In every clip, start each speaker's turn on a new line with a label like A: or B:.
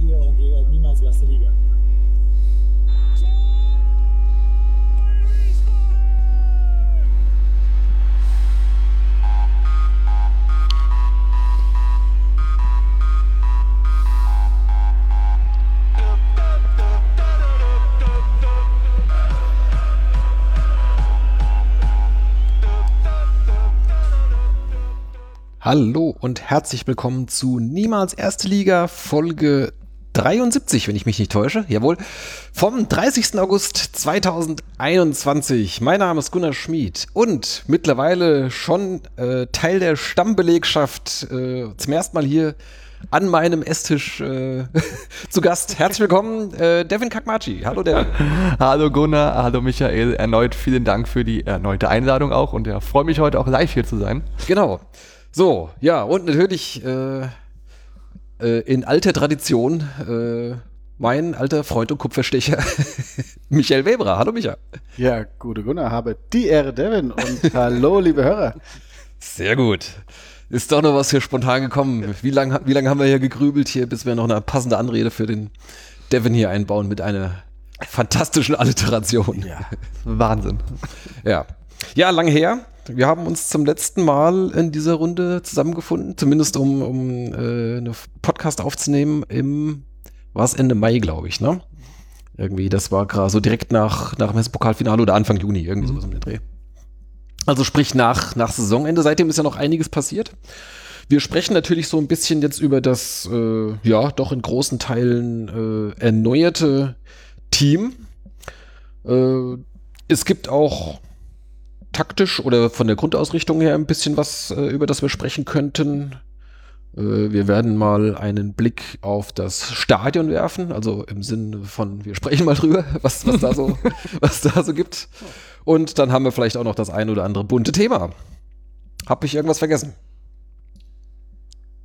A: Liga oder Liga, niemals erste Liga.
B: Hallo und herzlich willkommen zu Niemals Erste Liga Folge 73, wenn ich mich nicht täusche. Jawohl. Vom 30. August 2021. Mein Name ist Gunnar Schmid und mittlerweile schon äh, Teil der Stammbelegschaft. Äh, zum ersten Mal hier an meinem Esstisch äh, zu Gast. Herzlich willkommen, äh, Devin Kakmachi. Hallo, Devin.
C: Hallo Gunnar, hallo Michael. Erneut vielen Dank für die erneute Einladung auch und ja, freue mich heute auch live hier zu sein.
B: Genau. So, ja, und natürlich äh, äh, in alter Tradition äh, mein alter Freund und Kupferstecher Michael Weber. Hallo Micha.
D: Ja, gute Gunnar, habe die Ehre, Devin. Und hallo, liebe Hörer.
B: Sehr gut. Ist doch noch was hier spontan gekommen. Wie lange wie lang haben wir hier gegrübelt hier, bis wir noch eine passende Anrede für den Devin hier einbauen mit einer fantastischen Alliteration.
C: Ja, Wahnsinn.
B: Ja. Ja, lange her. Wir haben uns zum letzten Mal in dieser Runde zusammengefunden, zumindest um, um äh, einen Podcast aufzunehmen im, war es Ende Mai, glaube ich, ne? Irgendwie, das war gerade so direkt nach, nach dem Hessenpokalfinale oder Anfang Juni, irgendwie sowas um den Dreh. Also sprich nach, nach Saisonende. Seitdem ist ja noch einiges passiert. Wir sprechen natürlich so ein bisschen jetzt über das, äh, ja, doch in großen Teilen äh, erneuerte Team. Äh, es gibt auch taktisch oder von der Grundausrichtung her ein bisschen was, äh, über das wir sprechen könnten. Äh, wir werden mal einen Blick auf das Stadion werfen, also im Sinne von, wir sprechen mal drüber, was, was, da, so, was da so gibt. Und dann haben wir vielleicht auch noch das ein oder andere bunte Thema. Hab ich irgendwas vergessen?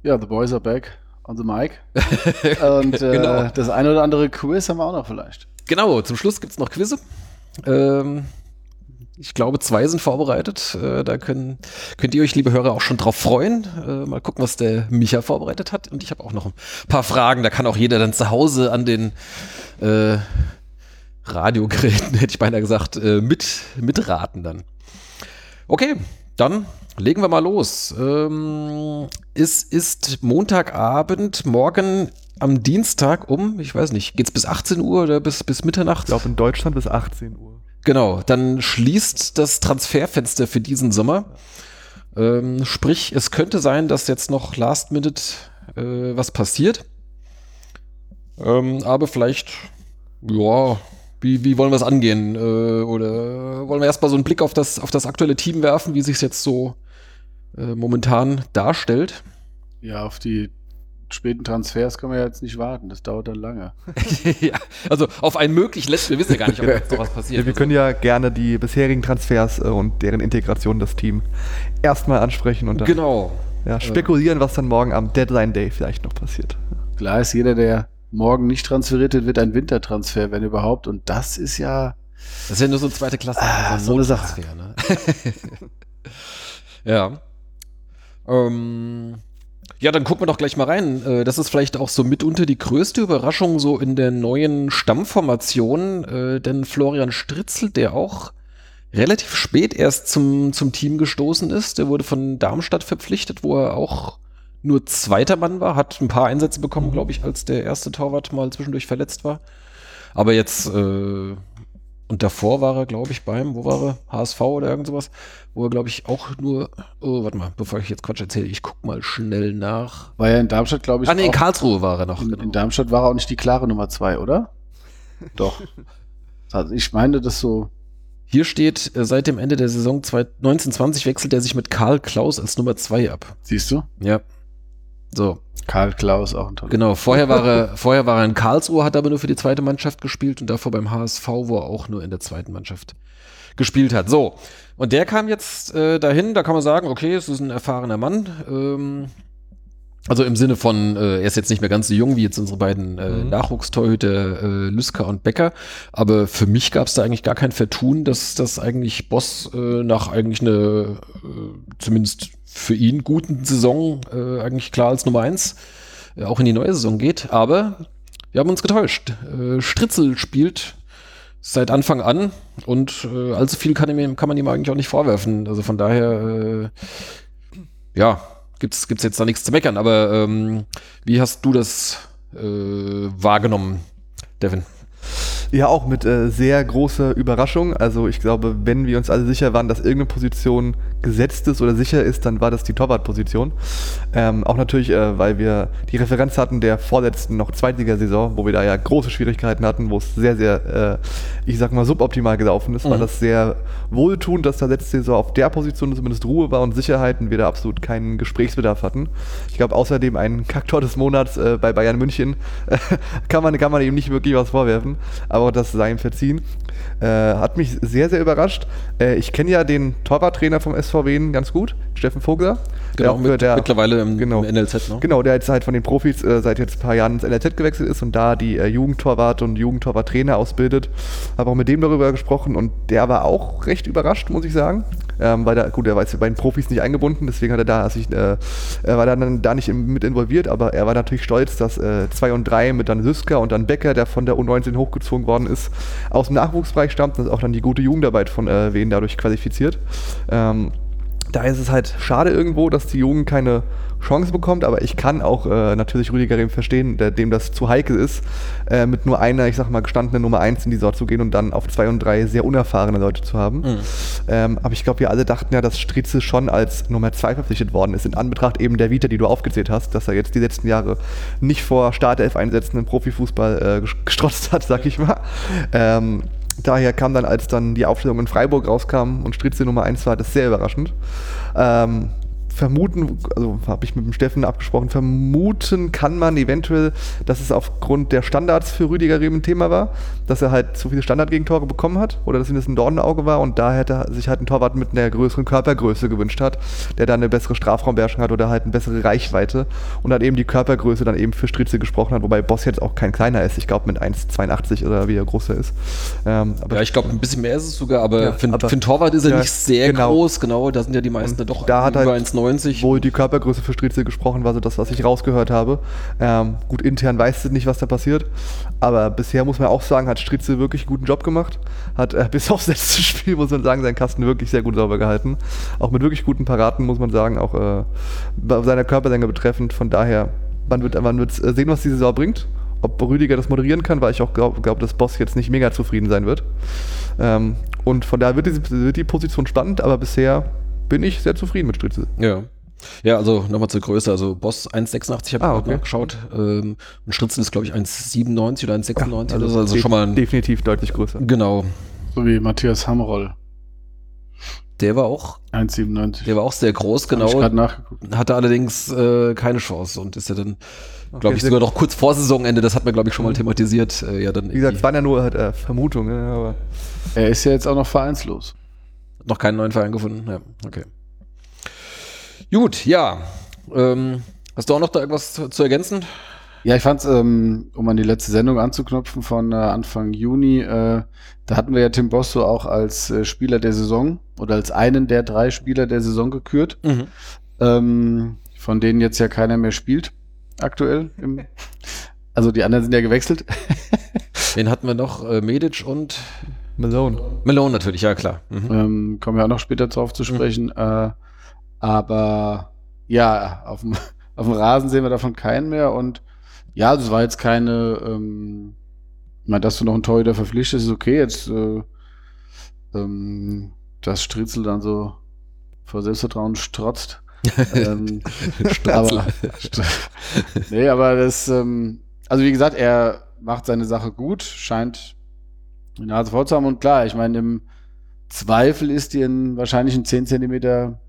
D: Ja, the boys are back on the mic. Und äh,
B: Genau.
D: das ein oder andere Quiz haben wir auch noch vielleicht.
B: Genau, zum Schluss gibt es noch Quizze. Ähm, ich glaube, zwei sind vorbereitet. Äh, da können, könnt ihr euch, liebe Hörer, auch schon drauf freuen. Äh, mal gucken, was der Micha vorbereitet hat. Und ich habe auch noch ein paar Fragen. Da kann auch jeder dann zu Hause an den äh, Radiogeräten, hätte ich beinahe gesagt, äh, mit, mitraten dann. Okay, dann legen wir mal los. Ähm, es ist Montagabend, morgen am Dienstag um, ich weiß nicht, geht's bis 18 Uhr oder bis, bis Mitternacht?
C: Ich glaube in Deutschland bis 18 Uhr.
B: Genau, dann schließt das Transferfenster für diesen Sommer. Ähm, sprich, es könnte sein, dass jetzt noch Last Minute äh, was passiert. Ähm, aber vielleicht, ja, wie, wie wollen wir es angehen? Äh, oder wollen wir erstmal so einen Blick auf das, auf das aktuelle Team werfen, wie sich es jetzt so äh, momentan darstellt?
D: Ja, auf die späten Transfers können wir jetzt nicht warten. Das dauert dann lange.
B: ja, also auf einen möglichen letzten, wir wissen ja gar nicht, ob jetzt noch was passiert.
C: Ja, wir können ja gerne die bisherigen Transfers äh, und deren Integration in das Team erstmal ansprechen und dann
B: genau.
C: ja, spekulieren, was dann morgen am Deadline Day vielleicht noch passiert.
D: Klar ist jeder, der morgen nicht transferiert wird, wird ein Wintertransfer, wenn überhaupt. Und das ist ja.
B: Das ist ja nur so zweite Klasse.
D: Ah,
B: Also
D: so eine Sache.
B: Monatsfair, ne? ja. Ähm, ja, dann gucken wir doch gleich mal rein. Äh, Das ist vielleicht auch so mitunter die größte Überraschung so in der neuen Stammformation, äh, denn Florian Stritzel, der auch relativ spät erst zum, zum Team gestoßen ist, der wurde von Darmstadt verpflichtet, wo er auch nur zweiter Mann war, hat ein paar Einsätze bekommen, glaube ich, als der erste Torwart mal zwischendurch verletzt war. Aber jetzt äh, und davor war er, glaube ich, beim, wo war er? HSV oder irgend sowas, wo er, glaube ich, auch nur. Oh, warte mal, bevor ich jetzt Quatsch erzähle, ich guck mal schnell nach.
D: War ja in Darmstadt, glaube ich.
B: Ah, nee, in
D: auch,
B: Karlsruhe war er noch.
D: in,
B: genau.
D: in Darmstadt war er auch nicht die klare Nummer zwei, oder? Doch. Also ich meine, das so.
B: Hier steht, äh, seit dem Ende der Saison 1920 wechselt er sich mit Karl Klaus als Nummer 2 ab.
D: Siehst du?
B: Ja. So,
D: Karl Klaus auch ein toller.
B: genau. Vorher war, er, vorher war er in Karlsruhe, hat aber nur für die zweite Mannschaft gespielt und davor beim HSV, wo er auch nur in der zweiten Mannschaft gespielt hat. So, und der kam jetzt äh, dahin, da kann man sagen, okay, es ist ein erfahrener Mann. Ähm, also im Sinne von, äh, er ist jetzt nicht mehr ganz so jung wie jetzt unsere beiden äh,
C: Mhm.
B: Nachwuchstorhüter äh, Lüsker und Becker, aber für mich gab es da eigentlich gar kein Vertun, dass das eigentlich Boss äh, nach eigentlich eine, äh, zumindest für ihn guten Saison äh, eigentlich klar als Nummer eins äh, auch in die neue Saison geht. Aber Wir haben uns getäuscht. Äh, Stritzel spielt seit Anfang an und äh, allzu viel kann, ihm, kann man ihm eigentlich auch nicht vorwerfen. Also von daher, äh, ja, gibt's, gibt's jetzt da nichts zu meckern. Aber ähm, wie hast du das äh, wahrgenommen, Devin?
C: Ja, auch mit äh, sehr großer Überraschung. Also ich glaube, wenn wir uns alle sicher waren, dass irgendeine Position gesetzt ist oder sicher ist, dann war das die Torwartposition. Ähm, auch natürlich, äh, weil wir die Referenz hatten der vorletzten noch Zweitligasaison, wo wir da ja große Schwierigkeiten hatten, wo es sehr, sehr, äh, ich sag mal, suboptimal gelaufen ist, war
B: Mhm.
C: das sehr wohltuend, dass da letzte Saison auf der Position zumindest Ruhe war und Sicherheit und wir da absolut keinen Gesprächsbedarf hatten. Ich glaube, außerdem ein Kaktor des Monats äh, bei Bayern München kann, man, kann man ihm nicht wirklich was vorwerfen, aber das sei ihm verziehen. Äh, hat mich sehr, sehr überrascht. Äh, ich kenne ja den Torwarttrainer vom SV Wien ganz gut, Steffen Vogler.
B: Genau,
C: auch-
B: mit, mittlerweile im,
C: genau.
B: im NLZ, ne?
C: Genau, der jetzt halt von den Profis äh, seit jetzt ein paar Jahren ins NRZ gewechselt ist und da die äh, Jugendtorwart und Jugendtorwarttrainer ausbildet. Habe auch mit dem darüber gesprochen und der war auch recht überrascht, muss ich sagen. Ähm, weil da, gut, er war jetzt bei den Profis nicht eingebunden, deswegen hat er da sich, äh, er war dann da nicht im, mit involviert, aber er war natürlich stolz, dass 2 und 3 mit dann Süska und dann Becker, der von der U19 hochgezogen worden ist, aus dem Nachwuchsbereich stammt und auch dann die gute Jugendarbeit von äh, Wien dadurch qualifiziert. Ähm, da ist es halt schade irgendwo, dass die Jugend keine Chance bekommt, aber ich kann auch äh, natürlich Rüdiger Rehm verstehen, der, dem das zu heikel ist, äh, mit nur einer, ich sag mal, gestandenen Nummer 1 in die Saison zu gehen und dann auf 2 und 3 sehr unerfahrene Leute zu haben. Ähm, aber ich glaube, wir alle dachten ja, dass Stritze schon als Nummer 2 verpflichtet worden ist, in Anbetracht eben der Vita, die du aufgezählt hast, dass er jetzt die letzten Jahre nicht vor Startelf-Einsätzen im Profifußball äh, gesch- gestrotzt hat, sag ich mal. Ähm, Daher kam dann, als dann die Aufstellung in Freiburg rauskam und Stritze Nummer 1 war, das sehr überraschend. Ähm, vermuten, also habe ich mit dem Steffen abgesprochen, vermuten kann man eventuell, dass es aufgrund der Standards für Rüdiger Rehm ein Thema war, dass er halt zu viele Standardgegentore bekommen hat oder dass ihm das ein Dorn im Auge war und da hätte er sich halt einen Torwart mit einer größeren Körpergröße gewünscht hat, der dann eine bessere Strafraumbeherrschung hat oder halt eine bessere Reichweite und dann eben die Körpergröße dann eben für Stritze gesprochen hat, wobei Boss jetzt auch kein kleiner ist, ich glaube mit 1,82 oder wie er groß er ist. Ähm, aber
B: Ja, ich glaube, ein bisschen mehr ist es sogar, aber,
C: Ja,
B: für,
C: aber-
B: für einen Torwart ist er
C: Ja,
B: nicht sehr
C: genau.
B: groß, genau. Da sind ja die meisten
C: Und
B: dann doch
C: da hat
B: über
C: halt
B: 1,90.
C: wohl die Körpergröße für Striezel gesprochen war, so das, was ich rausgehört habe. Ähm, gut, intern weißt du nicht, was da passiert. Aber bisher muss man auch sagen, hat Striezel wirklich einen guten Job gemacht. Hat äh, bis aufs letzte Spiel, muss man sagen, seinen Kasten wirklich sehr gut sauber gehalten. Auch mit wirklich guten Paraden, muss man sagen, auch äh, bei seiner Körperlänge betreffend. Von daher, man wird man wird's, äh, sehen, was die Saison bringt. Ob Rüdiger das moderieren kann, weil ich auch glaube, glaub, dass Boss jetzt nicht mega zufrieden sein wird. Ähm, und von daher wird die, wird die Position spannend, aber bisher bin ich sehr zufrieden mit Striezel.
B: Ja. Ja, also nochmal zur Größe. Also Boss 1,86 habe
C: Ah,
B: ich
C: okay.
B: okay. nachgeschaut. Ähm, und Stritzel ist, glaube ich, 1,97 oder 1,96.
C: Also
B: das ist also schon mal ein,
C: definitiv deutlich größer.
B: Genau.
D: So wie Matthias Hamroll,
B: Der war auch,
D: 1,97.
B: der war auch sehr groß,
D: Hab ich
B: genau.
D: gerade nachgeguckt.
B: Hatte allerdings äh, keine Chance und ist ja dann, glaube ich,
C: sehr
B: sogar noch kurz vor Saisonende, das hat man, glaube ich, schon mal
C: Mhm.
B: thematisiert. Äh, ja, dann
C: Wie gesagt, es waren ja nur halt, äh, Vermutungen, ne, aber
D: Er ist ja jetzt auch noch vereinslos.
B: Noch keinen neuen Verein gefunden? Ja, okay. Gut, ja. Ähm, hast du auch noch da irgendwas zu, zu ergänzen?
D: Ja, ich fand's, ähm, um an die letzte Sendung anzuknüpfen von äh, Anfang Juni, äh, da hatten wir ja Tim Bosso auch als äh, Spieler der Saison oder als einen der drei Spieler der Saison gekürt,
C: Mhm.
D: ähm, von denen jetzt ja keiner mehr spielt aktuell. Im, also die anderen sind ja gewechselt.
B: Wen hatten wir noch? Äh, Medic und
C: Malone.
B: Malone natürlich, ja klar. Mhm.
D: Ähm, kommen wir auch noch später drauf zu sprechen. Äh, aber ja, auf dem, auf dem Rasen sehen wir davon keinen mehr. Und ja, das war jetzt keine, ähm, ich meine, dass du noch einen Torhüter verpflichtest, ist okay. Jetzt, äh, ähm, dass Stritzel dann so vor Selbstvertrauen strotzt.
C: Äh,
D: ähm,
B: Stratzel.
D: St- nee, aber das, ähm, also wie gesagt, er macht seine Sache gut, scheint die Nase voll zu haben. Und klar, ich meine, im Zweifel ist dir ein, wahrscheinlich ein 10 Zentimeter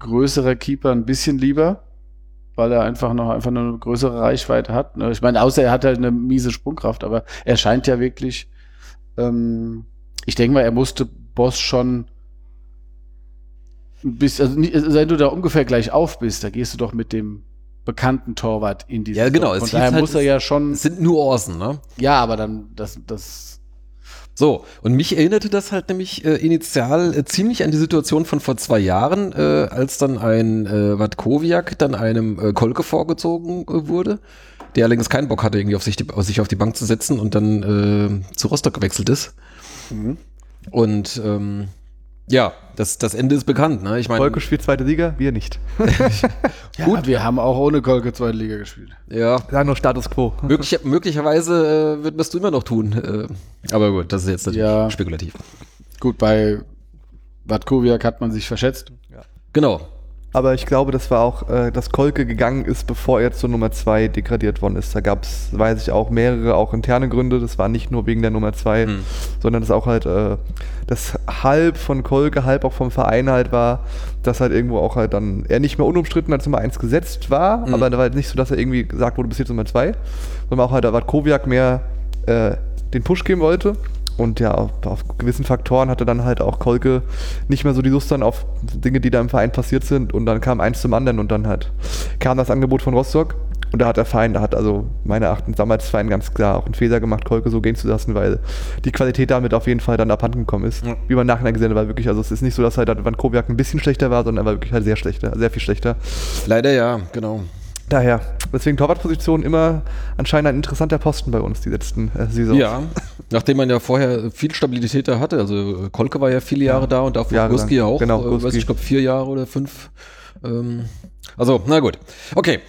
D: größerer Keeper ein bisschen lieber, weil er einfach noch einfach nur eine größere Reichweite hat. ne? Ich meine, außer er hat halt eine miese Sprungkraft, aber er scheint ja wirklich, ähm, ich denke mal, er musste Boss schon ein bisschen, also nicht, also wenn du da ungefähr gleich auf bist, da gehst du doch mit dem bekannten Torwart in die
B: Ja,
D: Saison.
B: genau, es
D: Von
B: hieß
D: daher
B: halt,
D: muss
B: es-
D: er ja schon,
B: Es sind Nuancen, ne?
D: ja, aber dann, das, das
B: So, und mich erinnerte das halt nämlich äh, initial äh, ziemlich an die Situation von vor zwei Jahren, äh, als dann ein äh, Watkowiak dann einem äh, Kolke vorgezogen äh, wurde, der allerdings keinen Bock hatte, irgendwie auf sich, die, auf sich auf die Bank zu setzen und dann äh, zu Rostock gewechselt ist.
D: Mhm.
B: Und ähm, ja, das, das Ende ist bekannt. Ne? Ich meine,
C: Volke spielt zweite Liga, wir nicht.
D: Ja, Gut, wir haben auch ohne Kolke zweite Liga gespielt.
B: ja,
C: Ja, nur Status Quo.
B: möglich, möglicherweise äh, wird wirst du immer noch tun. Äh, aber gut, das ist jetzt natürlich
D: Ja.
B: spekulativ.
D: Gut, bei Watkowiak hat man sich verschätzt.
B: Genau.
C: Aber ich glaube, das war auch, äh, dass Kolke gegangen ist, bevor er zur Nummer 2 degradiert worden ist. Da gab es, weiß ich auch, mehrere auch interne Gründe. Das war nicht nur wegen der Nummer 2,
B: Hm.
C: sondern das auch halt, äh, das halb von Kolke, halb auch vom Verein halt war, dass halt irgendwo auch halt dann er nicht mehr unumstritten als Nummer 1 gesetzt war,
B: Hm.
C: aber da war halt nicht so, dass er irgendwie gesagt wurde, bis jetzt Nummer 2, sondern auch halt, da war Koviak mehr äh, den Push geben wollte. Und ja, auf, auf gewissen Faktoren hatte dann halt auch Kolke nicht mehr so die Lust dann auf Dinge, die da im Verein passiert sind. Und dann kam eins zum anderen und dann halt kam das Angebot von Rostock. Und da hat der Verein, da hat also meiner Erachtens damals Verein ganz klar auch einen Fehler gemacht, Kolke so gehen zu lassen, weil die Qualität damit auf jeden Fall dann abhanden gekommen ist.
B: Ja.
C: Wie man nachher gesehen hat, war wirklich, also es ist nicht so, dass halt Van Kobiak ein bisschen schlechter war, sondern er war wirklich halt sehr schlechter, sehr viel schlechter.
B: Leider ja, genau.
C: Daher, deswegen Torwartposition immer anscheinend ein interessanter Posten bei uns die letzten äh, Saisons.
B: Ja, nachdem man ja vorher viel Stabilität da hatte. Also äh, Kolke war ja viele Jahre da und davor
C: Jahrelang.
B: Gurski ja auch.
C: Genau,
B: äh, weiß
C: Gurski.
B: ich glaube vier Jahre oder fünf. Ähm, also, na gut. Okay.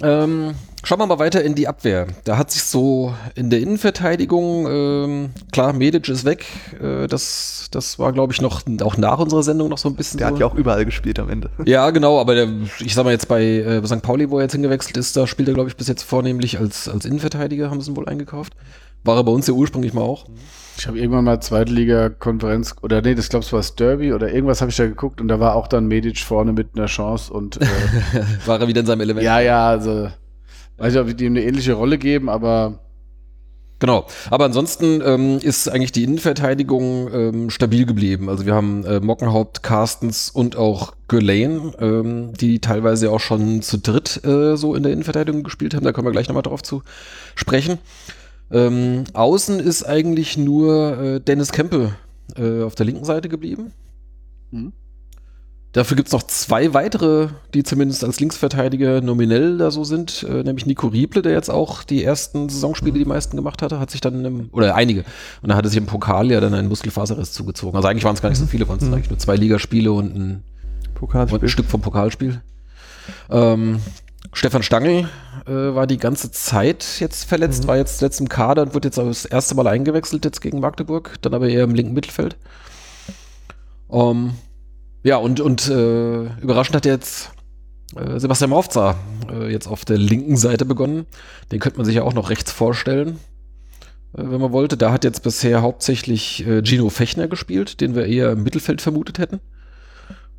B: Ähm, schauen wir mal weiter in die Abwehr. Da hat sich so in der Innenverteidigung, ähm, klar, Medic ist weg. Äh, das, das war, glaube ich, noch auch nach unserer Sendung noch so ein bisschen.
C: Der
B: so.
C: hat ja auch überall gespielt am Ende.
B: Ja, genau, aber der, ich sag mal jetzt bei äh, St. Pauli, wo er jetzt hingewechselt ist, da spielt er, glaube ich, bis jetzt vornehmlich als, als Innenverteidiger, haben sie ihn wohl eingekauft. War er bei uns ja ursprünglich mal auch.
D: Ich habe irgendwann mal zweite Liga Konferenz oder nee, das glaubst du war das Derby oder irgendwas habe ich da geguckt und da war auch dann Medic vorne mit einer Chance und äh,
B: War er wieder in seinem Element.
D: ja, ja, also weiß ich, ob die ihm eine ähnliche Rolle geben, aber
B: Genau. Aber ansonsten ähm, ist eigentlich die Innenverteidigung ähm, stabil geblieben. Also wir haben äh, Mockenhaupt, Carstens und auch Gürlane, ähm, die teilweise auch schon zu dritt äh, so in der Innenverteidigung gespielt haben. Da kommen wir gleich nochmal drauf zu sprechen. Ähm, außen ist eigentlich nur äh, Dennis Kempe äh, auf der linken Seite geblieben.
D: Mhm.
B: Dafür gibt es noch zwei weitere, die zumindest als Linksverteidiger nominell da so sind, äh, nämlich Nico Rieble, der jetzt auch die ersten Saisonspiele die meisten gemacht hatte, hat sich dann, im, oder einige, und dann hatte sich im Pokal ja dann einen Muskelfaserriss zugezogen. Also eigentlich waren es gar nicht so viele, waren es
C: Mhm.
B: eigentlich nur zwei Ligaspiele und ein und ein
C: Pokalspiel.
B: Stück vom Pokalspiel. Ähm, Stefan Stangl äh, war die ganze Zeit jetzt verletzt, war jetzt letzt im Kader und wurde jetzt auch das erste Mal eingewechselt jetzt gegen Magdeburg, dann aber eher im linken Mittelfeld. Ähm, ja, und, und äh, überraschend hat jetzt äh, Sebastian Maufza äh, jetzt auf der linken Seite begonnen. Den könnte man sich ja auch noch rechts vorstellen, äh, wenn man wollte. Da hat jetzt bisher hauptsächlich äh, Gino Fechner gespielt, den wir eher im Mittelfeld vermutet hätten.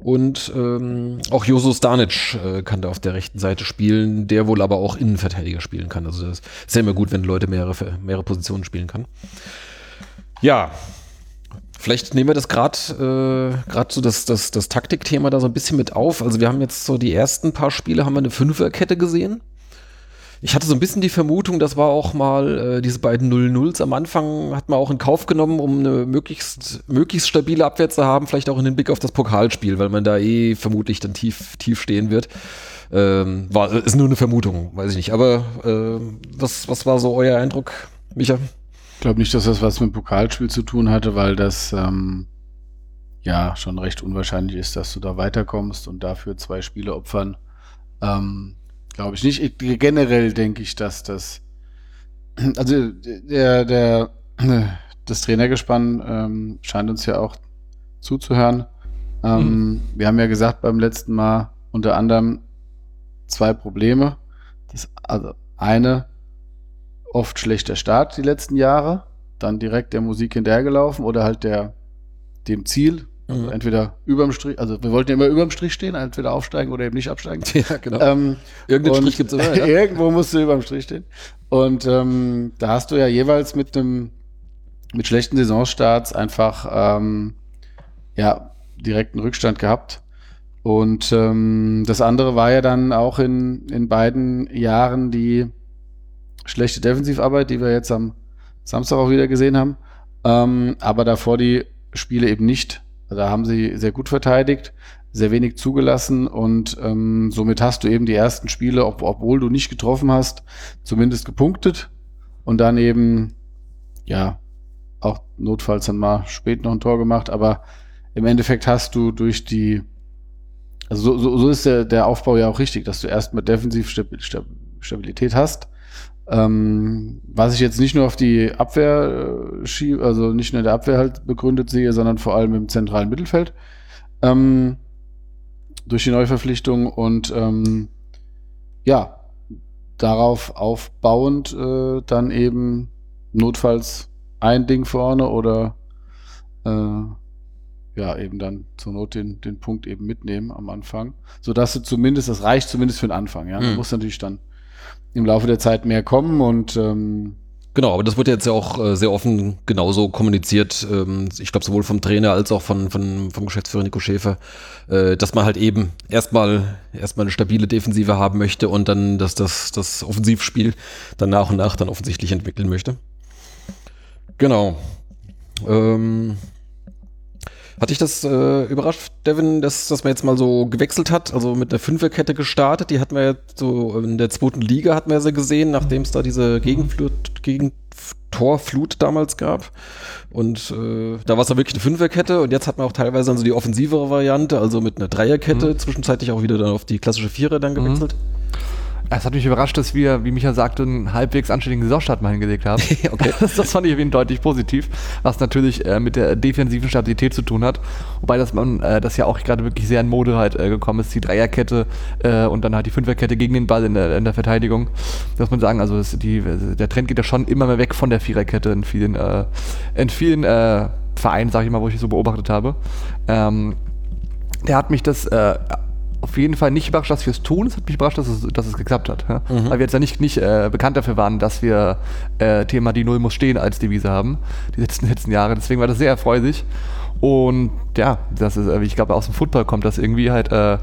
B: Und ähm, auch Josu Stanic äh, kann da auf der rechten Seite spielen, der wohl aber auch Innenverteidiger spielen kann. Also das ist ja immer gut, wenn Leute mehrere, mehrere Positionen spielen kann. Ja, vielleicht nehmen wir das gerade äh, grad so das, das, das Taktikthema da so ein bisschen mit auf. Also wir haben jetzt so die ersten paar Spiele, haben wir eine Fünferkette gesehen. Ich hatte so ein bisschen die Vermutung, das war auch mal äh, diese beiden 0-0s am Anfang, hat man auch in Kauf genommen, um eine möglichst, möglichst stabile Abwehr zu haben, vielleicht auch in den Blick auf das Pokalspiel, weil man da eh vermutlich dann tief, tief stehen wird. Ähm, war, ist nur eine Vermutung, weiß ich nicht. Aber ähm, was, was war so euer Eindruck, Micha?
D: ich glaube nicht, dass das was mit dem Pokalspiel zu tun hatte, weil das ähm, ja schon recht unwahrscheinlich ist, dass du da weiterkommst und dafür zwei Spiele opfern. Ähm, glaube ich nicht. Ich, generell denke ich, dass das also der, der das Trainergespann ähm, scheint uns ja auch zuzuhören. Ähm, Wir haben ja gesagt beim letzten Mal unter anderem zwei Probleme. Das, also eine, oft schlechter Start die letzten Jahre, dann direkt der Musik hinterhergelaufen oder halt der dem Ziel, also entweder überm Strich, also wir wollten ja immer überm Strich stehen, entweder aufsteigen oder eben nicht absteigen.
B: Ja, genau.
D: Ähm,
B: Irgendeinen
D: und
B: Strich gibt's immer, ja.
D: irgendwo musst du überm Strich stehen. Und ähm, da hast du ja jeweils mit einem mit schlechten Saisonstarts einfach ähm, ja direkten Rückstand gehabt. Und ähm, das andere war ja dann auch in, in beiden Jahren die schlechte Defensivarbeit, die wir jetzt am Samstag auch wieder gesehen haben. Also Ähm, aber davor die Spiele eben nicht. Da haben sie sehr gut verteidigt. sehr wenig zugelassen und ähm, somit hast du eben die ersten Spiele, ob, obwohl du nicht getroffen hast, zumindest gepunktet und daneben, ja, auch notfalls dann mal spät noch ein Tor gemacht, aber im Endeffekt hast du durch die, also so, so, so ist der, der Aufbau ja auch richtig, dass du erstmal defensiv Stabil, Stabil, Stabilität hast. Ähm, was ich jetzt nicht nur auf die Abwehr äh, schiebe, also nicht nur in der Abwehr halt begründet sehe, sondern vor allem im zentralen Mittelfeld. Ähm, durch die Neuverpflichtung und ähm, ja, darauf aufbauend äh, dann eben notfalls ein Ding vorne oder äh, ja, eben dann zur Not den, den Punkt eben mitnehmen am Anfang. Sodass du zumindest, das reicht zumindest für den Anfang, ja.
B: Mhm.
D: Muss natürlich dann im Laufe der Zeit mehr kommen und ähm,
B: Genau, aber das wurde jetzt ja auch äh, sehr offen genauso kommuniziert. Ähm, ich glaube, sowohl vom Trainer als auch von, von, vom Geschäftsführer Nico Schäfer, äh, dass man halt eben erstmal erstmal eine stabile Defensive haben möchte und dann das, das, das Offensivspiel dann nach und nach dann offensichtlich entwickeln möchte. Genau. Ähm, hat dich das äh, überrascht, Devin, dass, dass man jetzt mal so gewechselt hat, also mit einer Fünferkette gestartet? Die hatten wir ja so in der zweiten Liga, hatten wir ja so gesehen, nachdem es da diese Gegenflut, Gegentorflut damals gab. Und äh, da war es ja wirklich eine Fünferkette und jetzt hat man auch teilweise dann so die offensivere Variante, also mit einer Dreierkette,
C: Mhm.
B: zwischenzeitlich auch wieder dann auf die klassische Vierer dann gewechselt.
C: Es hat mich überrascht, dass wir, wie Micha sagte, einen halbwegs anständigen Saisonstart mal hingelegt haben.
B: Okay.
C: Das, das fand ich irgendwie deutlich positiv, was natürlich äh, mit der defensiven Stabilität zu tun hat. Wobei das, man, äh, das ja auch gerade wirklich sehr in Mode halt äh, gekommen ist, die Dreierkette äh, und dann halt die Fünferkette gegen den Ball in der, in der Verteidigung. Das muss man sagen, also das, die, der Trend geht ja schon immer mehr weg von der Viererkette in vielen, äh, in vielen äh, Vereinen, sag ich mal, wo ich es so beobachtet habe. Ähm, der hat mich das äh, auf jeden Fall nicht überrascht, dass wir es tun. Es hat mich überrascht, dass es, dass es geklappt hat. Ja?
B: Mhm.
C: Weil wir jetzt ja nicht, nicht äh, bekannt dafür waren, dass wir äh, Thema die Null muss stehen als Devise haben, die letzten, letzten Jahre. Deswegen war das sehr erfreulich. Und ja, das ist, äh, ich glaube, aus dem Football kommt das irgendwie halt, äh, äh,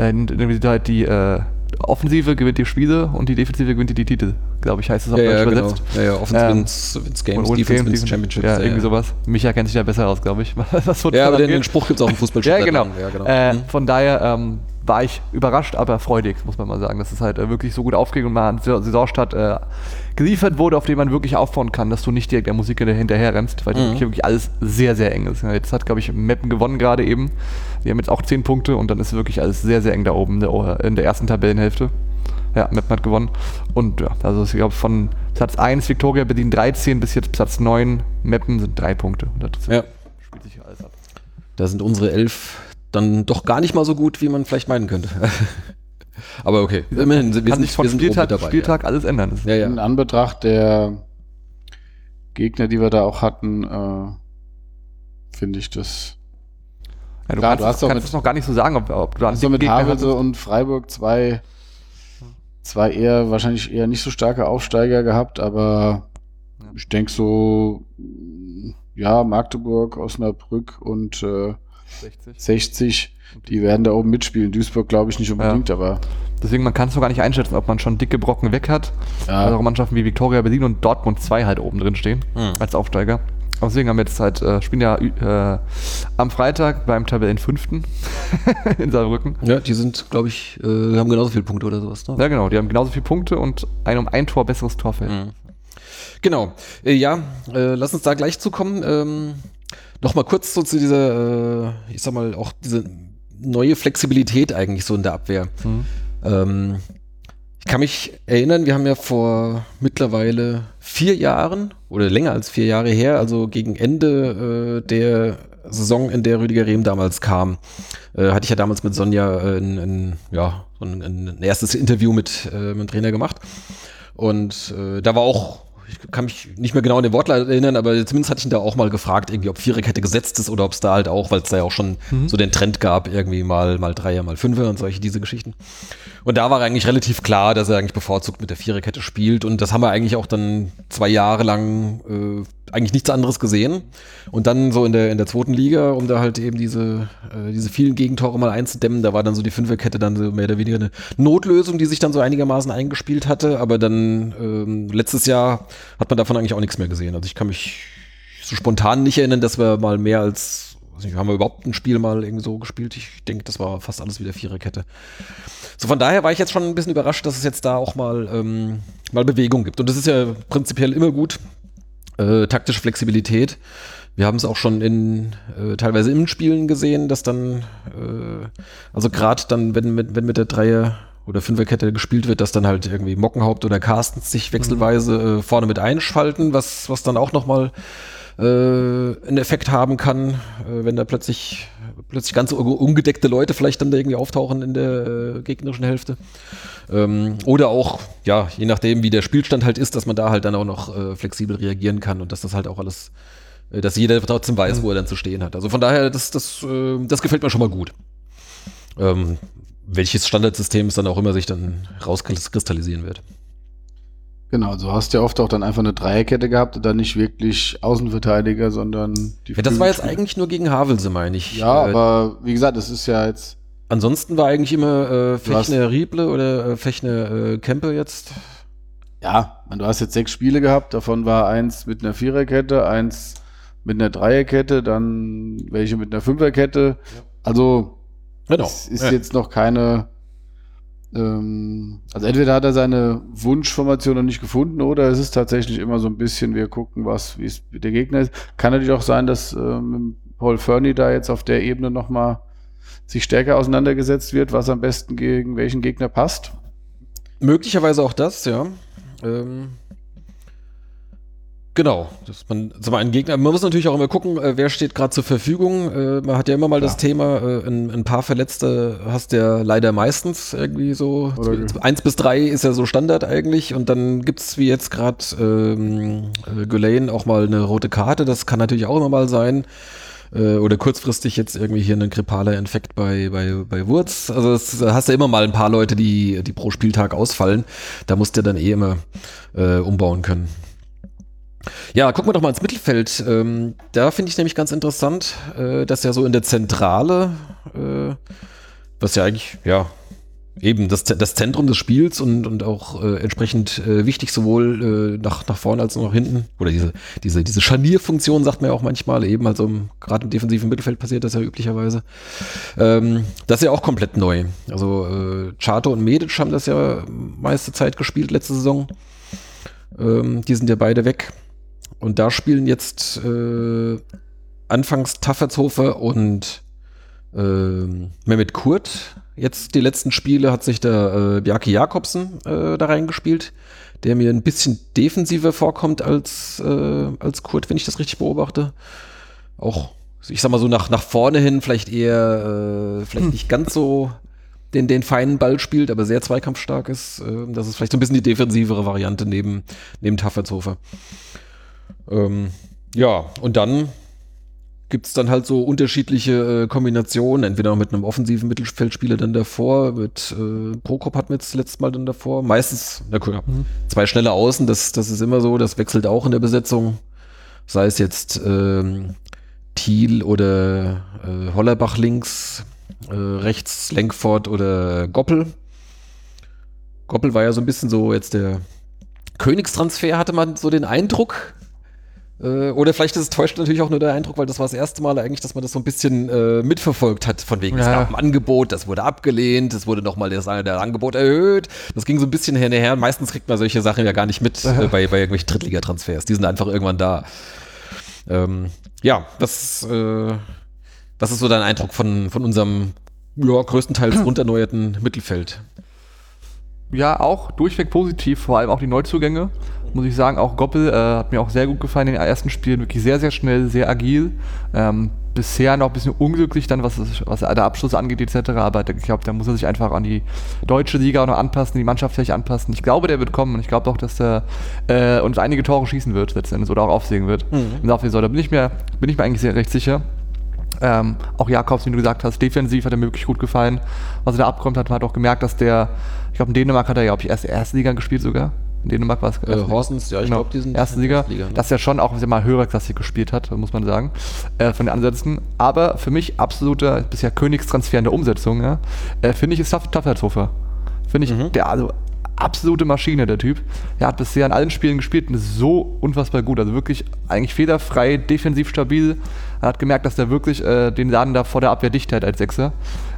C: irgendwie halt die äh, Offensive gewinnt die Spiele und die Defensive gewinnt die, die Titel. Glaube ich, heißt es auf Deutsch übersetzt.
B: Ja, ja, Offense
C: Ähm,
B: wins, wins Games,
C: Und- und
B: Defense
C: Games,
B: wins
C: Defense-
B: Championships.
C: Ja, irgendwie sowas. Micha kennt sich da besser aus, glaube ich. Was
B: Ja, aber den,
C: angeht.
B: den Spruch gibt es auch im Fußball.
C: Ja, genau.
B: Ja, genau.
C: Äh,
B: Mhm.
C: Von daher ähm, war ich überrascht, aber freudig, muss man mal sagen, dass es halt äh, wirklich so gut aufging und mal an Sa- Saisonstart äh, geliefert wurde, auf den man wirklich aufbauen kann, dass du nicht direkt der Musik hinter- hinterher rennst, weil hier wirklich alles sehr, sehr eng ist. Ja, jetzt hat, glaube ich, Meppen gewonnen gerade eben. Die haben jetzt auch 10 Punkte und dann ist wirklich alles sehr, sehr eng da oben in der, in der ersten Tabellenhälfte. Ja, Meppen hat gewonnen. Und ja, also ich glaube, von Platz 1 Viktoria Berlin 13 bis jetzt Platz 9 Meppen sind 3 Punkte. Und das
B: Ja.
C: spielt sich hier alles ab.
B: Da sind unsere elf dann doch gar nicht mal so gut, wie man vielleicht meinen könnte. Aber okay, immerhin, sind- wir
C: kann
B: sind,
C: sich Also von
B: wir sind
C: Spieltag
B: oben
C: zu
B: mit dabei.
C: Spieltag alles ändern. Das ist-
B: Ja, ja.
D: in
B: ja.
D: Anbetracht der Gegner, die wir da auch hatten, äh, finde ich das.
C: Ja, du
D: Klar,
C: kannst,
D: du hast
C: es-
D: doch
C: kannst
D: mit-
C: es noch gar nicht so sagen, ob, ob du an
D: Also
C: den
D: mit
C: Gegner
B: halt
D: Havelse
C: hattest.
D: und Freiburg zwei, zwei eher, wahrscheinlich eher nicht so starke Aufsteiger gehabt, aber
C: Ja.
D: ich denke so, mh, ja, Magdeburg, Osnabrück und äh, 60, die werden da oben mitspielen. Duisburg glaube ich nicht unbedingt, aber
C: Deswegen, man kann es noch gar nicht einschätzen, ob man schon dicke Brocken weg hat.
D: ja,
C: Also auch Mannschaften wie Viktoria Berlin und Dortmund 2 halt oben drin stehen,
B: Hm.
C: als Aufsteiger. Aber Deswegen haben wir jetzt halt, äh, spielen ja äh, am Freitag beim Tabellenfünften in Saarbrücken.
B: ja, die sind, glaube ich, äh, haben genauso viele Punkte oder sowas. Ne?
C: Ja genau, die haben genauso viele Punkte und ein um ein Tor besseres Torfeld.
B: Genau. Äh, ja, äh, lass uns da gleich zukommen. Ähm, Nochmal kurz so zu dieser, äh, ich sag mal, auch diese neue Flexibilität eigentlich so in der Abwehr.
C: Mhm.
B: Ähm, ich kann mich erinnern, wir haben ja vor mittlerweile vier Jahren oder länger als vier Jahre her, also gegen Ende äh, der Saison, in der Rüdiger Rehm damals kam, äh, hatte ich ja damals mit Sonja äh, ein, ein, ja, so ein, ein erstes Interview mit, äh, mit dem Trainer gemacht. Und äh, da war auch, ich kann mich nicht mehr genau an den Wortlaut erinnern, aber zumindest hatte ich ihn da auch mal gefragt, irgendwie, ob Viererkette gesetzt ist oder ob es da halt auch, weil es da ja auch schon so den Trend gab, irgendwie mal, mal Dreier, mal Fünfer und solche, diese Geschichten. Und da war eigentlich relativ klar, dass er eigentlich bevorzugt mit der Viererkette spielt. Und das haben wir eigentlich auch dann zwei Jahre lang äh, eigentlich nichts anderes gesehen. Und dann so in der, in der zweiten Liga, um da halt eben diese, äh, diese vielen Gegentore mal einzudämmen, da war dann so die Fünferkette dann so mehr oder weniger eine Notlösung, die sich dann so einigermaßen eingespielt hatte. Aber dann ähm, letztes Jahr hat man davon eigentlich auch nichts mehr gesehen. Also ich kann mich so spontan nicht erinnern, dass wir mal mehr als weiß nicht, haben wir überhaupt ein Spiel mal irgendwie so gespielt? Ich denke, das war fast alles wieder Viererkette. So, von daher war ich jetzt schon ein bisschen überrascht, dass es jetzt da auch mal, ähm, mal Bewegung gibt. Und das ist ja prinzipiell immer gut. Äh, taktische Flexibilität. Wir haben es auch schon in äh, teilweise im Spielen gesehen, dass dann, äh, also gerade dann, wenn mit, wenn mit der Dreier- oder Fünferkette gespielt wird, dass dann halt irgendwie Mockenhaupt oder Carstens sich wechselweise äh, vorne mit einschalten, was, was dann auch nochmal äh, einen Effekt haben kann, äh, wenn da plötzlich, plötzlich ganz un- ungedeckte Leute vielleicht dann da irgendwie auftauchen in der äh, gegnerischen Hälfte. Ähm, oder auch, ja, je nachdem, wie der Spielstand halt ist, dass man da halt dann auch noch äh, flexibel reagieren kann und dass das halt auch alles, äh, dass jeder trotzdem weiß, wo er dann zu stehen hat. Also von daher, das, das, äh, das gefällt mir schon mal gut. Ähm, welches Standardsystem es dann auch immer sich dann rauskristallisieren wird.
D: Genau, so hast du ja oft auch dann einfach eine Dreierkette gehabt und dann nicht wirklich Außenverteidiger, sondern die
B: Ja, das war jetzt
D: Flügelspieler.
B: eigentlich nur gegen Havelse, meine ich.
D: Ja,
B: Äh,
D: aber wie gesagt, das ist ja jetzt.
B: Ansonsten war eigentlich immer äh,
D: Du hast-
B: Fechner Rieble oder äh, Fechner äh, Kempe jetzt.
D: Ja, man, du hast jetzt sechs Spiele gehabt, davon war eins mit einer Viererkette, eins mit einer Dreierkette, dann welche mit einer Fünferkette. Also
B: Genau.
D: es ist
B: ja.
D: jetzt noch keine. Ähm, also entweder hat er seine Wunschformation noch nicht gefunden oder es ist tatsächlich immer so ein bisschen, wir gucken, was wie es mit der Gegner ist. Kann natürlich auch sein, dass ähm, Paul Fernie da jetzt auf der Ebene nochmal sich stärker auseinandergesetzt wird, was am besten gegen welchen Gegner passt.
B: Möglicherweise auch das, ja. Ähm, genau. Dass man zum einen Gegner, man muss natürlich auch immer gucken, äh, wer steht gerade zur Verfügung. Äh, man hat ja immer mal das Thema, äh, ein, ein paar Verletzte hast du ja leider meistens irgendwie so.
D: Oder-
B: Z- Eins bis drei ist ja so Standard eigentlich. Und dann gibt es wie jetzt gerade ähm, äh, Gulane auch mal eine rote Karte. Das kann natürlich auch immer mal sein. Äh, oder kurzfristig jetzt irgendwie hier ein grippaler Infekt bei, bei, bei Wurz. Also es, da hast du immer mal ein paar Leute, die, die pro Spieltag ausfallen. Da musst du dann eh immer äh, umbauen können. Ja, gucken wir doch mal ins Mittelfeld. Ähm, da finde ich nämlich ganz interessant, äh, dass ja so in der Zentrale, äh, was ja eigentlich, ja, eben das, Z- das Zentrum des Spiels und, und auch äh, entsprechend äh, wichtig, sowohl äh, nach, nach vorne als auch nach hinten. Oder diese, diese, diese Scharnierfunktion sagt man ja auch manchmal eben, also im- gerade im defensiven Mittelfeld passiert das ja üblicherweise. Ähm, das ist ja auch komplett neu. Also äh, Chato und Medic haben das ja meiste Zeit gespielt letzte Saison. Ähm, die sind ja beide weg. Und da spielen jetzt äh, anfangs Taffertshofer und ähm, Mehmet Kurt. Jetzt die letzten Spiele hat sich der äh, Bjarke Jakobsen äh, da reingespielt, der mir ein bisschen defensiver vorkommt als, äh, als Kurt, wenn ich das richtig beobachte. Auch, ich sag mal so, nach, nach vorne hin vielleicht eher, äh, vielleicht nicht ganz so den, den feinen Ball spielt, aber sehr zweikampfstark ist. Ähm, das ist vielleicht so ein bisschen die defensivere Variante neben, neben Taffertshofer. Ähm, ja, und dann gibt es dann halt so unterschiedliche äh, Kombinationen, entweder mit einem offensiven Mittelfeldspieler dann davor, mit äh, Prokop hatten wir jetzt letztes Mal dann davor, meistens, na cool, ja, zwei schnelle Außen, das, das ist immer so, das wechselt auch in der Besetzung, sei es jetzt ähm, Thiel oder äh, Hollerbach links, äh, rechts Lenkford oder Goppel. Goppel war ja so ein bisschen so jetzt der Königstransfer, hatte man so den Eindruck, äh, Oder vielleicht ist es täuscht natürlich auch nur der Eindruck, weil das war das erste Mal eigentlich, dass man das so ein bisschen äh, mitverfolgt hat. Von wegen, es
C: Ja.
B: gab ein Angebot, das wurde abgelehnt, es wurde nochmal das der Angebot erhöht. Das ging so ein bisschen her und her. Meistens kriegt man solche Sachen ja gar nicht mit äh, bei, bei irgendwelchen Drittliga-Transfers. Die sind einfach irgendwann da. Ähm, ja, das, äh, was ist so dein Eindruck von, von unserem ja, größtenteils runderneuerten Mittelfeld?
C: Ja, auch durchweg positiv, vor allem auch die Neuzugänge. Muss ich sagen, auch Goppel äh, hat mir auch sehr gut gefallen in den ersten Spielen. Wirklich sehr, sehr schnell, sehr agil. Ähm, bisher noch ein bisschen unglücklich dann, was, das- was der Abschluss angeht etc. Aber ich glaube, da muss er sich einfach an die deutsche Liga auch noch anpassen, die Mannschaft vielleicht anpassen. Ich glaube, der wird kommen und ich glaube auch, dass der äh, uns einige Tore schießen wird letzten Endes oder auch aufsägen wird. Und dafür soll, da bin ich mir, bin ich mir eigentlich sehr recht sicher. Ähm, auch Jakobs, wie du gesagt hast, defensiv hat er mir wirklich gut gefallen. Was er da abkommt, hat man hat auch gemerkt, dass der, ich glaube, in Dänemark hat er ja, glaube ich, erst erste Liga gespielt sogar. In Dänemark war es.
B: Äh, Horsens, ja, ich
C: Genau,
B: glaube, die sind
C: ersten Liga,
B: Liga, ne?
C: dass er schon auch mal höherer Klassik gespielt hat, muss man sagen, äh, von den Ansätzen. Aber für mich absoluter bisher Königstransfer in der Umsetzung, ja, äh, finde ich, ist Taff- Taffertshofer. Finde ich, der, also absolute Maschine, der Typ. Er hat bisher in allen Spielen gespielt und ist so unfassbar gut. Also wirklich eigentlich federfrei, defensiv stabil. Er hat gemerkt, dass er wirklich äh, den Laden da vor der Abwehr dicht hält als Sechser.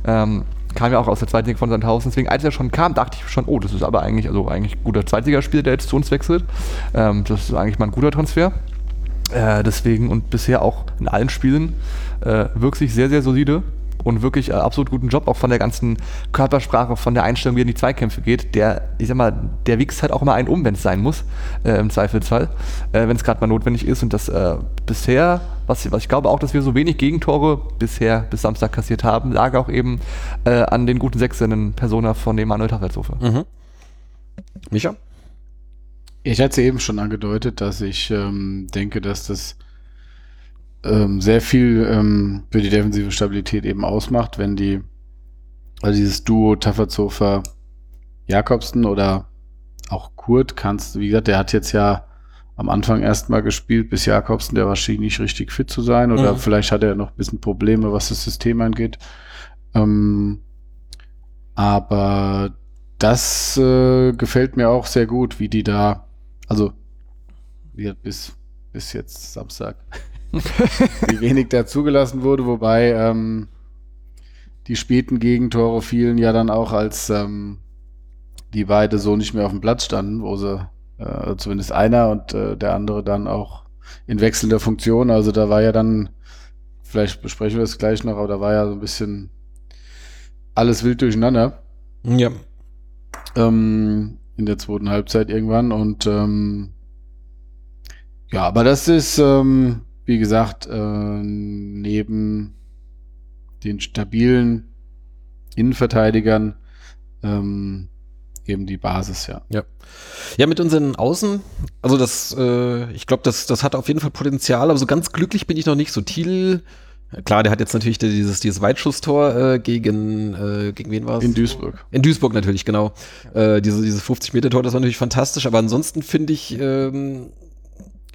C: Ähm, kam ja auch aus der zweiten Liga von Sandhausen. Deswegen, als er schon kam, dachte ich schon, oh, das ist aber eigentlich, also eigentlich ein guter Zweitligaspieler, der jetzt zu uns wechselt. Ähm, das ist eigentlich mal ein guter Transfer. Äh, deswegen und bisher auch in allen Spielen äh, wirklich sehr, sehr solide und wirklich äh, absolut guten Job, auch von der ganzen Körpersprache, von der Einstellung, wie er in die Zweikämpfe geht. Der, ich sag mal, der wichst halt auch mal einen um, wenn es sein muss, äh, im Zweifelsfall, äh, wenn es gerade mal notwendig ist. Und das äh, bisher, was, was ich glaube auch, dass wir so wenig Gegentore bisher bis Samstag kassiert haben, lag auch eben äh, an den guten Sechsinnen Persona von dem Manuel Tafelshofer.
B: Mhm. Micha?
D: Ich hatte eben schon angedeutet, dass ich ähm, denke, dass das ähm, sehr viel ähm, für die defensive Stabilität eben ausmacht, wenn die, also dieses Duo Tafferzofer Jakobsen oder auch Kurt kannst, wie gesagt, der hat jetzt ja am Anfang erstmal gespielt, bis Jakobsen, der war schien nicht richtig fit zu sein oder
B: Mhm.
D: vielleicht hat er noch ein bisschen Probleme, was das System angeht. Ähm, aber das äh, gefällt mir auch sehr gut, wie die da, also wie gesagt, bis, bis jetzt Samstag, wie wenig da zugelassen wurde, wobei ähm, die späten Gegentore fielen ja dann auch, als ähm, die beide so nicht mehr auf dem Platz standen, wo sie äh, zumindest einer und äh, der andere dann auch in wechselnder Funktion. Also da war ja dann, vielleicht besprechen wir es gleich noch, aber da war ja so ein bisschen alles wild durcheinander
B: Ja.
D: ähm, in der zweiten Halbzeit irgendwann. Und ähm, ja, aber das ist, ähm, wie gesagt, äh, neben den stabilen Innenverteidigern ähm, eben die Basis, ja.
B: Ja, mit unseren Außen, also das, äh, ich glaube, das, das hat auf jeden Fall Potenzial, aber so ganz glücklich bin ich noch nicht. So Thiel, klar, der hat jetzt natürlich dieses, dieses Weitschusstor äh, gegen, äh, gegen wen war es?
D: In Duisburg.
B: In Duisburg natürlich, genau. Äh, diese, dieses 50-Meter-Tor, das war natürlich fantastisch, aber ansonsten finde ich, ähm,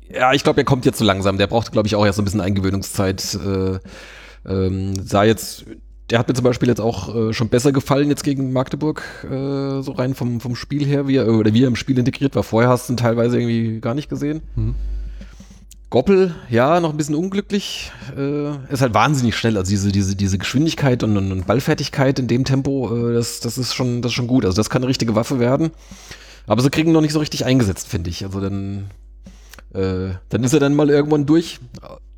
B: ja, ich glaube, er kommt jetzt so langsam. Der braucht, glaube ich, auch erst so ein bisschen Eingewöhnungszeit. Äh, ähm, sah jetzt, der hat mir zum Beispiel jetzt auch äh, schon besser gefallen jetzt gegen Magdeburg, äh, so rein vom, vom Spiel her, wie er, oder wie er im Spiel integriert war. Vorher hast du ihn teilweise irgendwie gar nicht gesehen.
C: Mhm.
B: Goppel, ja, noch ein bisschen unglücklich. Äh, ist halt wahnsinnig schnell. Also diese, diese, diese Geschwindigkeit und, und, und Ballfertigkeit in dem Tempo, äh, das, das, ist schon, das ist schon gut. Also das kann eine richtige Waffe werden. Aber sie kriegen ihn noch nicht so richtig eingesetzt, finde ich. Also dann, äh, dann ist er dann mal irgendwann durch.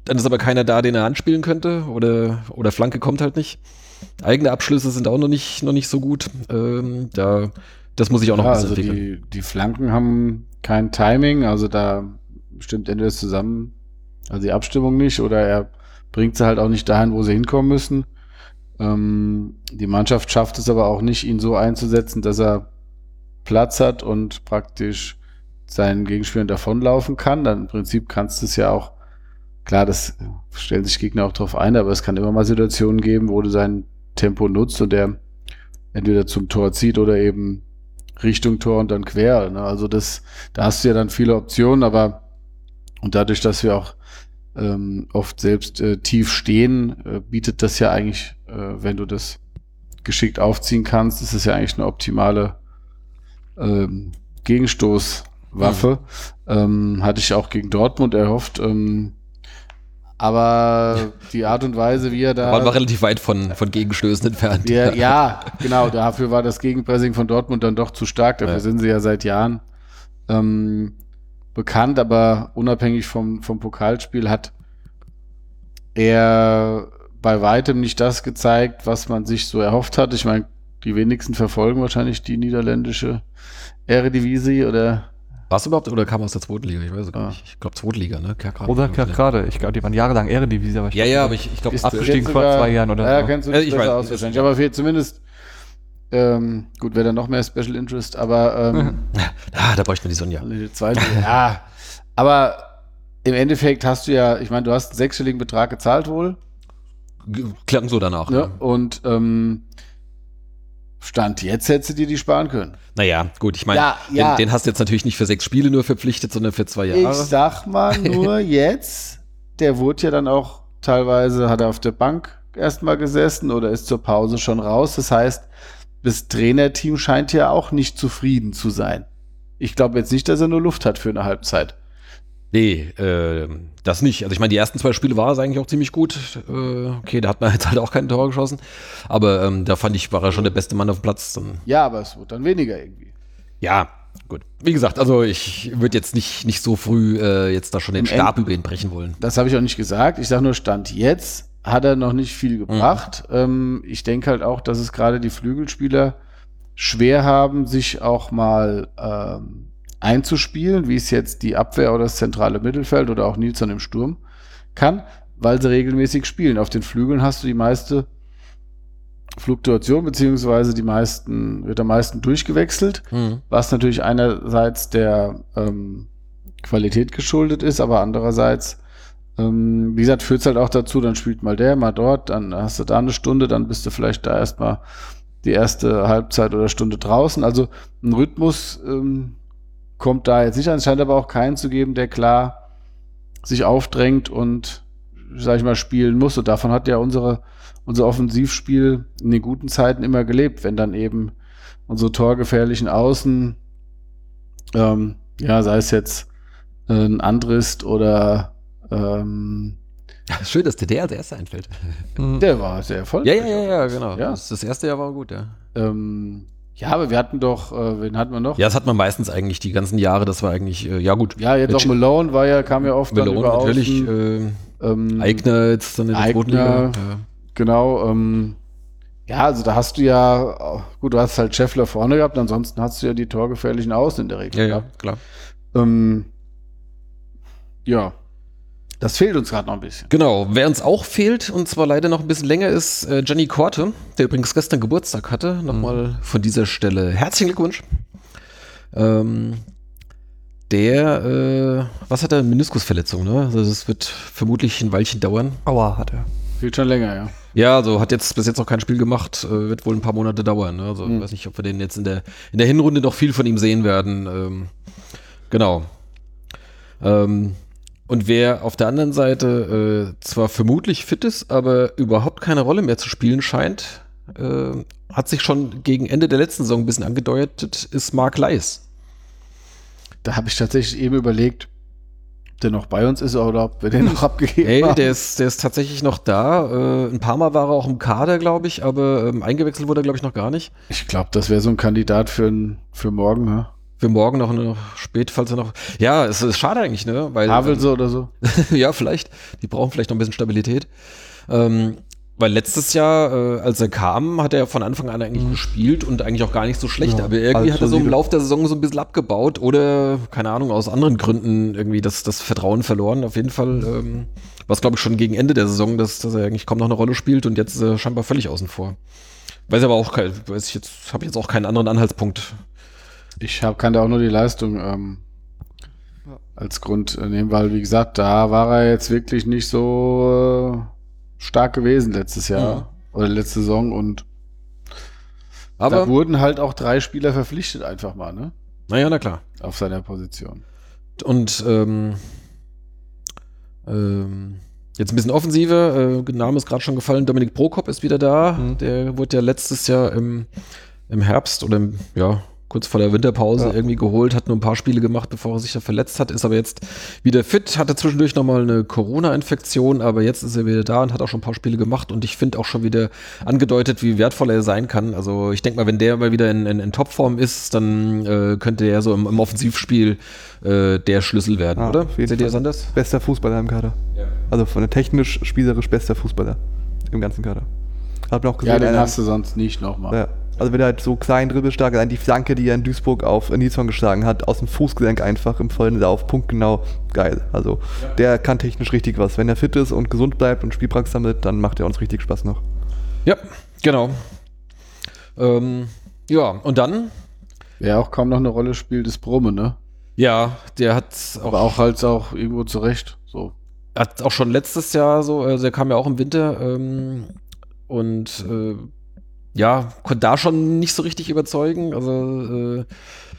B: Dann ist aber keiner da, den er anspielen könnte. Oder, oder Flanke kommt halt nicht. Eigene Abschlüsse sind auch noch nicht, noch nicht so gut. Ähm, da, das muss ich auch noch
D: Ja,
B: ein bisschen
D: also
B: entwickeln.
D: die, die Flanken haben kein Timing, also da stimmt entweder das zusammen, also die Abstimmung nicht, oder er bringt sie halt auch nicht dahin, wo sie hinkommen müssen. Ähm, die Mannschaft schafft es aber auch nicht, ihn so einzusetzen, dass er Platz hat und praktisch seinen Gegenspielern davonlaufen kann. Dann im Prinzip kannst du es ja auch, klar, das stellen sich Gegner auch drauf ein, aber es kann immer mal Situationen geben, wo du sein Tempo nutzt und der entweder zum Tor zieht oder eben Richtung Tor und dann quer. Ne? Also das, da hast du ja dann viele Optionen, aber und dadurch, dass wir auch ähm, oft selbst äh, tief stehen, äh, bietet das ja eigentlich, äh, wenn du das geschickt aufziehen kannst, ist es ja eigentlich eine optimale ähm, Gegenstoßwaffe. Ähm, hatte ich auch gegen Dortmund erhofft. Ähm, aber die Art und Weise, wie er da.
B: Man war relativ weit von, von Gegenstößen entfernt.
D: Ja, ja, genau. Dafür war das Gegenpressing von Dortmund dann doch zu stark. Dafür
B: Ja.
D: sind sie ja seit Jahren ähm, bekannt, aber unabhängig vom, vom Pokalspiel hat er bei weitem nicht das gezeigt, was man sich so erhofft hat. Ich meine, die wenigsten verfolgen wahrscheinlich die niederländische Eredivisie oder
B: Warst du überhaupt oder kam aus der zweiten Liga? Ich weiß es gar
D: Ah.
B: nicht. Ich glaube, zweite Liga, ne? Kerkrade.
C: Oder
B: glaub ich, ne?
C: gerade, ich glaube, die waren jahrelang Eredivisie, aber
B: Ja, ja, aber ich, ich glaube,
D: Ist
C: abgestiegen
D: jetzt
C: vor
D: sogar-
C: zwei Jahren oder Also
D: Ja,
C: so.
D: kennst du
B: Äh,
D: dich
B: ich
D: besser
B: weiß,
D: aus
B: ist-
D: wahrscheinlich. Aber für zumindest, ähm, gut, wäre dann noch mehr Special Interest, aber ähm,
B: ah, da bräuchte man die Sonja.
D: Alle Zweite, ja. Aber im Endeffekt hast du ja, ich meine, du hast einen sechsstelligen Betrag gezahlt wohl.
B: G- Klang so danach.
D: Ne?
B: Ne?
D: Und ähm, Stand jetzt hättest du dir die sparen können.
B: Naja, gut, ich meine,
D: Ja, ja.
B: den, den hast du jetzt natürlich nicht für sechs Spiele nur verpflichtet, sondern für zwei
D: Ich
B: Jahre.
D: sag mal nur jetzt, der wurde ja dann auch teilweise, hat er auf der Bank erstmal gesessen oder ist zur Pause schon raus. Das heißt, das Trainerteam scheint ja auch nicht zufrieden zu sein. Ich glaube jetzt nicht, dass er nur Luft hat für eine Halbzeit.
B: Nee, äh, das nicht. Also ich meine, die ersten zwei Spiele war es eigentlich auch ziemlich gut. Äh, okay, da hat man jetzt halt auch kein Tor geschossen. Aber ähm, da fand ich, war er schon der beste Mann auf dem Platz. Dann,
D: Ja, aber es wird dann weniger irgendwie.
B: ja, gut. Wie gesagt, also ich würde jetzt nicht, nicht so früh äh, jetzt da schon den
D: Im
B: Stab
D: End-
B: über ihn brechen wollen.
D: Das habe ich auch nicht gesagt. Ich sage nur, Stand jetzt hat er noch nicht viel gebracht. Ähm, ich denke halt auch, dass es gerade die Flügelspieler schwer haben, sich auch mal ähm, einzuspielen, wie es jetzt die Abwehr oder das zentrale Mittelfeld oder auch Nilsson im Sturm kann, weil sie regelmäßig spielen. Auf den Flügeln hast du die meiste Fluktuation, beziehungsweise die meisten, wird am meisten durchgewechselt
B: Hm.
D: was natürlich einerseits der ähm, Qualität geschuldet ist, aber andererseits, ähm, wie gesagt, führt es halt auch dazu, dann spielt mal der, mal dort, dann hast du da eine Stunde, dann bist du vielleicht da erstmal die erste Halbzeit oder Stunde draußen. Also ein Rhythmus ähm, kommt da jetzt nicht an. Es scheint aber auch keinen zu geben, der klar sich aufdrängt und, sag ich mal, spielen muss. Und davon hat ja unsere, unser Offensivspiel in den guten Zeiten immer gelebt, wenn dann eben unsere torgefährlichen Außen, ähm, ja, sei es jetzt äh, ein Andrist oder ähm,
B: Schön, dass dir der als erster einfällt.
D: der war sehr
B: Ja,
D: erfolgreich.
B: ja, ja, ja, genau.
D: Ja.
B: Das, das erste Jahr war gut, ja.
D: Ähm, ja, aber wir hatten doch, äh, wen hatten wir noch?
B: Ja, das hat man meistens eigentlich die ganzen Jahre. Das war eigentlich, äh, ja gut.
D: Ja, jetzt auch
B: Mitch-
D: Malone war ja, kam ja oft dann
B: Malone
D: über
B: natürlich,
D: Außen.
B: äh,
D: ähm,
B: Eigner jetzt dann in der
D: Aigner.
B: zweiten Liga. Ja.
D: Genau, ähm, ja, also da hast du ja, gut, du hast halt Scheffler vorne gehabt, ansonsten hast du ja die torgefährlichen Außen in der Regel
B: Ja, ja,
D: gehabt.
B: klar.
D: Ähm, ja, das fehlt uns gerade noch ein bisschen.
B: Genau, wer uns auch fehlt, und zwar leider noch ein bisschen länger, ist äh, Gianni Korte, der übrigens gestern Geburtstag hatte. Nochmal von dieser Stelle herzlichen Glückwunsch. Ähm, der, äh, was hat er? Meniskusverletzung, ne? Also das wird vermutlich ein Weilchen dauern.
C: Aua hat er.
D: Fehlt schon länger, ja.
B: Ja, also hat jetzt bis jetzt noch kein Spiel gemacht, äh, wird wohl ein paar Monate dauern. Ne? Also ich
D: Mhm.
B: weiß nicht, ob wir den jetzt in der, in der Hinrunde noch viel von ihm sehen werden. Ähm, genau. Ähm, und wer auf der anderen Seite äh, zwar vermutlich fit ist, aber überhaupt keine Rolle mehr zu spielen scheint, äh, hat sich schon gegen Ende der letzten Saison ein bisschen angedeutet, ist Mark Leis.
D: Da habe ich tatsächlich eben überlegt, ob der noch bei uns ist oder ob wir den noch abgegeben
B: Ey,
D: haben.
B: der ist, der ist tatsächlich noch da. Äh, ein paar Mal war er auch im Kader, glaube ich, aber ähm, eingewechselt wurde er, glaube ich, noch gar nicht.
D: ich glaube, das wäre so ein Kandidat für, n- für morgen. Ja?
B: Für morgen noch, noch spät, falls er noch. Ja, es ist schade eigentlich, ne? Weil,
D: Havelse oder so.
B: ja, vielleicht. Die brauchen vielleicht noch ein bisschen Stabilität. Ähm, weil letztes Jahr, äh, als er kam, hat er von Anfang an eigentlich gespielt und eigentlich auch gar nicht so schlecht.
C: Ja,
B: aber irgendwie
C: alles
B: hat er so im
C: solide.
B: Lauf der Saison so ein bisschen abgebaut oder, keine Ahnung, aus anderen Gründen irgendwie das, das Vertrauen verloren. Auf jeden Fall, ähm, was glaube ich schon gegen Ende der Saison, dass, dass er eigentlich kaum noch eine Rolle spielt und jetzt ist er scheinbar völlig außen vor. Weiß aber auch, kein- weiß ich jetzt, habe jetzt auch keinen anderen Anhaltspunkt.
D: Ich hab, kann da auch nur die Leistung ähm, als Grund äh, nehmen, weil, wie gesagt, da war er jetzt wirklich nicht so äh, stark gewesen letztes Jahr
B: Mhm.
D: oder letzte Saison und da wurden halt auch drei Spieler verpflichtet einfach mal, ne?
B: naja, na klar.
D: Auf seiner Position.
B: und ähm, ähm, jetzt ein bisschen offensive. Äh, Name ist gerade schon gefallen. Dominik Prokop ist wieder da.
C: Mhm.
B: Der wurde ja letztes Jahr im, im Herbst oder im, ja, kurz vor der Winterpause
C: Ja.
B: irgendwie geholt, hat nur ein paar Spiele gemacht, bevor er sich ja verletzt hat, ist aber jetzt wieder fit, hatte zwischendurch nochmal eine Corona-Infektion, aber jetzt ist er wieder da und hat auch schon ein paar Spiele gemacht und ich finde auch schon wieder angedeutet, wie wertvoll er sein kann. Also ich denke mal, wenn der mal wieder in, in, in Topform ist, dann äh, könnte er so im, im Offensivspiel äh, der Schlüssel werden,
C: Ah,
B: oder?
C: auf jeden
B: Seht ihr
C: Fall.
B: das anders?
C: Bester Fußballer im Kader.
B: Ja.
C: Also von der technisch, spielerisch bester Fußballer im ganzen Kader. Hat man auch gesehen.
D: ja, den
C: einer-
D: hast du sonst nicht nochmal.
C: Ja. Also wenn er halt so klein dribbelstark ist, die Flanke, die er in Duisburg auf Nilsson geschlagen hat, aus dem Fußgelenk einfach im vollen Lauf, punktgenau, geil. Also der kann technisch richtig was. Wenn er fit ist und gesund bleibt und Spielpraxis sammelt, dann macht er uns richtig Spaß noch.
B: Ja, genau. Ähm, ja, und dann?
D: Wer auch kaum noch eine Rolle spielt, ist Brumme, ne?
B: Ja, der hat auch
D: Aber auch halt auch irgendwo zurecht. So.
B: hat auch schon letztes Jahr so, also der kam ja auch im Winter ähm, und äh, ja, konnte da schon nicht so richtig überzeugen. Also, äh,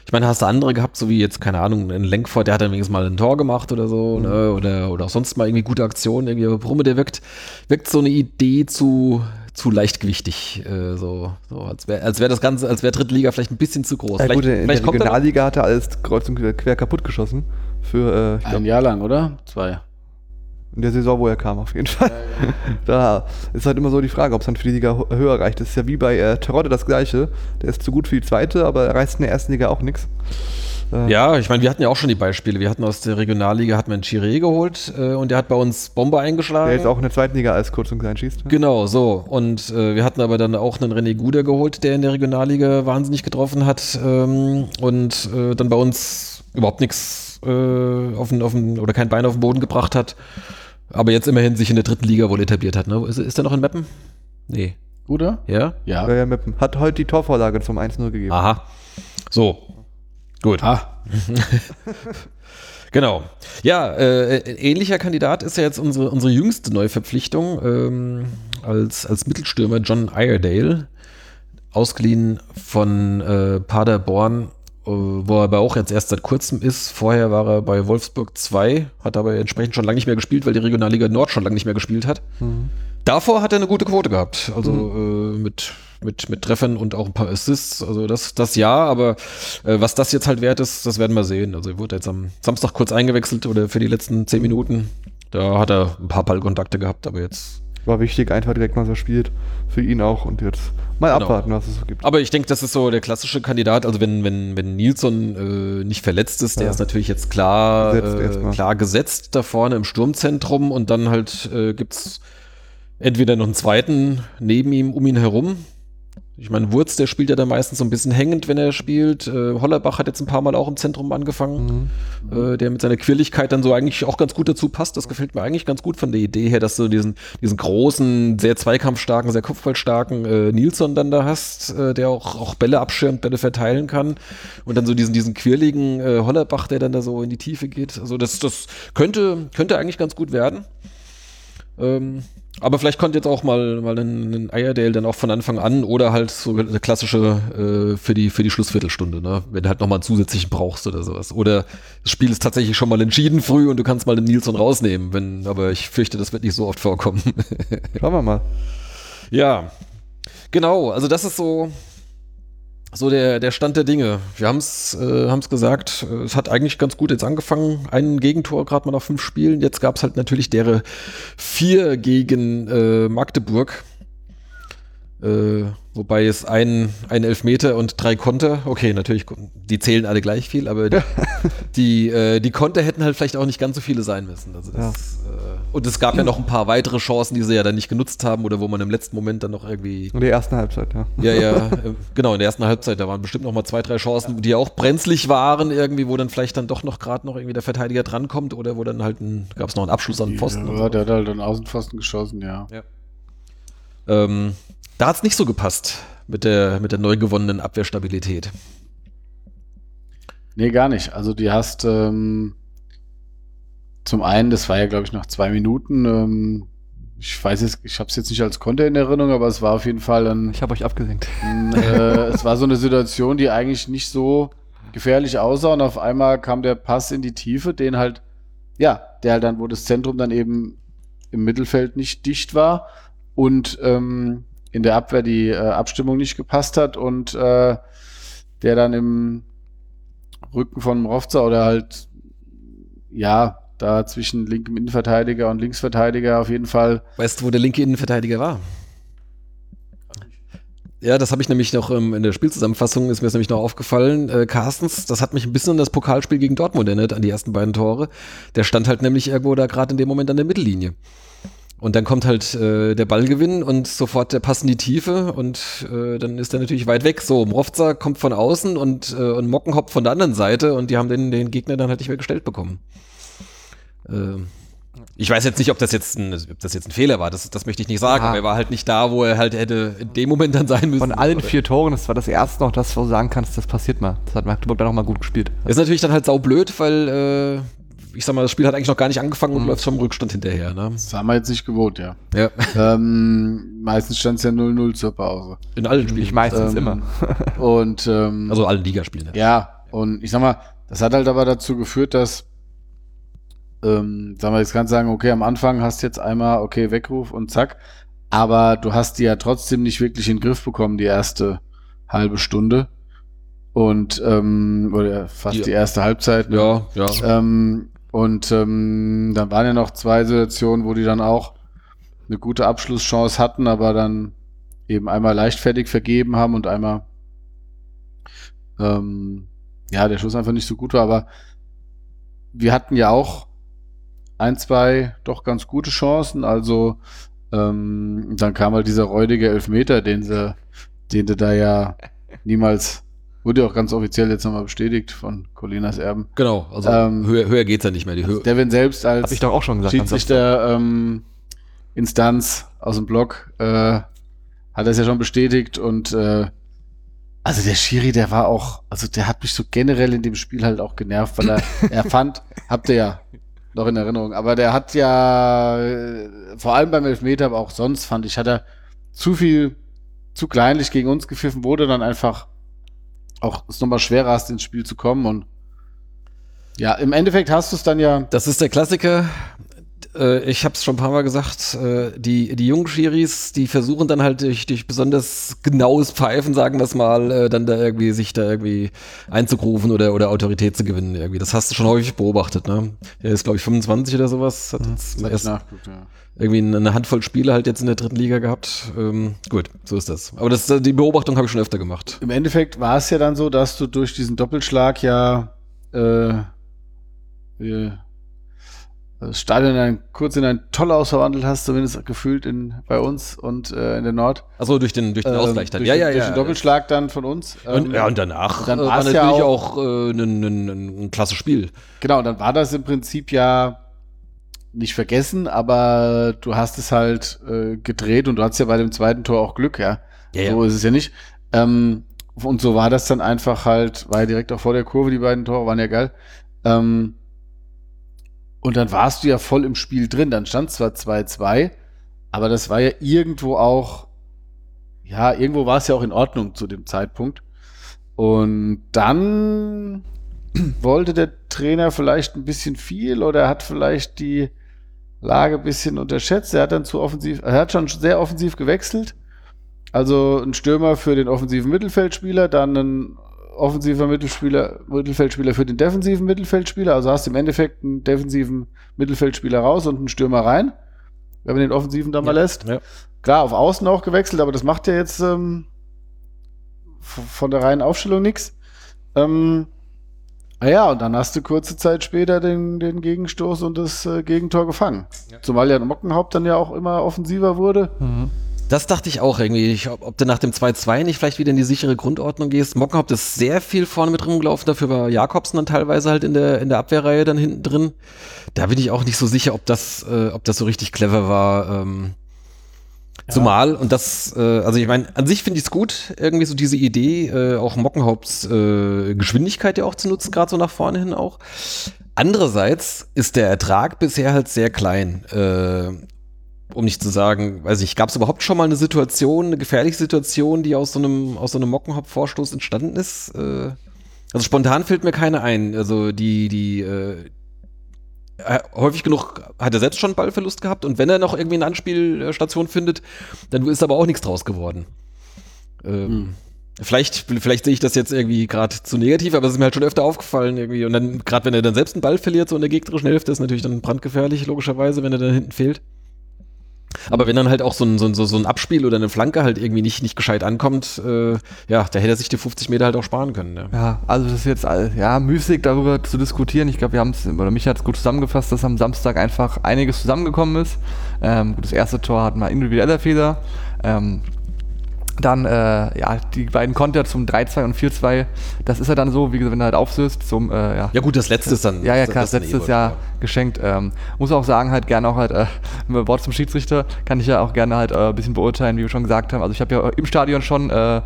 B: ich meine, hast du andere gehabt, so wie jetzt, keine Ahnung, ein Lenkford, der hat dann wenigstens mal ein Tor gemacht oder
C: Mhm.
B: so, ne? oder, oder auch sonst mal irgendwie gute Aktionen, irgendwie, aber Brumme, der wirkt, wirkt so eine Idee zu, zu leichtgewichtig. Äh, so, so als wäre als wär das Ganze, als wäre Drittliga vielleicht ein bisschen zu groß.
C: Ja,
B: vielleicht
C: gut, in
B: vielleicht
C: der
B: kommt da noch-
C: Regionalliga hat er alles kreuz und quer kaputt geschossen. Für, äh, ich glaub,
D: Ein Jahr lang, oder? Zwei.
C: in der Saison, wo er kam, auf jeden Fall. da ist halt immer so die Frage, ob es dann für die Liga ho- höher reicht. Das ist ja wie bei äh, Terodde das Gleiche. Der ist zu gut für die zweite, aber er reißt in der ersten Liga auch nichts.
B: Ja, ich meine, wir hatten ja auch schon die Beispiele. Wir hatten aus der Regionalliga hatten wir einen Chiré geholt äh, und der hat bei uns Bombe eingeschlagen.
C: Der jetzt auch in der zweiten Liga als kurz und klein schießt.
B: Genau, so. Und äh, wir hatten aber dann auch einen René Guder geholt, der in der Regionalliga wahnsinnig getroffen hat ähm, und äh, dann bei uns überhaupt nichts äh, auf den, auf den, oder kein Bein auf den Boden gebracht hat. Aber jetzt immerhin sich in der dritten Liga wohl etabliert hat. Ne? Ist, ist er noch in Meppen? Nee.
D: Gute?
B: Ja?
D: Ja.
C: Ja, ja, Meppen. Hat heute die Torvorlage zum 1-0 gegeben.
B: Aha. So. Gut.
D: Ah,
B: Genau. Ja, äh, äh, ähnlicher Kandidat ist ja jetzt unsere, unsere jüngste Neuverpflichtung ähm, als, als Mittelstürmer John Iredale, ausgeliehen von äh, Paderborn, äh, wo er aber auch jetzt erst seit kurzem ist. Vorher war er bei Wolfsburg 2, hat aber entsprechend schon lange nicht mehr gespielt, weil die Regionalliga Nord schon lange nicht mehr gespielt hat. Davor hat er eine gute Quote gehabt. Also äh, mit, mit, mit Treffern und auch ein paar Assists. Also das, das ja, aber äh, was das jetzt halt wert ist, das werden wir sehen. Also er wurde jetzt am Samstag kurz eingewechselt oder für die letzten zehn Minuten. Da hat er ein paar Ballkontakte gehabt, aber jetzt.
C: War wichtig, einfach direkt mal so spielt. Für ihn auch. Und jetzt mal
B: Genau.
C: abwarten, was es so gibt.
B: Aber ich denke, das ist so der klassische Kandidat. Also wenn, wenn, wenn Nilsson äh, nicht verletzt ist, der
C: Ja.
B: ist natürlich jetzt klar,
C: Gesetzt
B: äh,
C: erstmal.
B: klar gesetzt da vorne im Sturmzentrum und dann halt äh, gibt's entweder noch einen zweiten neben ihm, um ihn herum. Ich meine, Wurz, der spielt ja dann meistens so ein bisschen hängend, wenn er spielt. Äh, Hollerbach hat jetzt ein paar Mal auch im Zentrum angefangen,
C: Mhm.
B: äh, der mit seiner Quirligkeit dann so eigentlich auch ganz gut dazu passt. Das gefällt mir eigentlich ganz gut von der Idee her, dass du diesen, diesen großen, sehr zweikampfstarken, sehr kopfballstarken äh, Nilsson dann da hast, äh, der auch, auch Bälle abschirmt, Bälle verteilen kann. Und dann so diesen, diesen quirligen äh, Hollerbach, der dann da so in die Tiefe geht. Also das, das könnte, könnte eigentlich ganz gut werden. Ähm, aber vielleicht kommt jetzt auch mal, mal ein, ein Eierdale dann auch von Anfang an oder halt so eine klassische äh, für, die, für die Schlussviertelstunde, ne? wenn du halt nochmal einen zusätzlichen brauchst oder sowas. Oder das Spiel ist tatsächlich schon mal entschieden früh und du kannst mal den Nilsson rausnehmen, wenn, aber ich fürchte, das wird nicht so oft vorkommen.
C: Schauen wir mal.
B: ja, genau, also das ist so, so der, der Stand der Dinge. Wir haben es äh, haben's gesagt, äh, es hat eigentlich ganz gut jetzt angefangen. Ein Gegentor gerade mal nach fünf Spielen. Jetzt gab es halt natürlich deren vier gegen äh, Magdeburg. Äh, wobei es ein, ein Elfmeter und drei Konter, okay, natürlich, die zählen alle gleich viel, aber die, die, äh, die Konter hätten halt vielleicht auch nicht ganz so viele sein müssen. Also das, äh, und es gab ja noch ein paar weitere Chancen, die sie ja dann nicht genutzt haben oder wo man im letzten Moment dann noch irgendwie
C: In der ersten Halbzeit, ja.
B: ja, ja, äh, genau, in der ersten Halbzeit, da waren bestimmt noch mal zwei, drei Chancen, die auch brenzlig waren irgendwie, wo dann vielleicht dann doch noch gerade noch irgendwie der Verteidiger drankommt oder wo dann halt gab es noch einen Abschluss an den Pfosten. und
D: ja, der hat halt den Außenpfosten geschossen, ja.
B: so. ähm, da hat es nicht so gepasst mit der, mit der neu gewonnenen Abwehrstabilität.
D: Nee, gar nicht. Also die hast ähm, zum einen, das war ja, glaube ich, nach zwei Minuten. Ähm, ich weiß jetzt, ich habe es jetzt nicht als Konter in Erinnerung, aber es war auf jeden Fall ein
C: Ich habe euch abgesenkt.
D: Ähm, äh, es war so eine Situation, die eigentlich nicht so gefährlich aussah und auf einmal kam der Pass in die Tiefe, den halt, ja, der halt dann, wo das Zentrum dann eben im Mittelfeld nicht dicht war und ähm, in der Abwehr die äh, Abstimmung nicht gepasst hat und äh, der dann im Rücken von Mrovza oder halt, ja, da zwischen linkem Innenverteidiger und Linksverteidiger auf jeden Fall
B: Weißt du, wo der linke Innenverteidiger war? Ja, das habe ich nämlich noch ähm, in der Spielzusammenfassung, ist mir das nämlich noch aufgefallen. Äh, Carstens, das hat mich ein bisschen an das Pokalspiel gegen Dortmund erinnert, an die ersten beiden Tore. Der stand halt nämlich irgendwo da gerade in dem Moment an der Mittellinie. Und dann kommt halt äh, der Ballgewinn und sofort der Pass in die Tiefe und äh, dann ist er natürlich weit weg. So, Mrovza kommt von außen und, äh, und Mockenhop von der anderen Seite und die haben den, den Gegner dann halt nicht mehr gestellt bekommen. Ähm, ich weiß jetzt nicht, ob das jetzt ein, ob das jetzt ein Fehler war, das, das möchte ich nicht sagen,
C: Ah.
B: aber er war halt nicht da, wo er halt hätte in dem Moment dann sein müssen.
C: Von allen
B: Oder-
C: vier Toren, das war das erste noch, das wo du sagen kannst, das passiert mal. Das hat Magdeburg dann auch mal gut gespielt.
B: Ist natürlich dann halt saublöd, weil äh, ich sag mal, das Spiel hat eigentlich noch gar nicht angefangen
C: Mhm.
B: und läuft schon im Rückstand hinterher. Ne?
D: das haben wir jetzt nicht gewohnt, ja.
B: Ja,
D: ähm, meistens stand es ja 0-0 zur Pause.
B: in allen Spielen.
C: Ich meistens
D: Ähm,
C: immer.
D: Und ähm,
B: also allen Ligaspielen. ne?
D: ja, und ich sag mal, das hat halt aber dazu geführt, dass, ähm, sag mal, jetzt kannst du sagen, okay, am Anfang hast du jetzt einmal, okay, Weckruf und zack, Aber du hast die ja trotzdem nicht wirklich in den Griff bekommen, die erste halbe Stunde. Und, ähm, oder fast
B: Ja.
D: die erste Halbzeit. ne?
B: Ja, ja.
D: Ähm, und ähm, dann waren ja noch zwei Situationen, wo die dann auch eine gute Abschlusschance hatten, aber dann eben einmal leichtfertig vergeben haben und einmal ähm, ja, der Schuss einfach nicht so gut war, aber wir hatten ja auch ein, zwei doch ganz gute Chancen, also ähm, dann kam halt dieser räudige Elfmeter, den sie, den du da ja niemals, wurde ja auch ganz offiziell jetzt nochmal bestätigt von Colinas Erben,
B: Genau, also
D: ähm, also
B: höher, höher geht's ja nicht mehr. Die Höhe,
D: Devin selbst
C: Hab ich
D: als
C: doch auch schon gesagt. am Samstag.
D: Schiedsrichter ähm, Instanz aus dem Block äh, hat das ja schon bestätigt und äh, also der Schiri, der war auch, also der hat mich so generell in dem Spiel halt auch genervt, weil er, er fand, habt ihr ja noch in Erinnerung, aber der hat ja äh, vor allem beim Elfmeter, aber auch sonst fand ich, hat er zu viel, zu kleinlich gegen uns gepfiffen, wurde dann einfach auch es nochmal schwerer hast, ins Spiel zu kommen und ja, im Endeffekt hast du es dann ja
B: Das ist der Klassiker. Äh, Ich habe es schon ein paar Mal gesagt, äh, die, die jungen Schiris, die versuchen dann halt durch, durch besonders genaues Pfeifen, sagen wir es mal, äh, dann da irgendwie sich da irgendwie einzugrufen oder, oder Autorität zu gewinnen. Irgendwie. Das hast du schon häufig beobachtet. Ne? Er ist, glaube ich, 25 oder sowas, hat jetzt
D: Das hab ich
B: erst
D: nachgeguckt, ja.
B: irgendwie eine Handvoll Spiele halt jetzt in der dritten Liga gehabt. Ähm, gut, so ist das. Aber das, die Beobachtung habe ich schon öfter gemacht.
D: Im Endeffekt war es ja dann so, dass du durch diesen Doppelschlag ja äh, äh, das Stadion dann kurz in ein Tollhaus verwandelt hast, zumindest gefühlt in, bei uns und äh, in der Nord.
B: Achso, durch den, durch den
D: Ähm,
B: Ausgleich dann.
D: Durch,
B: ja,
D: den-
B: ja,
D: durch
B: ja.
D: den Doppelschlag dann von uns.
B: Und,
D: Ähm,
B: ja, und danach
D: dann
B: äh, war
D: war's
B: natürlich
D: ja
B: auch, äh, ein, ein, ein, ein klasse Spiel.
D: Genau, dann war das im Prinzip ja nicht vergessen, aber du hast es halt äh, gedreht und du hattest ja bei dem zweiten Tor auch Glück, ja.
B: Ja, ja.
D: So ist es ja nicht. Ähm, und so war das dann einfach halt, war ja direkt auch vor der Kurve, die beiden Tore waren ja geil. Ähm, und dann warst du ja voll im Spiel drin. Dann stand zwar 2-2, aber das war ja irgendwo auch, ja, irgendwo war es ja auch in Ordnung zu dem Zeitpunkt. Und dann wollte der Trainer vielleicht ein bisschen viel oder hat vielleicht die Lage ein bisschen unterschätzt. Er hat dann zu offensiv, er hat schon sehr offensiv gewechselt. Also ein Stürmer für den offensiven Mittelfeldspieler, dann ein offensiver Mittelspieler, Mittelfeldspieler für den defensiven Mittelfeldspieler. Also hast im Endeffekt einen defensiven Mittelfeldspieler raus und einen Stürmer rein, wenn man den offensiven dann mal lässt.
B: Ja.
D: Klar, auf Außen auch gewechselt, aber das macht ja jetzt ähm, v- von der reinen Aufstellung nichts. Ähm, ah ja, und dann hast du kurze Zeit später den, den Gegenstoß und das äh, Gegentor gefangen. Zumal ja Mockenhaupt dann ja auch immer offensiver wurde.
C: Mhm.
B: Das dachte ich auch irgendwie. Ich, ob, ob du nach dem 2-2 nicht vielleicht wieder in die sichere Grundordnung gehst. Mockenhaupt ist sehr viel vorne mit rumgelaufen. Dafür war Jakobsen dann teilweise halt in der, in der Abwehrreihe dann hinten drin. Da bin ich auch nicht so sicher, ob das, äh, ob das so richtig clever war. Ähm, Zumal, und das, äh, also ich meine, an sich finde ich es gut, irgendwie so diese Idee, äh, auch Mockenhaupts äh, Geschwindigkeit ja auch zu nutzen, gerade so nach vorne hin auch. Andererseits ist der Ertrag bisher halt sehr klein. Äh, um nicht zu sagen, weiß ich, gab es überhaupt schon mal eine Situation, eine gefährliche Situation, die aus so einem, aus so einem Mockenhop-Vorstoß entstanden ist? Äh, also spontan fällt mir keine ein. Also die, die, äh, äh, häufig genug hat er selbst schon einen Ballverlust gehabt und wenn er noch irgendwie eine Anspielstation findet, dann ist aber auch nichts draus geworden. Ähm, Vielleicht, vielleicht sehe ich das jetzt irgendwie gerade zu negativ, aber es ist mir halt schon öfter aufgefallen irgendwie. Und dann, gerade wenn er dann selbst einen Ball verliert, so in der gegnerischen Hälfte, ist natürlich dann brandgefährlich, logischerweise, wenn er dann hinten fehlt. Aber wenn dann halt auch so ein, so ein, so so ein Abspiel oder eine Flanke halt irgendwie nicht, nicht gescheit ankommt, äh, ja, da hätte er sich die 50 Meter halt auch sparen können. Ja.
C: Ja, also das ist jetzt all- ja, müßig darüber zu diskutieren. Ich glaube, wir haben es, oder mich hat es gut zusammengefasst, dass am Samstag einfach einiges zusammengekommen ist. Ähm, gut, das erste Tor hat mal individueller Fehler. Ähm, dann, äh, ja, die beiden Konter zum 3-2 und 4-2, das ist ja dann so, wie gesagt, wenn du halt aufsöst, zum, äh, ja,
B: ja, gut, das letzte ist dann.
C: ja, ja, klar,
B: ist
C: das
B: dann eh
C: letztes
B: wurscht,
C: Jahr
B: ja.
C: geschenkt. Ähm, muss auch sagen, halt gerne auch halt, äh, ein Wort zum Schiedsrichter, kann ich ja auch gerne halt äh, ein bisschen beurteilen, wie wir schon gesagt haben. Also ich habe ja im Stadion schon äh,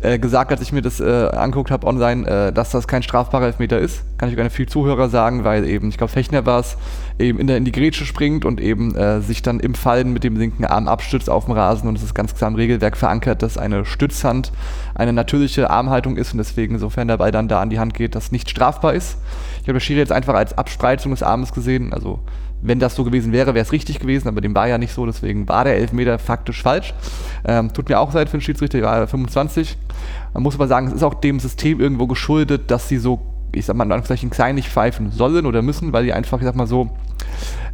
C: äh, gesagt, als ich mir das äh, angeguckt habe online, äh, dass das kein strafbarer Elfmeter ist. Kann ich gerne viel Zuhörer sagen, weil eben, ich glaube, Fechner war es, eben in, der, in die Grätsche springt und eben äh, sich dann im Fallen mit dem linken Arm abstützt auf dem Rasen und es ist ganz klar im Regelwerk verankert, dass dass eine Stützhand eine natürliche Armhaltung ist und deswegen, sofern der Ball dann da an die Hand geht, das nicht strafbar ist. Ich habe das Schiri jetzt einfach als Abspreizung des Armes gesehen. Also, wenn das so gewesen wäre, wäre es richtig gewesen, aber dem war ja nicht so, deswegen war der Elfmeter faktisch falsch. Ähm, tut mir auch leid für den Schiedsrichter, der war 25. Man muss aber sagen, es ist auch dem System irgendwo geschuldet, dass sie so, ich sag mal in Anführungszeichen, kleinlich pfeifen sollen oder müssen, weil die einfach, ich sag mal so,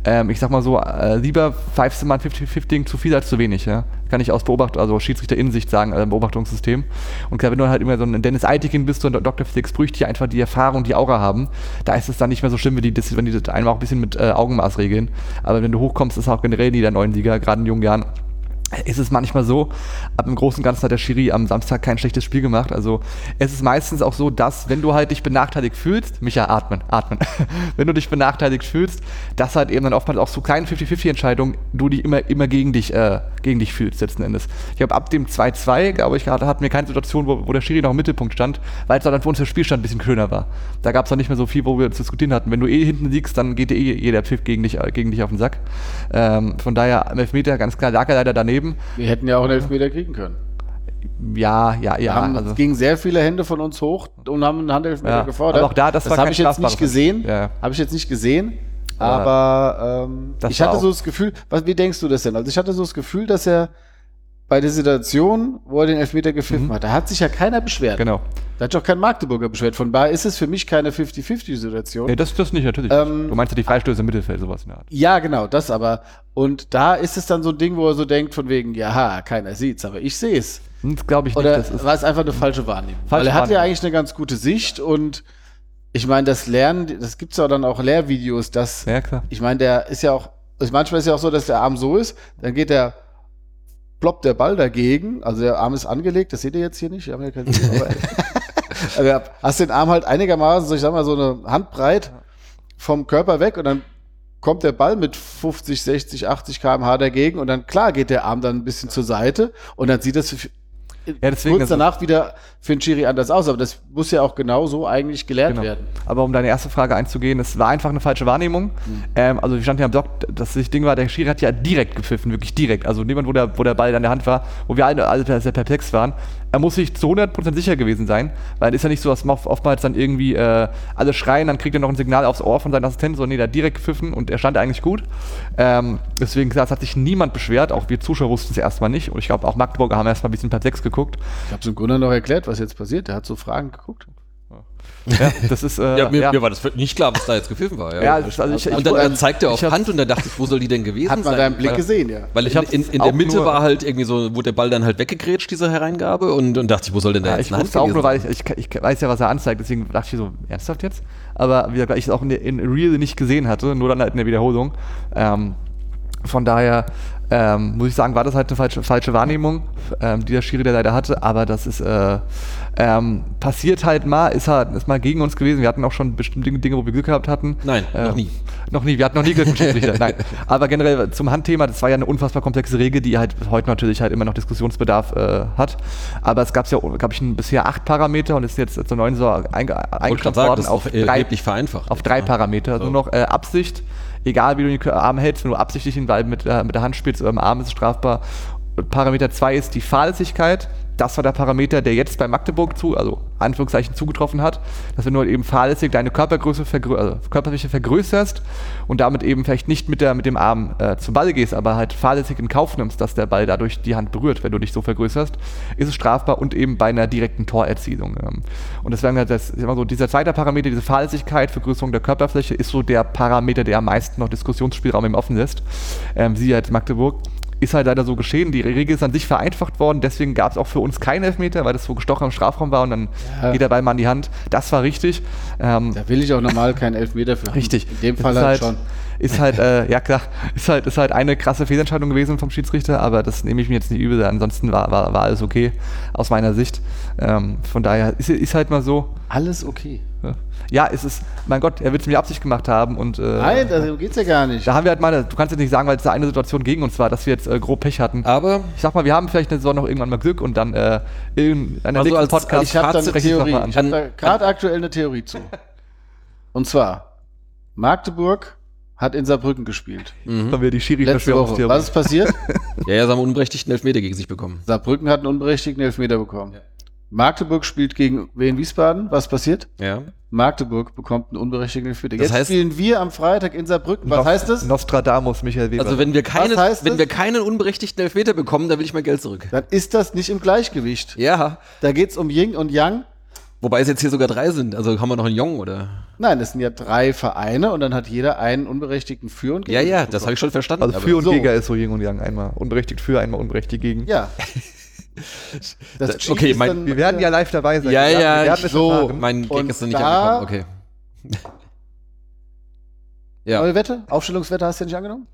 C: ähm, ich sag mal so, äh, lieber pfeifst du mal ein 50-50 zu viel als zu wenig, ja. Kann ich aus Beobachtung, also Schiedsrichterinsicht sagen, äh, Beobachtungssystem. Und klar, wenn du halt immer so ein Dennis Eitikin bist, so ein Dr. Felix Brüch, die einfach die Erfahrung, die Aura haben, da ist es dann nicht mehr so schlimm, wenn die das, wenn die das einmal auch ein bisschen mit äh, Augenmaß regeln. Aber wenn du hochkommst, ist auch generell die der neuen Liga, gerade in jungen Jahren, ist es manchmal so, aber im Großen und Ganzen hat der Schiri am Samstag kein schlechtes Spiel gemacht. Also es ist meistens auch so, dass wenn du halt dich benachteiligt fühlst, Micha, atmen, atmen, wenn du dich benachteiligt fühlst, dass halt eben dann oftmals auch so kleinen 50-50-Entscheidungen du die immer, immer gegen, dich, äh, gegen dich fühlst letzten Endes. Ich glaube, ab dem 2-2, glaube ich, hatten wir keine Situation, wo, wo der Schiri noch im Mittelpunkt stand, weil es dann für uns der Spielstand ein bisschen schöner war. Da gab es dann nicht mehr so viel, wo wir zu diskutieren hatten. Wenn du eh hinten liegst, dann geht dir eh jeder Pfiff gegen dich, äh, gegen dich auf den Sack. Ähm, von daher, im Elfmeter ganz klar, lag er leider daneben.
D: Wir hätten ja auch einen Elfmeter kriegen können.
C: Ja, ja,
D: Wir
C: ja.
D: haben,
C: also,
D: es gingen sehr viele Hände von uns hoch und haben einen Handelfmeter
C: Ja,
D: gefordert.
C: aber auch da, das war
D: habe
C: kein
D: ich jetzt nicht
C: strafbares
D: gesehen.
C: Ja, ja.
D: Habe ich jetzt nicht gesehen. Aber
C: Aber
D: ähm,
C: das
D: ich
C: war
D: hatte
C: auch-
D: so das Gefühl, was, wie denkst du das denn? Also ich hatte so das Gefühl, dass er bei der Situation, wo er den Elfmeter gepfiffen
C: Mhm.
D: hat, da hat sich ja keiner beschwert.
C: genau.
D: Da hat sich auch kein Magdeburger beschwert. Von daher ist es für mich keine 50-50-Situation.
C: Nee, das, das nicht, natürlich.
D: Ähm,
C: du meinst ja die Freistöße im Mittelfeld, sowas in der Art.
D: Ja, genau, das aber. Und da ist es dann so ein Ding, wo er so denkt, von wegen, ja, ha, keiner sieht's, aber ich seh's.
C: Das glaube Hm, ich
D: Oder
C: nicht. Das ist,
D: war es einfach eine falsche Wahrnehmung?
C: Falsche
D: Weil er hat ja
C: Wahrnehmung.
D: eigentlich eine ganz gute Sicht und ich meine, das Lernen, das gibt's ja dann auch Lehrvideos, dass,
C: ja, klar.
D: ich meine, der ist ja auch, also manchmal ist ja auch so, dass der Arm so ist, dann geht der, ploppt der Ball dagegen, also der Arm ist angelegt, das seht ihr jetzt hier nicht, ihr habt ja kein Video, aber, also ja, hast den Arm halt einigermaßen, so ich sag mal, so eine Handbreit vom Körper weg und dann kommt der Ball mit 50, 60, 80 km/h dagegen und dann klar geht der Arm dann ein bisschen zur Seite und dann sieht das
C: Ja, deswegen
D: kurz
C: also-
D: danach wieder für den Schiri anders aus, aber das muss ja auch genau so eigentlich gelernt
C: Genau.
D: werden.
C: Aber um deine erste Frage einzugehen, es war einfach eine falsche Wahrnehmung. Ähm, also ich stand hier am Block, dass das Ding war, der Schiri hat ja direkt gepfiffen, wirklich direkt. Also niemand, wo der, wo der Ball an der Hand war, wo wir alle, alle per- sehr perplex waren. Er muss sich zu 100% sicher gewesen sein, weil es ist ja nicht so, dass man oftmals dann irgendwie äh, alle schreien, dann kriegt er noch ein Signal aufs Ohr von seinem Assistenten, sondern nee, der hat direkt gepfiffen und er stand eigentlich gut. Ähm, deswegen, klar, es hat sich niemand beschwert, auch wir Zuschauer wussten es erstmal nicht und ich glaube auch Magdeburger haben erstmal ein bisschen perplex geguckt.
D: Ich habe es im Grunde noch erklärt, was jetzt passiert. Der hat so Fragen geguckt.
C: Ja, das ist... Äh,
E: Ja, mir, mir war das nicht klar, was da jetzt gepfiffen war. Ja.
C: Ja, das- also ich- ich-
E: und dann, dann zeigt er auf
C: ich hab's-
E: Hand und dann dachte ich, wo soll die denn gewesen
D: Hat man
E: sein?
D: deinen Blick
E: weil,
D: gesehen, ja.
E: Weil
C: Ich
E: in,
C: hab's
E: in, in der
C: auch
E: Mitte
C: nur-
E: war halt irgendwie so, wurde der Ball dann halt weggegrätscht, diese Hereingabe, und, und dachte ich, wo soll denn da
C: Ja,
E: jetzt
C: Ah, ich
E: eine
C: wusste auch
E: gewesen
C: nur, weil
E: sein?
C: ich, ich, ich weiß ja, was er anzeigt, deswegen dachte ich so, ernsthaft jetzt? Aber wie gesagt, weil ich es auch in, der- in Real nicht gesehen hatte, nur dann halt in der Wiederholung. Ähm, von daher ähm, muss ich sagen, war das halt eine falsche, falsche Wahrnehmung, ähm, die der Schiri da leider hatte, aber das ist äh, ähm, passiert halt mal, ist halt ist mal gegen uns gewesen. Wir hatten auch schon bestimmte Dinge, wo wir Glück gehabt hatten.
E: Nein, noch
C: Ähm,
E: nie.
C: Noch nie, wir hatten noch nie Glück mit Schiedsrichter. Nein. Aber generell zum Handthema, das war ja eine unfassbar komplexe Regel, die halt heute natürlich halt immer noch Diskussionsbedarf äh, hat. Aber es gab ja, glaube ich, bisher acht Parameter und ist jetzt zur neuen Saison einge
E: Wollte gerade
C: eingeschränkt
E: sagen,
C: worden
E: das ist
C: auf
E: auf,
C: drei,
E: erheblich vereinfacht.
C: auf drei Parameter. Also
E: So.
C: noch äh, Absicht, egal wie du den Kö- Arm hältst, wenn du absichtlich den Ball mit, äh, mit der Hand spielst oder im Arm ist es strafbar. Und Parameter 2 ist die Fahrlässigkeit. Das war der Parameter, der jetzt bei Magdeburg zu, also Anführungszeichen zugetroffen hat, dass wenn du halt eben fahrlässig deine Körpergröße vergrö also Körperfläche vergrößerst und damit eben vielleicht nicht mit, der, mit dem Arm äh, zum Ball gehst, aber halt fahrlässig in Kauf nimmst, dass der Ball dadurch die Hand berührt, wenn du dich so vergrößerst, ist es strafbar und eben bei einer direkten Torerzielung. Ähm. Und deswegen halt das, ich sag mal so, dieser zweite Parameter, diese Fahrlässigkeit, Vergrößerung der Körperfläche, ist so der Parameter, der am meisten noch Diskussionsspielraum eben offen lässt. Ähm, Sie halt Magdeburg. Ist halt leider so geschehen. Die Regel ist an sich vereinfacht worden, deswegen gab es auch für uns keinen Elfmeter, weil das so gestochen im Strafraum war und dann
D: Ja.
C: geht der Ball mal in die Hand. Das war richtig. Ähm,
D: Da will ich auch normal keinen Elfmeter für. haben.
C: Richtig.
D: In dem
C: Das
D: Fall
C: ist
D: halt, schon.
C: Ist halt, äh, ja klar, ist halt, ist halt eine krasse Fehlentscheidung gewesen vom Schiedsrichter, aber das nehme ich mir jetzt nicht übel. Ansonsten war, war, war alles okay, aus meiner Sicht. Ähm, von daher ist, ist halt mal so.
D: Alles okay.
C: Ja, es ist, mein Gott, er will es mir Absicht gemacht haben und. Äh,
D: Nein, darum geht's ja gar nicht.
C: da haben wir halt mal, du kannst jetzt nicht sagen, weil es da eine Situation gegen uns war, dass wir jetzt äh, grob Pech hatten.
E: Aber
C: Ich sag mal, wir haben vielleicht eine Saison noch irgendwann mal Glück und dann äh, in einer
E: Also als-
C: Podcast.
D: ich habe da eine
C: spreche ich noch mal
D: Theorie.
C: an.
D: Ich habe da gerade aktuell eine Theorie zu. Und zwar, Magdeburg hat in Saarbrücken gespielt.
B: Mhm.
C: Haben wir die
D: Letzte Woche. Was
C: Schiri-Verschwörungstheorie.
D: ist passiert?
B: Ja, ja, sie haben unberechtigten Elfmeter gegen sich bekommen.
D: Saarbrücken hat einen unberechtigten Elfmeter bekommen. Magdeburg spielt gegen Wien Wiesbaden. Was passiert?
B: Ja.
D: Magdeburg bekommt einen unberechtigten Elfmeter.
B: Das
D: Jetzt
B: heißt-
D: spielen wir am Freitag in Saarbrücken. Was
C: Nos-
D: heißt das?
C: Nostradamus, Michael Weber.
B: Also wenn wir keine,
D: heißt
B: wenn
D: das?
B: wir keinen unberechtigten Elfmeter bekommen, dann will ich mein Geld zurück.
D: Dann ist das nicht im Gleichgewicht.
B: Ja.
D: Da geht es um Ying und Yang.
B: Wobei es jetzt hier sogar drei sind. Also haben wir noch einen Jong oder?
D: Nein, es sind ja drei Vereine und dann hat jeder einen unberechtigten Für und
B: Ja,
D: Gegen.
B: ja, das habe ich schon verstanden.
C: Also
B: aber-
C: für und
D: so.
C: Jäger ist so Yin und Yang. Einmal unberechtigt für, einmal unberechtigt gegen.
D: Ja. Das Cheat
B: okay,
D: ist
B: mein-
D: dann- äh,
C: Wir werden ja live dabei sein.
B: Ja,
C: wir
B: ja,
C: wir
B: ich-
C: es
D: so.
C: erfahren.
B: mein Gag
D: Und
B: ist noch nicht
D: da-
B: angekommen. Okay.
D: Neue
B: ja,
D: Wette? Aufstellungswette hast du ja nicht angenommen?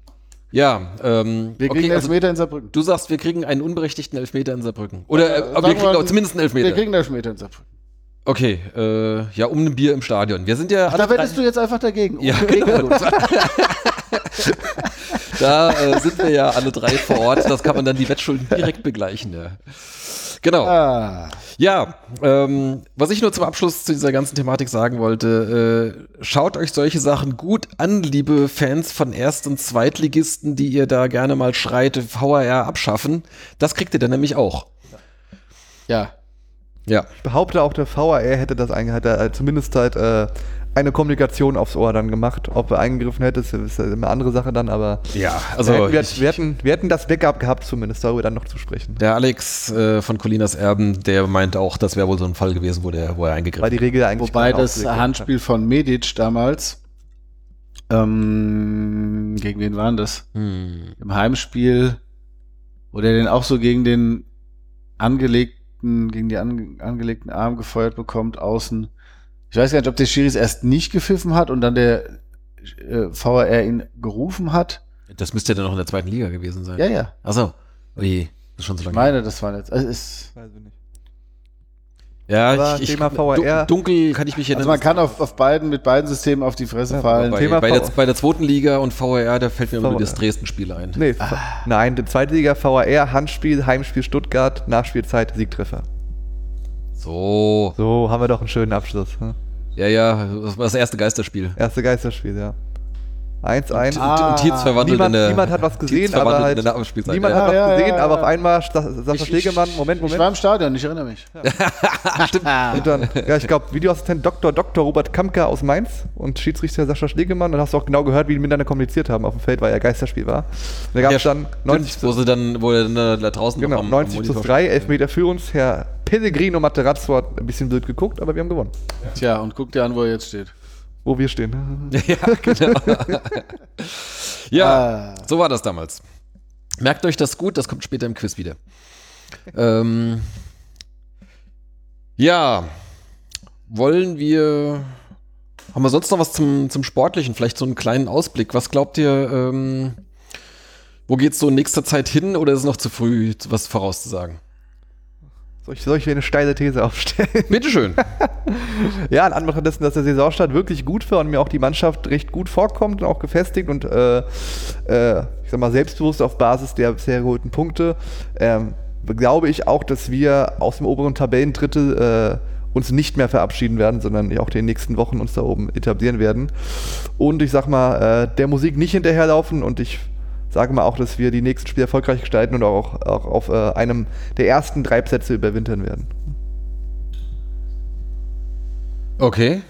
B: ja. Ähm,
D: Wir kriegen
B: okay,
D: einen
B: also
D: Elfmeter in Saarbrücken.
B: du sagst, wir kriegen einen unberechtigten Elfmeter in Saarbrücken. Oder äh,
D: Äh,
B: aber wir
D: sagen wir
B: kriegen auch
D: mal,
B: zumindest einen
D: Wir
B: Elfmeter.
D: kriegen einen Elfmeter in Saarbrücken.
B: Okay, äh, ja, um ein Bier im Stadion. Wir sind ja
D: Ach, Ah, da wettest du jetzt einfach dagegen.
B: Ja,
D: Okay,
B: genau.
D: gut.
B: Da äh, sind wir ja alle drei vor Ort. Das kann man dann die Wettschulden direkt begleichen. Ja. Genau.
D: Ah,
B: Ja, ähm, was ich nur zum Abschluss zu dieser ganzen Thematik sagen wollte, äh, schaut euch solche Sachen gut an, liebe Fans von Erst- und Zweitligisten, die ihr da gerne mal schreit, VAR abschaffen. Das kriegt ihr dann nämlich auch.
D: ja.
B: Ja.
C: Ich behaupte auch, der VAR hätte das eigentlich, hat er zumindest halt äh, eine Kommunikation aufs Ohr dann gemacht. Ob er eingegriffen hätte, ist, ist eine andere Sache dann, aber
B: Ja, also
C: Äh, wir, hätten,
B: ich-
C: wir, hätten, wir hätten das Backup gehabt, zumindest darüber dann noch zu sprechen.
B: der Alex äh, von Colinas Erben, der meint auch, das wäre wohl so ein Fall gewesen, wo, der, wo er
C: Weil
B: eingegriffen
C: die Regel eigentlich.
D: Wobei
C: klar
D: das
C: ausgelegt ist.
D: Handspiel von Medic damals, ähm, gegen wen war denn das?
B: Hm.
D: Im Heimspiel, wo der den auch so gegen den angelegten, gegen die ange angelegten Arm gefeuert bekommt, außen. Ich weiß gar nicht, ob der Schiris erst nicht gepfiffen hat und dann der äh, VAR ihn gerufen hat.
B: Das müsste ja dann noch in der zweiten Liga gewesen sein.
D: Ja, ja.
B: Achso. Oje, das ist schon so
D: Ich
B: lange.
D: meine, das war jetzt. Also, ist,
C: Weiß ich nicht.
B: ja,
C: Aber Thema
B: dun-
C: VAR.
B: Dunkel kann ich mich
D: Also man kann auf, auf beiden, mit beiden Systemen auf die Fresse
C: Ja,
D: fallen.
B: bei,
C: Thema
B: bei, der,
C: VAR.
B: bei der zweiten Liga und VAR, da fällt mir immer nur
C: VAR.
B: das Dresden-Spiel ein.
C: Nee,
B: Ah.
C: Nein, der Zweitliga VAR, Handspiel, Heimspiel Stuttgart, Nachspielzeit, Siegtreffer.
B: So,
C: So haben wir doch einen schönen Abschluss. Ne?
B: ja, ja, das war das erste Geisterspiel.
C: Erste Geisterspiel, ja. 1-1.
B: Und, und Tietz verwandelt
C: Ah, niemand,
B: in der,
C: niemand hat was gesehen,
B: Tietz
C: aber
B: verwandelt
C: halt,
B: in der Abspielzeit.
C: niemand
B: ja.
C: hat was
D: Ja, ja,
C: gesehen,
D: ja,
C: aber
D: ja.
C: auf einmal Sa- Sascha
D: Ich-
C: Stegemann, Moment,
D: Ich war
C: Moment.
D: im Stadion, ich erinnere mich.
C: Und dann, ja, ich glaube, Videoassistent Dr. Dr. Robert Kamka aus Mainz und Schiedsrichter Sascha Stegemann. Und hast du auch genau gehört, wie die miteinander kommuniziert haben auf dem Feld, weil ja Geisterspiel war. Und da gab
B: Ja,
C: es dann
B: stimmt,
C: 90
B: wo sie dann, wo er dann da, da draußen noch
C: Genau,
B: am- am
C: 90 zu
B: Monitor
C: 3, Elfmeter für uns. Herr Pellegrino Materazzo hat ein bisschen blöd geguckt, aber wir haben gewonnen.
D: Tja, und guck dir an, wo er jetzt steht.
C: Wo wir stehen.
B: steht. Ja, genau. ja,
D: Ah.
B: so war das damals. Merkt euch das gut, das kommt später im Quiz wieder. Ähm, ja, wollen wir. Haben wir sonst noch was zum, zum Sportlichen? Vielleicht so einen kleinen Ausblick. Was glaubt ihr, ähm, wo geht's so in nächster Zeit hin oder ist es noch zu früh, was vorauszusagen?
C: Soll ich, soll ich hier eine steile These aufstellen?
B: Bitteschön.
C: ja, in Anbetracht dessen, dass der Saisonstart wirklich gut war und mir auch die Mannschaft recht gut vorkommt und auch gefestigt und äh, äh, ich sag mal selbstbewusst auf Basis der bisher geholten Punkte, ähm, glaube ich auch, dass wir aus dem oberen Tabellendrittel äh, uns nicht mehr verabschieden werden, sondern auch in den nächsten Wochen uns da oben etablieren werden. Und ich sag mal, äh, der Musik nicht hinterherlaufen und ich sage mal auch, dass wir die nächsten Spiele erfolgreich gestalten und auch, auch auf äh, einem der ersten drei Plätze überwintern werden.
B: Okay.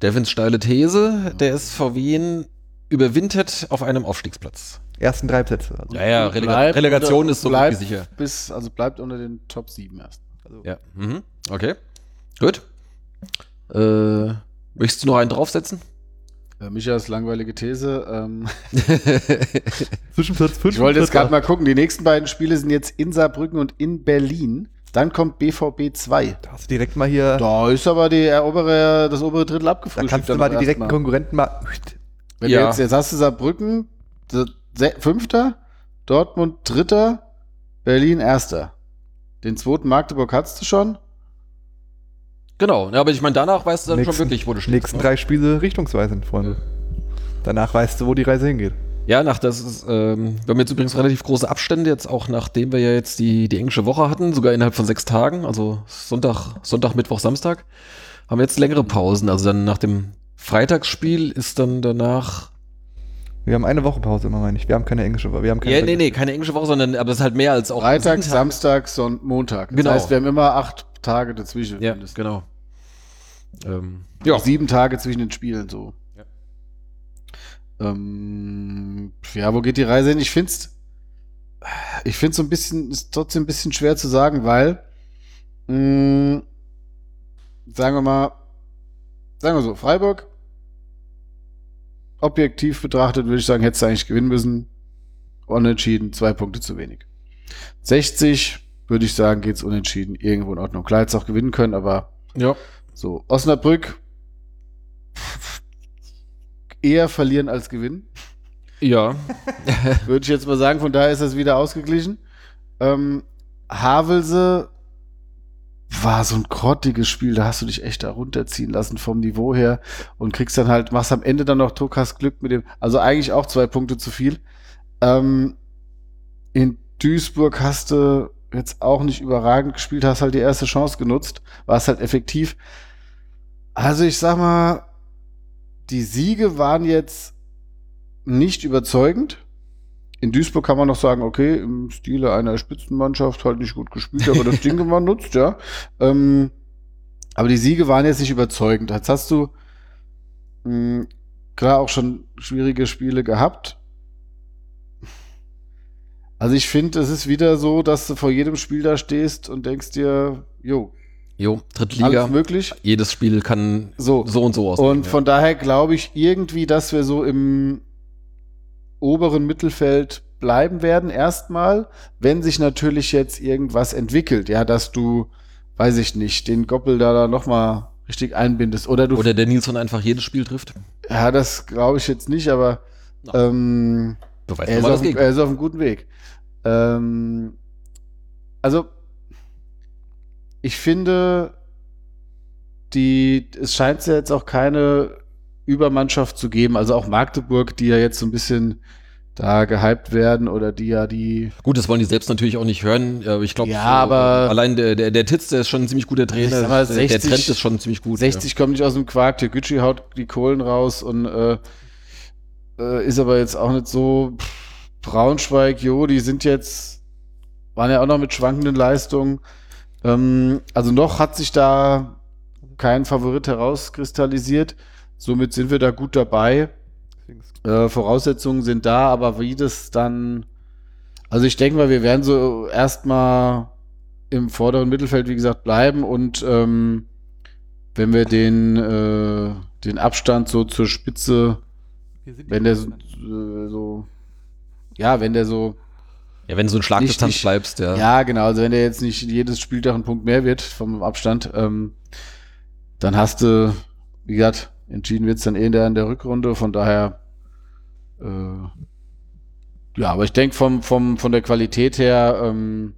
B: Devins steile These, der SV Wien überwintert auf einem Aufstiegsplatz.
C: Ersten drei Plätze. Also.
B: Ja, ja, Relega
D: Bleibt
B: Relegation
D: unter-
B: ist so
D: bleibt
B: gut wie sicher.
D: Bis, also bleibt unter den Top 7 erst.
B: Ja. Mhm. Okay. Gut. Äh, möchtest du noch einen draufsetzen?
D: Äh, Michas langweilige These. Ähm,
C: Zwischen Platz 5
D: ich wollte jetzt gerade mal gucken, die nächsten beiden Spiele sind jetzt in Saarbrücken und in Berlin. Dann kommt BVB 2.
C: Da hast du direkt mal hier.
D: Da ist aber die obere, das obere Drittel
C: da
D: abgefrühstückt.
C: kannst du
D: dann
C: mal
D: auch
C: die direkten
D: erstmal.
C: Konkurrenten mal.
D: Wenn
B: Ja.
D: du jetzt, jetzt hast du Saarbrücken, d- se- fünfter, Dortmund dritter, Berlin erster. Den zweiten Magdeburg hattest du schon.
B: Genau. Ja, aber ich meine, danach weißt du dann schon
C: Nächsten-
B: wirklich, wo du stehst. ne?
C: Nächsten drei Spiele richtungsweisend, Freunde. Danach weißt du, wo die Reise hingeht.
B: Ja, nach das ist, ähm, wir haben jetzt übrigens relativ große Abstände, jetzt auch nachdem wir ja jetzt die, die englische Woche hatten, sogar innerhalb von sechs Tagen, also Sonntag, Sonntag, Mittwoch, Samstag, haben wir jetzt längere Pausen. Also dann nach dem Freitagsspiel ist dann danach
C: Wir haben eine Woche Pause immer, meine ich. Wir haben keine englische Woche. Wir haben keine
B: Ja, nee, nee, keine englische Woche, sondern aber das ist halt mehr
C: Oh,
B: als auch.
D: Freitag, Samstag, Sonntag, Montag. Das
B: Genau.
D: heißt, wir haben immer acht Tage dazwischen.
B: Ja,
D: mindestens.
B: genau. Ähm, ja.
D: Sieben Tage zwischen den Spielen so.
B: Ja.
D: Ähm, ja, wo geht die Reise hin? Ich finde es ich find's so ein bisschen, ist trotzdem ein bisschen schwer zu sagen, weil, mh, sagen wir mal, sagen wir so, Freiburg, objektiv betrachtet, würde ich sagen, hättest du eigentlich gewinnen müssen. Unentschieden, zwei Punkte zu wenig. 60, würde ich sagen, geht's unentschieden, irgendwo in Ordnung. Klar, hättest du auch gewinnen können, aber
B: Ja.
D: so, Osnabrück eher verlieren als gewinnen,
B: Ja.
D: würde ich jetzt mal sagen. Von daher ist das wieder ausgeglichen. Ähm, Havelse war so ein grottiges Spiel, da hast du dich echt da runterziehen lassen vom Niveau her und kriegst dann halt, machst am Ende dann noch Druck, hast Glück mit dem, also eigentlich auch zwei Punkte zu viel. Ähm, in Duisburg hast du jetzt auch nicht überragend gespielt, hast halt die erste Chance genutzt, warst halt effektiv. Also ich sag mal, die Siege waren jetzt nicht überzeugend. In Duisburg kann man noch sagen, okay, im Stile einer Spitzenmannschaft halt nicht gut gespielt, aber das Ding war nutzt, ja. Ähm, aber die Siege waren jetzt nicht überzeugend. Jetzt hast du mh, klar auch schon schwierige Spiele gehabt. Also ich finde, es ist wieder so, dass du vor jedem Spiel da stehst und denkst dir, jo,
B: Jo, Drittliga.
D: alles möglich.
B: Jedes Spiel kann
D: So,
B: so und so aussehen.
D: und von daher glaube ich irgendwie, dass wir so im oberen Mittelfeld bleiben werden, erstmal, wenn sich natürlich jetzt irgendwas entwickelt. Ja, dass du, weiß ich nicht, den Goppel da, da nochmal richtig einbindest. Oder
B: ja.
D: du.
B: Oder der Nilsson einfach jedes Spiel trifft.
D: ja, das glaube ich jetzt nicht, aber
B: Na.
D: ähm,
B: Beweist
D: er, ist
B: nochmal
D: auf,
B: das
D: dem-
B: Gegenteil.
D: er ist auf einem guten Weg. Ähm, also, ich finde, die, es scheint ja jetzt auch keine Übermannschaft zu geben. Also auch Magdeburg, die ja jetzt so ein bisschen da gehypt werden oder die ja die.
B: Gut, das wollen die selbst natürlich auch nicht hören. aber Ich glaube,
D: Ja, aber-
B: allein der, der, der Titz, der ist schon ein ziemlich guter
D: Ich
B: Trainer.
D: sag mal,
B: der
D: 60
B: Trend ist schon ziemlich gut.
D: 60 kommt nicht aus dem Quark, Türkgücü haut die Kohlen raus und äh, äh, ist aber jetzt auch nicht so. Pff, Braunschweig, jo, die sind jetzt, waren ja auch noch mit schwankenden Leistungen. Ähm, also noch hat sich da kein Favorit herauskristallisiert. Somit sind wir da gut dabei. Äh, Voraussetzungen sind da, aber wie das dann. Also ich denke mal, wir werden so erstmal im vorderen Mittelfeld, wie gesagt, bleiben und ähm, wenn wir den, äh, den Abstand so zur Spitze, wenn der so, äh, so ja, wenn der so,
B: ja. ja, wenn du so in Schlagdistanz
D: nicht-
B: bleibst, ja.
D: ja. genau, also wenn der jetzt nicht jedes Spieltag ein Punkt mehr wird vom Abstand, ähm, dann hast du, wie gesagt, entschieden wird es dann eh in der, in der Rückrunde, von daher, äh, ja, aber ich denke, vom, vom, von der Qualität her ähm,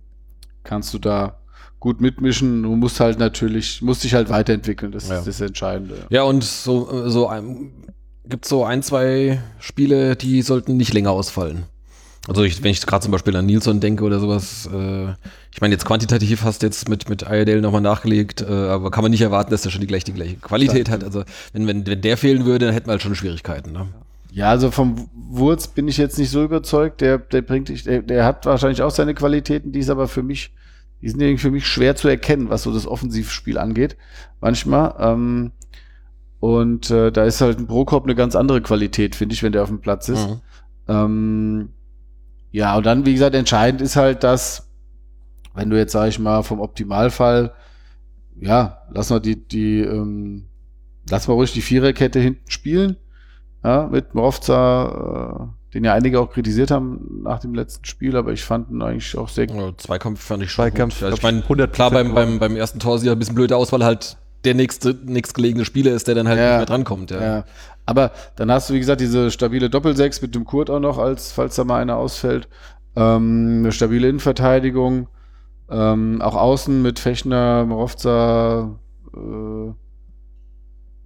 D: kannst du da gut mitmischen, du musst halt natürlich, musst dich halt weiterentwickeln, das
B: Ja.
D: ist das Entscheidende.
B: Ja, und so, so ein, gibt so ein, zwei Spiele, die sollten nicht länger ausfallen. Also ich, wenn ich gerade zum Beispiel an Nilsson denke oder sowas, äh, ich meine jetzt quantitativ hast du jetzt mit, mit Iredale nochmal nachgelegt, äh, aber kann man nicht erwarten, dass der schon die gleiche, die gleiche Qualität hat. Also wenn, wenn, wenn der fehlen würde, dann hätten wir halt schon Schwierigkeiten. Ne?
D: Ja, also vom Wurz bin ich jetzt nicht so überzeugt. Der, der bringt dich, der, der hat wahrscheinlich auch seine Qualitäten, die ist aber für mich, die sind irgendwie für mich schwer zu erkennen, was so das Offensivspiel angeht. Manchmal. Ähm, und äh, da ist halt ein Prokop eine ganz andere Qualität, finde ich, wenn der auf dem Platz ist.
B: Mhm.
D: Ähm, ja, und dann, wie gesagt, entscheidend ist halt, dass, wenn du jetzt, sag ich mal, vom Optimalfall, ja, lass mal die, die, ähm, lass mal ruhig die Viererkette hinten spielen. Ja, mit Mrovza, äh, den ja einige auch kritisiert haben nach dem letzten Spiel, aber ich fand ihn eigentlich auch sehr
B: Ja, Zweikampf fand ich schon
C: Zweikampf,
B: gut. Also ich
C: glaub ich,
B: meine,
C: 100%
B: klar, beim, beim,
C: gewonnen.
B: beim ersten Tor sieht er ein bisschen blöde aus, weil halt der nächste, nächstgelegene Spieler ist, der dann halt
D: Ja.
B: nicht mehr drankommt. Ja.
D: Ja. Aber dann hast du, wie gesagt, diese stabile Doppelsechs mit dem Kurt auch noch, als falls da mal einer ausfällt. Ähm, eine stabile Innenverteidigung. Ähm, auch außen mit Fechner, Morowza, äh,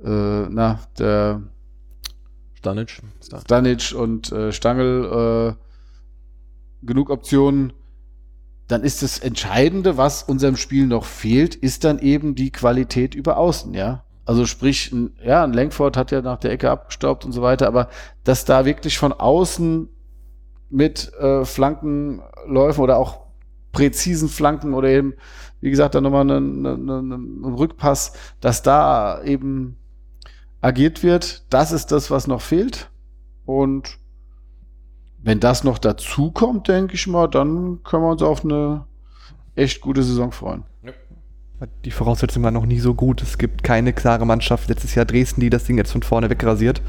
D: äh, na, der
B: Stanic.
D: Stanic und äh, Stangl äh, genug Optionen. Dann ist das Entscheidende, was unserem Spiel noch fehlt, ist dann eben die Qualität über Außen, ja. Also sprich, ein- ja, ein Lenkford hat ja nach der Ecke abgestaubt und so weiter, aber dass da wirklich von außen mit äh, Flankenläufen oder auch präzisen Flanken oder eben, wie gesagt, dann nochmal einen, einen, einen Rückpass, dass da eben agiert wird, das ist das, was noch fehlt. Und wenn das noch dazu kommt, denke ich mal, dann können wir uns auf eine echt gute Saison freuen.
C: Die Voraussetzungen waren noch nie so gut. Es gibt keine klare Mannschaft. Letztes Jahr Dresden, die das Ding jetzt von vorne wegrasiert.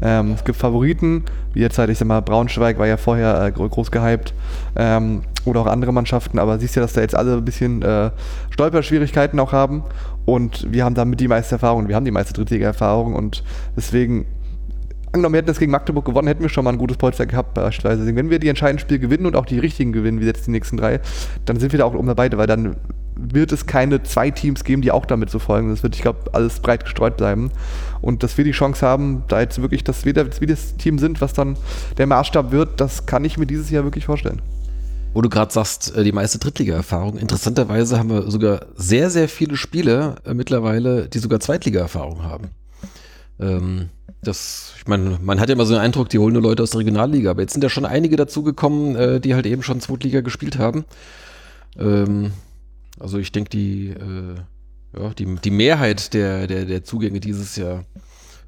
C: Ähm, es gibt Favoriten, wie jetzt halt, ich sag mal, Braunschweig war ja vorher äh, gro- groß gehypt. Ähm, oder auch andere Mannschaften. Aber siehst ja, dass da jetzt alle ein bisschen äh, Stolperschwierigkeiten auch haben. Und wir haben damit die meiste Erfahrung. Wir haben die meiste Drittliga-Erfahrung. Und deswegen Angenommen, wir hätten das gegen Magdeburg gewonnen, hätten wir schon mal ein gutes Polster gehabt, beispielsweise. Deswegen, Wenn wir die entscheidenden Spiele gewinnen und auch die richtigen gewinnen, wie jetzt die nächsten drei, dann sind wir da auch um dabei, weil dann wird es keine zwei Teams geben, die auch damit so folgen. Das wird, ich glaube, alles breit gestreut bleiben. Und dass wir die Chance haben, da jetzt wirklich, dass wir, das, wir das Team sind, was dann der Maßstab wird, das kann ich mir dieses Jahr wirklich vorstellen.
B: Wo du gerade sagst, äh, die meiste Drittliga-Erfahrung. Interessanterweise haben wir sogar sehr, sehr viele Spieler äh, mittlerweile, die sogar Zweitliga-Erfahrung haben. Ähm, das, ich meine, man hat ja immer so den Eindruck, die holen nur Leute aus der Regionalliga, aber jetzt sind ja schon einige dazugekommen, äh, die halt eben schon Zweitliga gespielt haben. Ähm, also ich denke, die, äh, ja, die, die Mehrheit der, der, der Zugänge dieses Jahr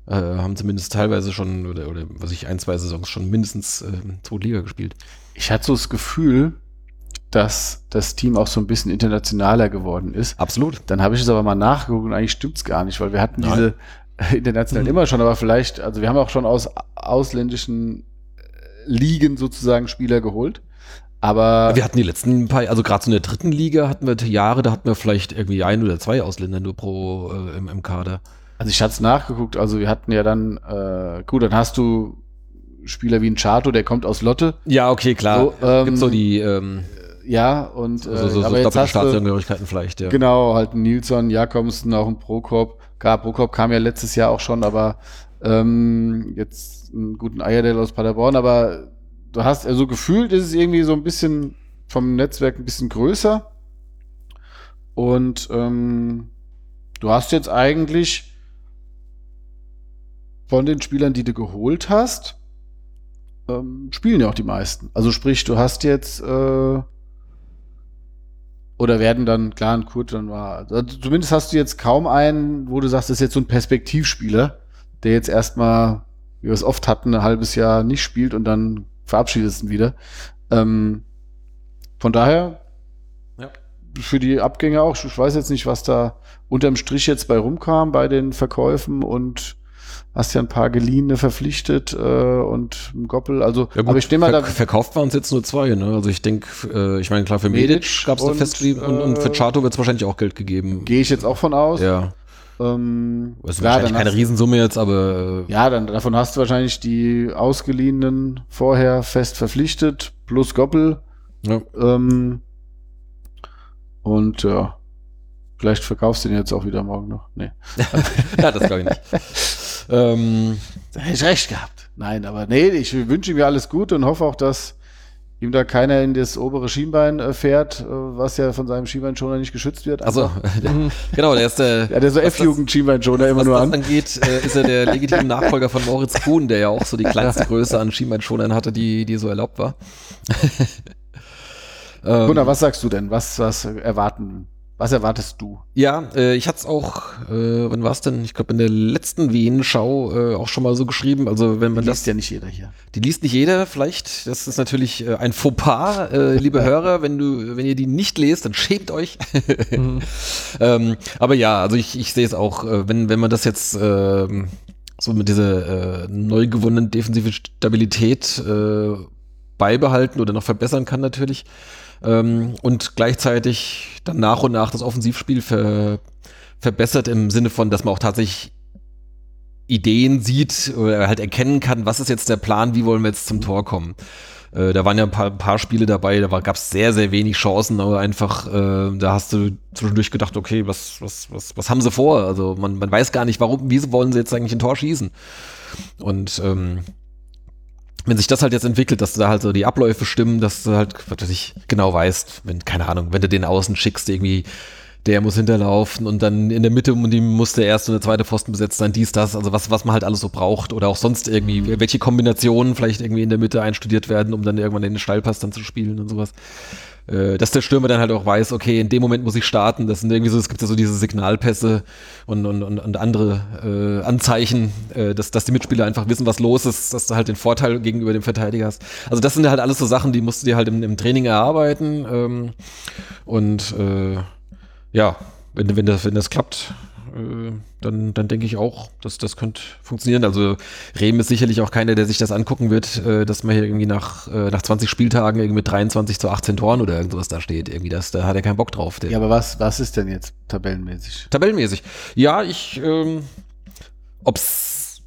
B: äh, haben zumindest teilweise schon, oder, oder was ich, ein, zwei Saisons schon mindestens äh, Zweitliga gespielt.
D: Ich hatte so das Gefühl, dass das Team auch so ein bisschen internationaler geworden ist.
B: Absolut.
D: Dann habe ich es aber mal nachgeguckt und eigentlich stimmt es gar nicht, weil wir hatten
B: Nein.
D: diese international immer schon, aber vielleicht, also wir haben auch schon aus ausländischen äh, Ligen sozusagen Spieler geholt. Aber
B: Wir hatten die letzten paar, also gerade so in der dritten Liga hatten wir Jahre, da hatten wir vielleicht irgendwie ein oder zwei Ausländer nur pro äh, im, im Kader.
D: Also ich hatte es nachgeguckt, also wir hatten ja dann, äh, gut, dann hast du Spieler wie ein Chato, der kommt aus Lotte,
B: Ja, okay, klar.
D: So, ähm,
B: Gibt so die ähm,
D: ja, und äh,
B: so, so, so
D: aber jetzt
B: doppelte
D: hast du,
B: Staatsangehörigkeiten vielleicht, ja.
D: genau, halt ein Nilsson, Jakobsen, auch ein Prokop, klar, Prokop kam ja letztes Jahr auch schon, aber ähm, jetzt einen guten Eierdell aus Paderborn, aber du hast, also gefühlt ist es irgendwie so ein bisschen vom Netzwerk ein bisschen größer und ähm, du hast jetzt eigentlich von den Spielern, die du geholt hast, ähm, spielen ja auch die meisten. Also sprich, du hast jetzt äh, oder werden dann, klar, ein Kurt dann war. Also zumindest hast du jetzt kaum einen, wo du sagst, das ist jetzt so ein Perspektivspieler, der jetzt erstmal, wie wir es oft hatten, ein halbes Jahr nicht spielt und dann verabschiedest du ihn wieder. Ähm, von daher,
B: Ja.
D: für die Abgänge auch, ich weiß jetzt nicht, was da unterm Strich jetzt bei rumkam, bei den Verkäufen und hast ja ein paar geliehene verpflichtet äh, und einen Goppel. Also,
B: Ja, gut,
D: aber ich nehme mal
B: ver
D: da.
B: verkauft waren es jetzt nur zwei, ne? Also ich denke, äh, ich meine, klar, für
D: Medic
B: Medic gab es
D: und,
B: eine festgeschrieben und, und für
D: äh,
B: Chato wird es wahrscheinlich auch Geld gegeben.
D: Gehe ich jetzt auch von aus.
B: Ja.
D: Ähm,
B: Das ist
D: klar,
B: wahrscheinlich
D: dann
B: keine
D: hast,
B: Riesensumme jetzt, aber äh,
D: ja, dann davon hast du wahrscheinlich die ausgeliehenen vorher fest verpflichtet, plus Goppel.
B: ja.
D: Ähm, und ja, vielleicht verkaufst du den jetzt auch wieder morgen noch. Nee.
B: ja, das glaube ich nicht. ähm,
D: Da hätte ich recht gehabt. Nein, aber nee, ich wünsche ihm ja alles Gute und hoffe auch, dass ihm da keiner in das obere Schienbein äh, fährt, äh, was ja von seinem Schienbeinschoner nicht geschützt wird.
B: also,
D: Einfach-
B: genau, der ist der.
D: ja, der so
B: was das-
D: F-Jugend-Schienbeinschoner immer
B: Was
D: nur
B: das
D: an.
B: angeht, äh, ist er der legitime Nachfolger von Moritz Kuhn, der ja auch so die kleinste Größe an Schienbeinschonern hatte, die, die so erlaubt war. ähm,
D: Gunnar, was sagst du denn? Was, was erwarten? Was erwartest du?
B: Ja, äh, ich hatte es auch, äh, wann war es denn? Ich glaube, in der letzten Wien-Schau äh, auch schon mal so geschrieben. Also, wenn man
D: Man
B: das
D: liest ja nicht jeder hier.
B: Die liest nicht jeder, vielleicht. Das ist natürlich äh, ein Fauxpas, äh, liebe Hörer. Wenn du, wenn ihr die nicht lest, dann schämt euch. ähm, aber ja, also ich, ich sehe es auch, äh, wenn, wenn man das jetzt ähm, so mit dieser äh, neu gewonnenen defensiven Stabilität äh, beibehalten oder noch verbessern kann natürlich ähm, und gleichzeitig dann nach und nach das Offensivspiel ver verbessert im Sinne von, dass man auch tatsächlich Ideen sieht oder halt erkennen kann, was ist jetzt der Plan, wie wollen wir jetzt zum Tor kommen. Äh, da waren ja ein paar, paar Spiele dabei, da gab es sehr, sehr wenig Chancen, aber einfach, äh, da hast du zwischendurch gedacht, okay, was, was, was, was haben sie vor? Also man, man weiß gar nicht, warum, wieso wollen sie jetzt eigentlich ein Tor schießen? Und ähm, wenn sich das halt jetzt entwickelt, dass da halt so die Abläufe stimmen, dass du halt, was weiß ich, genau weißt, wenn, keine Ahnung, wenn du den außen schickst, irgendwie der muss hinterlaufen und dann in der Mitte um die muss der erste und der zweite Pfosten besetzt sein, dies, das, also was, was man halt alles so braucht oder auch sonst irgendwie, welche Kombinationen vielleicht irgendwie in der Mitte einstudiert werden, um dann irgendwann den Steilpass dann zu spielen und sowas. Äh, Dass der Stürmer dann halt auch weiß, okay, in dem Moment muss ich starten. Das sind irgendwie so, es gibt ja so diese Signalpässe und, und, und, und andere äh, Anzeichen, äh, dass, dass die Mitspieler einfach wissen, was los ist, dass du halt den Vorteil gegenüber dem Verteidiger hast. Also das sind halt alles so Sachen, die musst du dir halt im, im Training erarbeiten. Ähm, und äh, ja, wenn, wenn, das, wenn das klappt, äh, dann, dann denke ich auch, dass das könnte funktionieren. Also Rehm ist sicherlich auch keiner, der sich das angucken wird, äh, dass man hier irgendwie nach, äh, nach 20 Spieltagen irgendwie mit 23 zu 18 Toren oder irgendwas da steht. Irgendwie das, da hat er keinen Bock drauf. Der.
D: Ja, aber was, was ist denn jetzt tabellenmäßig?
B: Tabellenmäßig. Ja, ich, ähm, ob's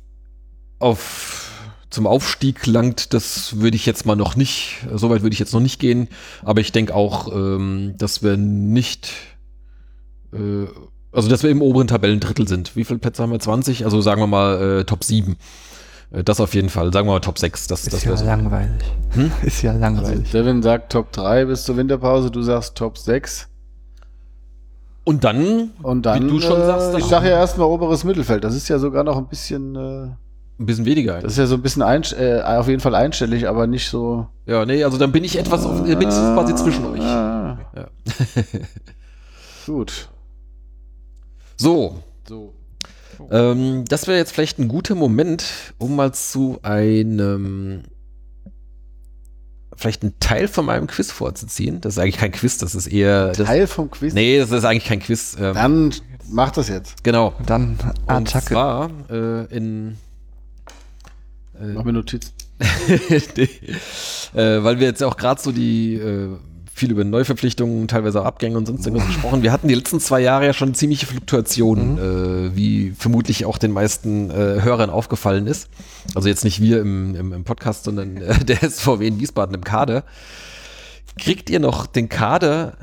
B: auf zum Aufstieg langt, das würde ich jetzt mal noch nicht, soweit würde ich jetzt noch nicht gehen, aber ich denke auch, ähm, dass wir nicht, äh, also dass wir im oberen Tabellendrittel sind. Wie viele Plätze haben wir? 20? Also sagen wir mal äh, Top 7. Äh, Das auf jeden Fall. Sagen wir mal Top 6. Das, das
F: Ist ja
B: wäre so.
F: langweilig.
B: Hm?
F: Ist ja
D: Also
F: langweilig.
D: Devin sagt Top 3 bis zur Winterpause, du sagst Top 6.
B: Und dann
D: Und dann,
B: Wie du schon sagst,
D: äh,
B: dann-
D: ich sage ja erstmal oberes Mittelfeld. Das ist ja sogar noch ein bisschen, äh,
B: ein bisschen weniger.
D: das ist ja so ein bisschen einst äh, auf jeden Fall einstellig, aber nicht so.
B: ja, nee, also dann bin ich etwas auf, bin ich quasi zwischen euch.
D: Ah.
B: Ja.
D: Gut.
B: So,
D: So.
B: Ähm, das wäre jetzt vielleicht ein guter Moment, um mal zu einem vielleicht einen Teil von meinem Quiz vorzuziehen. Das ist eigentlich kein Quiz, das ist eher das,
D: Also Teil vom Quiz.
B: Nee, das ist eigentlich kein Quiz. Ähm,
D: Dann mach das jetzt.
B: genau.
F: Und dann
C: Ah,
B: Und
F: Attacke.
B: zwar äh, in äh,
D: Mach mir Notizen.
B: nee. äh, weil wir jetzt auch gerade so die äh, viel über Neuverpflichtungen, teilweise auch Abgänge und sonst irgendwas gesprochen. Wir hatten die letzten zwei Jahre ja schon ziemliche Fluktuationen, äh, wie vermutlich auch den meisten äh, Hörern aufgefallen ist. Also jetzt nicht wir im, im, im Podcast, sondern äh, der SVW in Wiesbaden im Kader. Kriegt ihr noch den Kader?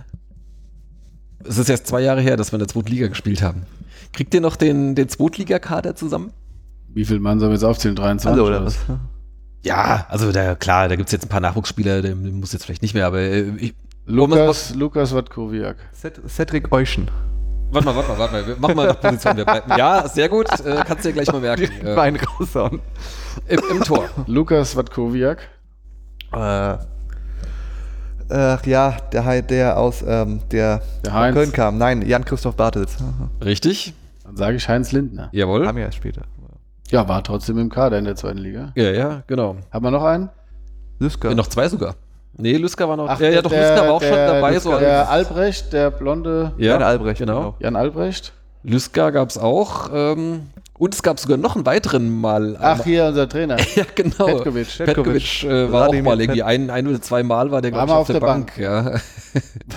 B: Es ist erst zwei Jahre her, dass wir in der zweiten Liga gespielt haben. Kriegt ihr noch den, den Zweitligakader zusammen?
D: Wie viel Mann sollen wir jetzt aufzählen? 23?
C: Alle oder was?
B: Ja, also da, klar, da gibt's jetzt ein paar Nachwuchsspieler, den, den muss jetzt vielleicht nicht mehr, aber äh, ich, Lukas,
D: Lukas, Lukas Watkowiak.
F: Ced- Cedric Euschen.
B: warte mal, warte mal, warte mal, wir machen mal nach Position, wir bleiben. Ja, sehr gut, äh, kannst du dir gleich mal merken.
C: Den
B: Äh,
C: Bein raushauen.
B: im, Im Tor.
D: Lukas Watkowiak.
C: Äh, ach ja, der, Hai- der aus ähm, der,
D: Der
C: von
D: Heinz.
C: Köln kam. Nein, Jan-Christoph Bartels.
B: Hm.
C: Aha.
B: Richtig?
D: Dann sage ich Heinz Lindner.
B: Jawohl.
C: Kam ja erst später.
D: Ja, war trotzdem im Kader in der zweiten Liga.
B: Ja, ja, genau.
D: Haben wir noch einen?
C: Lüsker.
B: Äh, noch zwei sogar. Nee, Lüsker war noch.
D: Ach,
B: ja, ja, doch, Lüsker war auch schon dabei.
D: Lüsker,
B: so als-
D: der Albrecht, der blonde
B: ja,
C: Jan Albrecht,
B: Genau.
D: Jan Albrecht.
B: Lüsker gab's auch. Ähm, und es gab sogar noch einen weiteren mal.
D: Ach, hier unser Trainer.
B: ja, genau.
D: Petkovic.
B: Petkovic äh, war auch
C: Wladimir
B: mal irgendwie ein, ein oder zwei Mal war der glaub
D: War
B: ich,
D: mal
B: auf,
D: auf
B: der
D: der
B: Bank. Ja.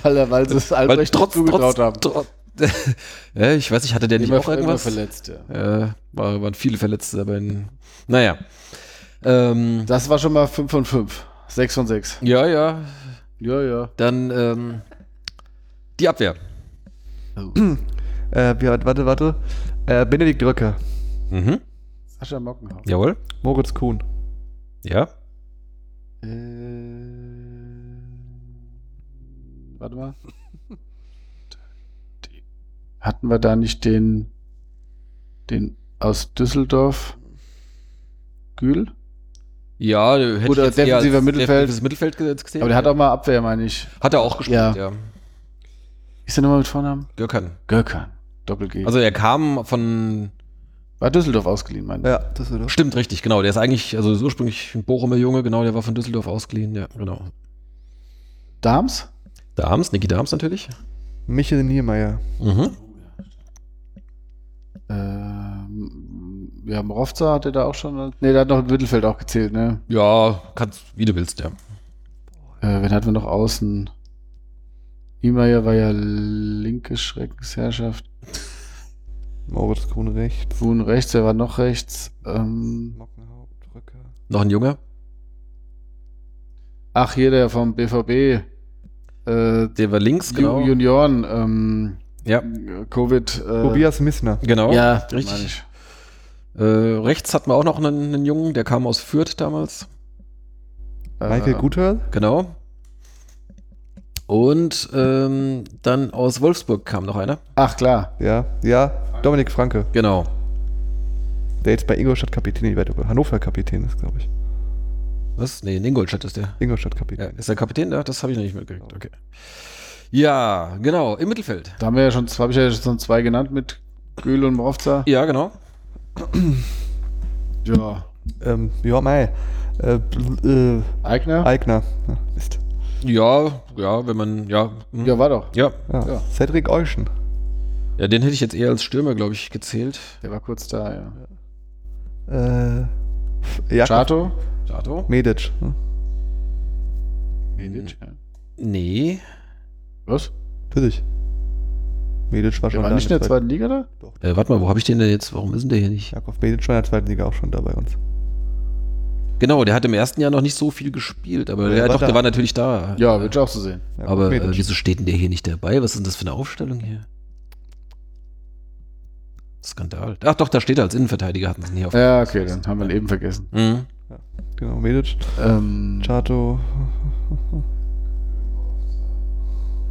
D: Weil, er- weil sie es
B: Weil
D: Albrecht
B: trotz,
D: zugetraut
B: trotz,
D: haben.
B: trotz ja, ich weiß nicht, hatte der nicht
D: Immer,
B: auch
D: immer
B: irgendwas?
D: verletzt, ja.
B: Äh, war, waren viele Verletzte, aber in, naja. Ähm,
D: Das war schon mal 5 von 5. 6 von 6.
B: ja, ja,
D: Ja, ja.
B: dann ähm, die Abwehr.
C: Äh, ja, warte, warte. Äh, Benedikt Röcke.
B: Mhm.
D: Sascha Mockenhaus.
B: Jawohl.
C: Moritz Kuhn.
B: Ja.
D: Äh, warte mal. Hatten wir da nicht den, den aus Düsseldorf? Gühl?
B: Ja, hätte
D: Oder
B: ich jetzt eher als
D: defensiver Mittelfeld.
B: defensives Mittelfeld ge- gesehen.
D: Aber der hat auch mal Abwehr, meine ich.
B: Hat er auch gespielt, ja.
D: Ja. Ist der nochmal mit Vornamen?
B: Gürkan.
D: Görkan. Doppel G.
B: Also er kam von
D: war Düsseldorf ausgeliehen, meine ich.
C: Ja, das wird
B: Stimmt, richtig, genau. Der ist eigentlich, also ist ursprünglich ein Bochumer Junge, genau, der war von Düsseldorf ausgeliehen, ja, genau.
D: Dahms?
B: Dahms, Niki Dahms natürlich.
C: Michel Niemeyer.
B: Mhm.
D: Ähm, Äh, ja, Mrovza hat er da auch schon. Ne, der hat noch im Mittelfeld auch gezählt, ne?
B: Ja, kannst, wie du willst, ja.
D: Äh, wen hatten wir noch außen? Niemeyer war ja linke Schreckensherrschaft.
C: Moritz Kuhn rechts.
D: Kuhn rechts, wer war noch rechts? Ähm,
C: Mockenhaupt, Röcke.
B: Noch ein Junge?
D: ach, hier der vom BVB. Äh,
B: Der war links, genau.
D: Ju- Junioren. Ähm,
B: Ja.
D: äh, Covid. Äh,
C: Tobias Missner.
B: Genau.
D: Ja,
B: richtig.
D: meine ich.
B: Äh, rechts hatten wir auch noch einen, einen Jungen, der kam aus Fürth damals.
D: Äh,
C: Michael Guterl.
B: Genau. Und ähm, dann aus Wolfsburg kam noch einer.
D: Ach klar.
C: Ja, ja, Dominik Franke,
B: Genau.
C: der jetzt bei Ingolstadt Kapitän, ich weiß, ob er Hannover Kapitän ist, glaube ich.
B: Was? Nee, in Ingolstadt ist der.
C: Ingolstadt
B: Ja,
C: Kapitän.
B: ist der Kapitän da? Das habe ich noch nicht mitgekriegt. Okay. Ja, genau, im Mittelfeld.
D: Da haben wir ja schon, habe ich ja schon zwei genannt mit Göhl und Mrovza.
B: Ja, genau.
D: Ja.
C: Ähm, ja, mei. Äh, bl- äh,
D: Eigner?
C: Eigner. Ja, Mist.
B: Ja, ja, wenn man, ja. hm.
D: Ja, war doch.
B: Ja.
C: Ja.
D: Ja.
C: Cedric Euschen.
B: ja, den hätte ich jetzt eher als Stürmer, glaube ich, gezählt.
D: Der war kurz da, ja.
C: Äh, Jakob
D: Chato?
B: Jato?
C: Medic. ne?
D: Medic, ja.
B: Nee.
D: Was?
C: Natürlich. Medic war
D: Der
C: schon
D: war
C: da.
D: nicht in der zweiten Liga da?
B: Äh, warte mal, wo habe ich den denn jetzt? Warum ist denn der hier nicht?
C: Jakob Medic war in der zweiten Liga auch schon da bei uns.
B: Genau, der hat im ersten Jahr noch nicht so viel gespielt, aber
C: Ja,
B: der,
C: war
B: doch,
C: da.
B: der war natürlich da.
D: Ja, wird auch so sehen.
C: Jakob
B: Aber äh,
C: Medic.
B: wieso steht denn der hier nicht dabei? Was ist denn das für eine Aufstellung hier? Skandal. Ach doch, da steht er als Innenverteidiger, hatten sie ihn hier auf.
D: Ja, okay, dann haben wir ihn eben vergessen.
B: Mhm.
D: äh,
C: Genau, Medic.
D: Ähm,
C: Chato.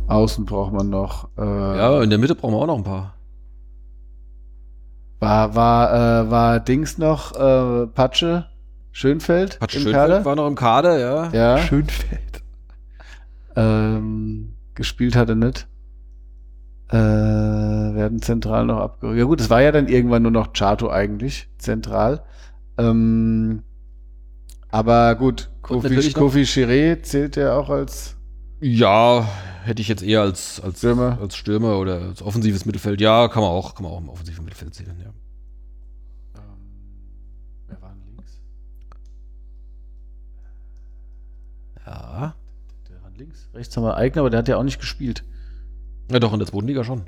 D: außen braucht man noch. Äh,
B: Ja, in der Mitte brauchen wir auch noch ein paar.
D: War, war, äh, war Dings noch äh, Patsche Schönfeld?
B: Hat
D: im
B: Schönfeld
D: Kader?
B: war noch im Kader, ja.
D: Ja.
C: Schönfeld.
D: Ähm, gespielt hat er nicht. Äh, werden zentral noch abgerückt. Ja gut, es war ja dann irgendwann nur noch Chato eigentlich, zentral. Ähm, aber gut, Kofi,
B: natürlich noch-
D: Kofi Chiré zählt ja auch als
B: Ja, hätte ich jetzt eher als, als,
D: Stürmer.
B: als Stürmer oder als offensives Mittelfeld. Ja, kann man auch, kann man auch im offensiven Mittelfeld sehen, ja.
D: Wer war denn links?
B: Ja.
D: Der war links. Rechts haben wir Eigner, aber der hat ja auch nicht gespielt.
B: Ja, doch, in der zweiten Liga schon.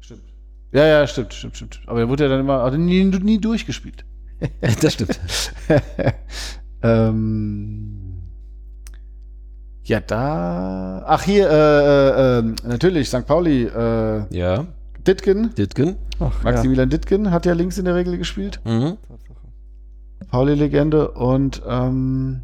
D: Stimmt. Ja, ja, stimmt, stimmt, stimmt. Aber der wurde ja dann immer hat nie, nie durchgespielt.
B: das stimmt.
D: ähm, ja, da. Ach, hier, äh, äh, ähm, natürlich, St. Pauli. Äh,
B: Ja,
D: Ditken,
B: Ditken.
C: Ach,
D: Maximilian Ditken hat ja links in der Regel gespielt.
B: Mhm.
C: ja. Tatsache.
D: Pauli-Legende und. Ähm,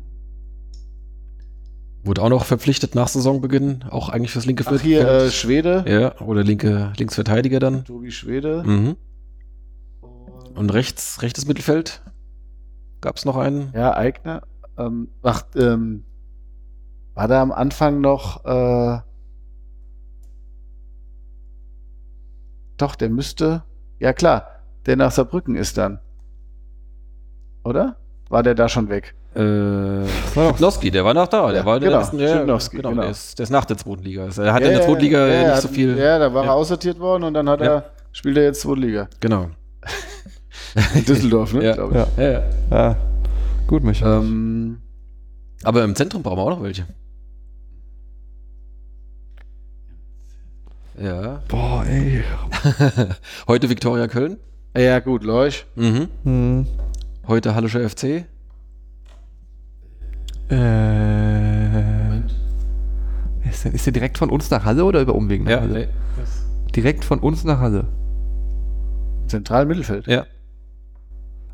B: Wurde auch noch verpflichtet nach Saisonbeginn, auch eigentlich fürs linke
D: ach, hier, äh,
B: Mittelfeld.
D: Schwede.
B: ja, oder linke Linksverteidiger dann.
D: Tobi Schwede.
B: Mhm.
D: Und-
B: Und rechts, rechtes Mittelfeld gab es noch einen.
D: Ja, Eigner. Ähm, ach, ähm, war da am Anfang noch. Äh, doch, der müsste. Ja, klar. Der nach Saarbrücken ist dann. Oder? War der da schon weg?
B: Äh, Schipnowski, der war noch da. Der
D: Ja,
B: war in der
D: genau,
B: ersten, ja,
D: Schipnowski,
B: genau,
D: genau.
B: Der, ist, der ist nach der zweiten Liga. Also Er hat in der zweiten Liga
D: ja,
B: nicht
D: er
B: so
D: hat-
B: viel.
D: Ja, da war
B: Ja.
D: er aussortiert worden und dann hat
B: Ja.
D: er, spielt er jetzt zweite Liga.
B: Genau.
D: In Düsseldorf, ne?
B: Ja.
D: Glaub ich.
C: Ja.
B: Ja, ja.
C: Ah, gut, Michael.
D: Ähm,
B: Aber im Zentrum brauchen wir auch noch welche. Ja.
C: Boah, ey.
B: Heute Viktoria Köln.
D: ja, gut, Leuch.
B: Mhm.
C: Hm.
B: Heute Hallischer FC.
C: Äh, wer Äh, ist, denn, ist der direkt von uns nach Halle oder über Umwegen nach
B: Ja, nee.
C: Halle? Direkt von uns nach Halle.
D: Zentral Mittelfeld.
B: ja.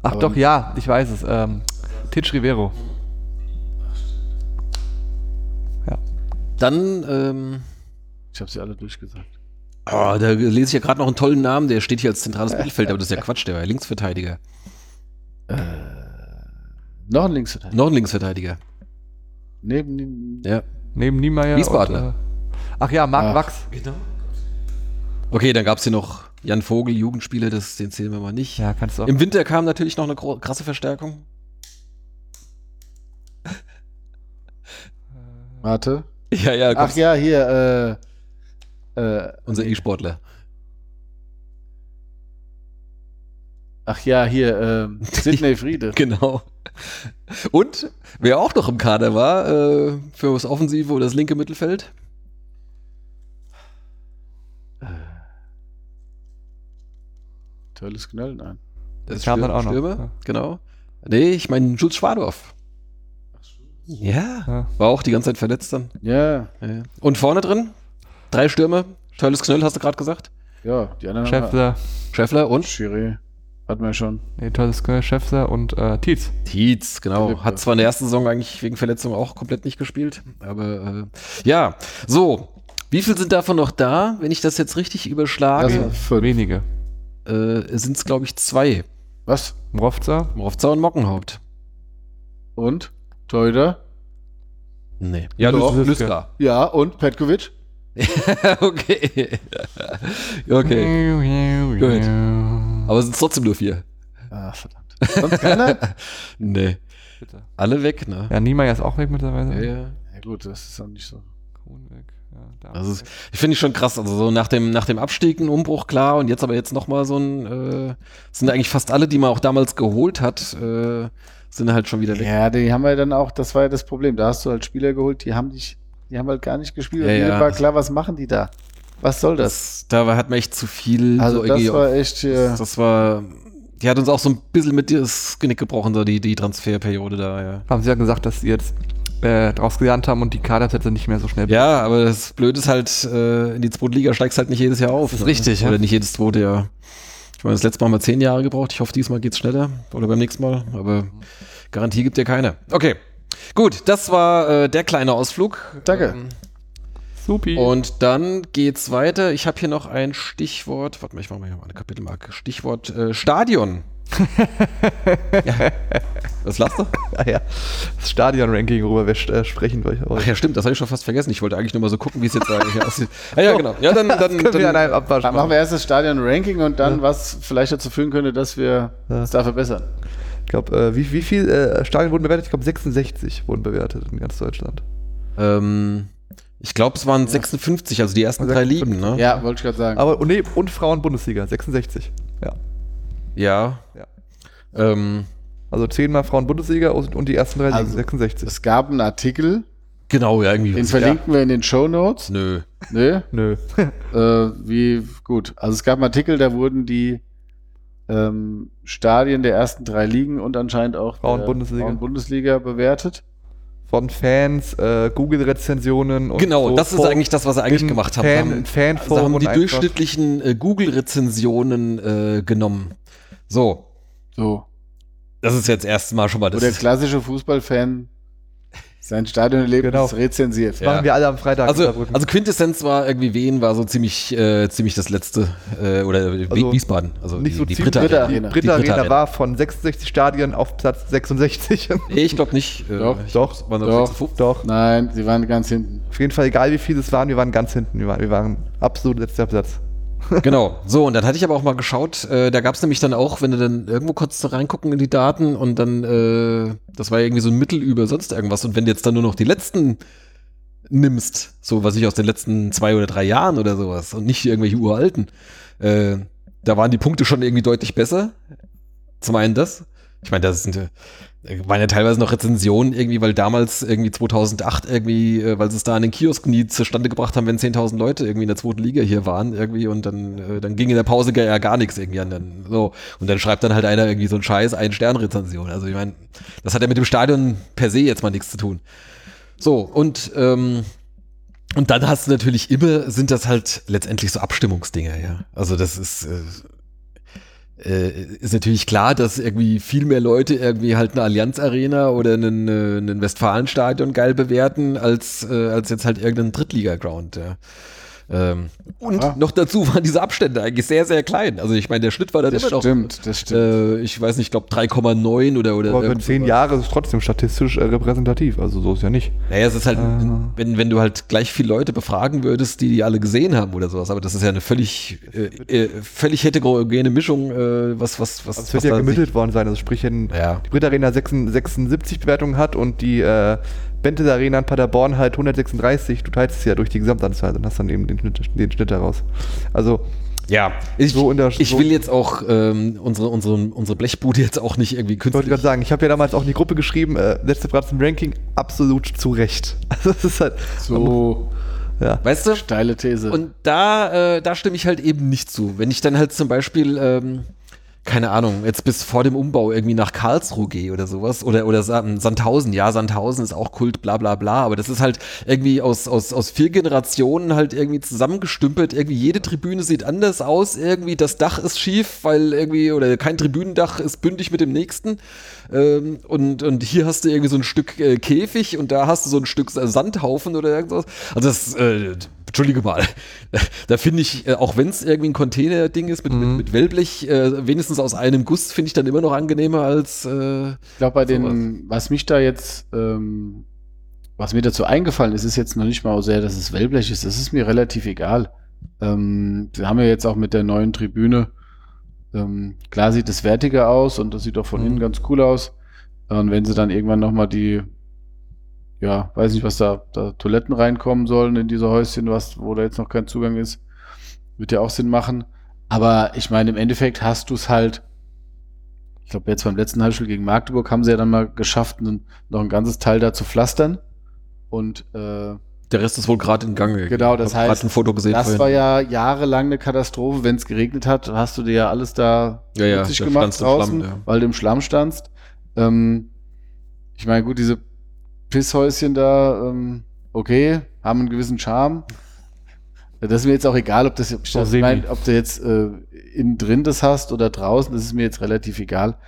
C: Ach
D: Aber-
C: doch, ja, ich weiß es. Ähm, Titsch Rivero.
B: Dann, ähm,
D: Ich habe sie alle durchgesagt.
B: oh, da lese ich ja gerade noch einen tollen Namen, der steht hier als zentrales Mittelfeld, aber das ist ja Quatsch, der war ja Linksverteidiger.
D: Noch ein Linksverteidiger.
B: Noch ein Linksverteidiger.
D: Neben dem.
B: Ja.
C: Neben Niemeyer.
B: Wiesbadener.
C: Und, äh, ach ja, Marc
D: Ach.
C: Wachs.
B: Okay, dann gab es hier noch Jan Vogel, Jugendspieler, das, den zählen wir mal nicht.
C: Ja, kannst du auch.
B: Im Winter kam natürlich noch eine gro- krasse Verstärkung.
D: Warte.
B: Ja, ja,
D: Ach
B: ja.
D: ja, hier, äh, äh,
B: unser E-Sportler.
D: ach ja, hier, ähm, Sidney Friede.
B: Genau. Und wer auch noch im Kader war, äh, für das offensive oder das linke Mittelfeld,
D: Tolles Knallen an.
B: das
C: kam dann auch noch,
B: Stürmer,
C: ja.
B: genau. Nee, ich meine Jules Schwadorf. Ja,
C: Ja.
B: war auch die ganze Zeit verletzt dann.
D: Ja,
B: Ja. Und vorne drin, drei Stürme, Tolles Knöll, hast du gerade gesagt.
D: ja, die anderen haben
C: Schäffler.
B: Schäffler
D: wir-
B: und
D: Schiri. Hatten wir schon.
C: Nee, tolles Girl, Schäffler und äh, Tietz.
B: Tietz, genau.
D: Philipp, ja.
B: Hat zwar in der ersten Saison eigentlich wegen Verletzung auch komplett nicht gespielt, aber äh, ja, so. Wie viel sind davon noch da, wenn ich das jetzt richtig überschlage?
D: Also fünf.
C: Wenige.
D: Also-
B: äh, sind es, glaube ich, zwei.
D: Was?
C: Mrofza?
B: Mrofza und Mockenhaupt.
D: Und? Teuder?
B: Nee.
E: Ja,
D: Doch,
E: Lys-
C: Lüsker.
E: Lyska.
D: Ja, und Petkovic?
B: okay. okay.
C: Gut.
B: Aber es sind trotzdem nur vier.
D: Ah, verdammt. Sonst keiner?
B: Nee. Alle weg, ne?
C: Ja, Niemeyer ist auch weg mittlerweile.
B: ja.
D: ja, gut, das ist dann nicht so.
C: Kuhn weg. Ja, da
B: Das ist, ich finde ich schon krass. Also so nach dem, nach dem Abstieg ein Umbruch, klar. Und jetzt aber jetzt nochmal so ein, äh, sind eigentlich fast alle, die man auch damals geholt hat, äh, sind halt schon wieder weg.
D: Ja, die haben wir dann auch, das war ja das Problem. Da hast du halt Spieler geholt, die haben dich, die haben halt gar nicht gespielt.
B: Ja,
D: und mir
B: ja.
D: war klar, was machen die da? Was soll das?
B: Das, da war, hat man echt zu viel.
D: also
B: so
D: das
B: irgendwie-
D: war echt hier.
B: das, das war, die hat uns auch so ein bisschen mit das Genick gebrochen, so die, die Transferperiode da, ja.
C: haben sie ja gesagt, dass sie jetzt äh, draus gelernt haben und die Kaderplätze nicht mehr so schnell
B: Ja, aber das Blöde ist halt, äh, in die zweite Liga steigst halt nicht jedes Jahr auf.
C: Das ist richtig, ja.
B: Oder nicht jedes zweite Jahr. Ich meine, das letzte Mal haben wir zehn Jahre gebraucht. Ich hoffe, diesmal geht's schneller. Oder beim nächsten Mal. Aber Garantie gibt dir keine. Okay. Gut, das war äh, der kleine Ausflug.
D: Danke.
C: Supi.
B: Ähm, und dann geht's weiter. Ich habe hier noch ein Stichwort. Warte mal, ich mache mal hier mal eine Kapitelmarke. Stichwort äh, Stadion. ja. Was lachst du?
C: Ah, ja. Das Stadion-Ranking, worüber wir äh, sprechen, wollte ich
B: Ach
C: euch.
B: ja, stimmt, das habe ich schon fast vergessen. Ich wollte eigentlich nur mal so gucken, wie es jetzt eigentlich aussieht. Ah ja, genau. Ja, dann, dann,
C: Können wir
B: dann
C: an einem Abwasch
D: Dann machen wir erst das Stadion-Ranking und dann, was vielleicht dazu führen könnte, dass wir
C: Ja.
D: es da verbessern.
C: Ich glaube, äh, wie, wie viel äh, Stadien wurden bewertet? Ich glaube, 66 wurden bewertet in ganz Deutschland.
B: Ähm, ich glaube, es waren 56, also die ersten drei Ligen, ne?
D: Ja, wollte ich gerade sagen.
C: Aber oh nee, und Frauen-Bundesliga, 66. Ja.
B: Ja.
C: Ja.
B: Ähm,
C: Also zehnmal Frauen-Bundesliga und, und die ersten drei
D: Also,
C: Ligen, 66.
D: es gab einen Artikel,
B: genau, ja, irgendwie.
D: den
B: was-
D: verlinken wir in den Show Notes.
B: Nö.
D: Nö.
C: Nö.
D: äh, wie gut. Also es gab einen Artikel, da wurden die ähm, Stadien der ersten drei Ligen und anscheinend auch der
C: Frauenbundesliga.
D: Frauenbundesliga bewertet.
C: Von Fans, äh, Google-Rezensionen und
B: Genau,
C: so
B: das ist
C: Foren-
B: eigentlich das, was er eigentlich
C: in
B: gemacht hat.
C: Fan,
B: Haben-
C: Fan
B: Also haben die durchschnittlichen äh, Google-Rezensionen äh, genommen. So,
D: So.
B: das ist jetzt erstmal schon mal
D: Wo der
B: das.
D: klassische Fußballfan sein Stadionerlebnis
C: Genau.
D: rezensiert.
B: Ja.
C: Machen wir alle am Freitag.
B: Also,
C: Saarbrücken.
B: also Quintessenz war irgendwie Wien war so ziemlich, äh, ziemlich das letzte äh, oder
C: Also,
B: Wiesbaden, also
C: nicht
B: die,
C: so
B: die
C: ziemlich-
B: dritte
D: Dritte
B: Arena.
D: Arena.
C: die
D: Die
C: dritte
B: dritte
C: Arena
B: Arena.
C: war von 66 Stadien auf Platz 66.
B: Nee, ich glaube nicht. Äh,
D: Doch,
B: ich
C: doch,
B: waren
D: doch.
B: 56.
C: Doch.
D: Nein, sie waren ganz hinten.
C: Auf jeden Fall, egal wie viele es waren, wir waren ganz hinten. Wir waren, wir waren absolut letzter Platz.
B: Genau, so und dann hatte ich aber auch mal geschaut, äh, da gab es nämlich dann auch, wenn du dann irgendwo kurz da reingucken in die Daten und dann, äh, das war ja irgendwie so ein Mittel über sonst irgendwas und wenn du jetzt dann nur noch die letzten nimmst, so was ich aus den letzten zwei oder drei Jahren oder sowas und nicht irgendwelche uralten, äh, da waren die Punkte schon irgendwie deutlich besser. Zum einen das, ich meine, das sind, äh, waren ja teilweise noch Rezensionen irgendwie, weil damals irgendwie 2008 irgendwie, äh, weil sie es da an den Kiosk nie zustande gebracht haben, wenn 10.000 Leute irgendwie in der zweiten Liga hier waren irgendwie und dann, äh, dann ging in der Pause gar- ja gar nichts irgendwie an. Dann, so. Und dann schreibt dann halt einer irgendwie so einen Scheiß, einen Stern-Rezension. Also ich meine, das hat ja mit dem Stadion per se jetzt mal nichts zu tun. So, und, ähm, und dann hast du natürlich immer, sind das halt letztendlich so Abstimmungsdinge, ja. Also das ist, äh, äh, ist natürlich klar, dass irgendwie viel mehr Leute irgendwie halt eine Allianz Arena oder einen, äh, einen Westfalenstadion geil bewerten, als, äh, als jetzt halt irgendeinen Drittliga-Ground. Ja. Ähm, und
D: Ah.
B: noch dazu waren diese Abstände eigentlich sehr, sehr klein. Also ich meine, der Schnitt war dann
D: Das
B: immer noch,
D: stimmt, das stimmt.
B: äh, ich weiß nicht, ich glaube 3,9 oder oder.
C: Aber für
B: irgend
C: zehn
B: sowas.
C: Jahre ist es trotzdem statistisch äh, repräsentativ. Also so ist ja nicht.
B: Naja, es ist halt,
C: Ah.
B: wenn, wenn du halt gleich viele Leute befragen würdest, die die alle gesehen haben oder sowas, aber das ist ja eine völlig, äh, äh, völlig heterogene Mischung, äh, was, was, was.
C: Also es
B: was
C: wird ja
B: da sich-
C: gemittelt worden sein. Also sprich, wenn
B: Ja.
C: die Brit Arena 76, 76 Bewertungen hat und die äh, Bentes Arena in Paderborn halt 136, du teilst es ja durch die Gesamtanzahl und hast dann eben den Schnitt, den Schnitt daraus. Also
B: Ja, ich,
C: So in der-
B: ich
C: so-
B: will jetzt auch ähm, unsere, unsere, unsere Blechbude jetzt auch nicht irgendwie
C: ich wollte
B: künstlich.
C: gerade sagen, ich habe ja damals auch in die Gruppe geschrieben, äh, letzte Platz im Ranking, absolut zu Recht. Also es ist halt,
D: so
C: ja.
B: Weißt du?
D: steile These.
B: Und da, äh, da stimme ich halt eben nicht zu. Wenn ich dann halt zum Beispiel, ähm, keine Ahnung, jetzt bis vor dem Umbau irgendwie nach Karlsruhe gehe oder sowas oder, oder Sa- ähm, Sandhausen, ja, Sandhausen ist auch Kult, bla bla bla, aber das ist halt irgendwie aus, aus, aus vier Generationen halt irgendwie zusammengestümpelt, irgendwie jede Tribüne sieht anders aus, irgendwie das Dach ist schief, weil irgendwie, oder kein Tribünendach ist bündig mit dem nächsten. Ähm, und, und hier hast du irgendwie so ein Stück äh, Käfig und da hast du so ein Stück Sandhaufen oder irgendwas. Also das, äh, entschuldige mal, da finde ich, äh, auch wenn es irgendwie ein Container-Ding ist mit,
C: Mhm.
B: mit, mit Wellblech, äh, wenigstens aus einem Guss finde ich dann immer noch angenehmer als äh,
D: Ich glaube, bei
B: Sowas.
D: den, was mich da jetzt, ähm, was mir dazu eingefallen ist, ist jetzt noch nicht mal so sehr, dass es Wellblech ist. Das ist mir relativ egal. Ähm, wir haben ja jetzt auch mit der neuen Tribüne, ähm, klar sieht es wertiger aus und das sieht auch von
C: Mhm.
D: innen ganz cool aus. Und wenn sie dann irgendwann nochmal die, ja, weiß nicht, was da, da Toiletten reinkommen sollen in diese Häuschen, was, wo da jetzt noch kein Zugang ist, wird ja auch Sinn machen. Aber ich meine, im Endeffekt hast du es halt, ich glaube, jetzt beim letzten Heimspiel gegen Magdeburg haben sie ja dann mal geschafft, einen, noch ein ganzes Teil da zu pflastern. Und äh,
B: der Rest ist wohl gerade in Gang.
D: Genau, das
B: Hab grad
D: heißt,
B: ein Foto gesehen
D: das
B: vorhin.
D: war ja jahrelang eine Katastrophe. Wenn es geregnet hat, hast du dir ja alles da
B: Ja, ja,
D: putzig
B: da
D: gemacht
B: standst du im
D: draußen,
B: Schlamm, ja.
D: weil du im Schlamm standst. Ähm, ich meine, gut, diese Pisshäuschen da, ähm, okay, haben einen gewissen Charme. Das ist mir jetzt auch egal, ob, das, ob, ich
C: So
D: das,
C: semi.
D: mein, ob du jetzt äh, innen drin das hast oder draußen, das ist mir jetzt relativ egal.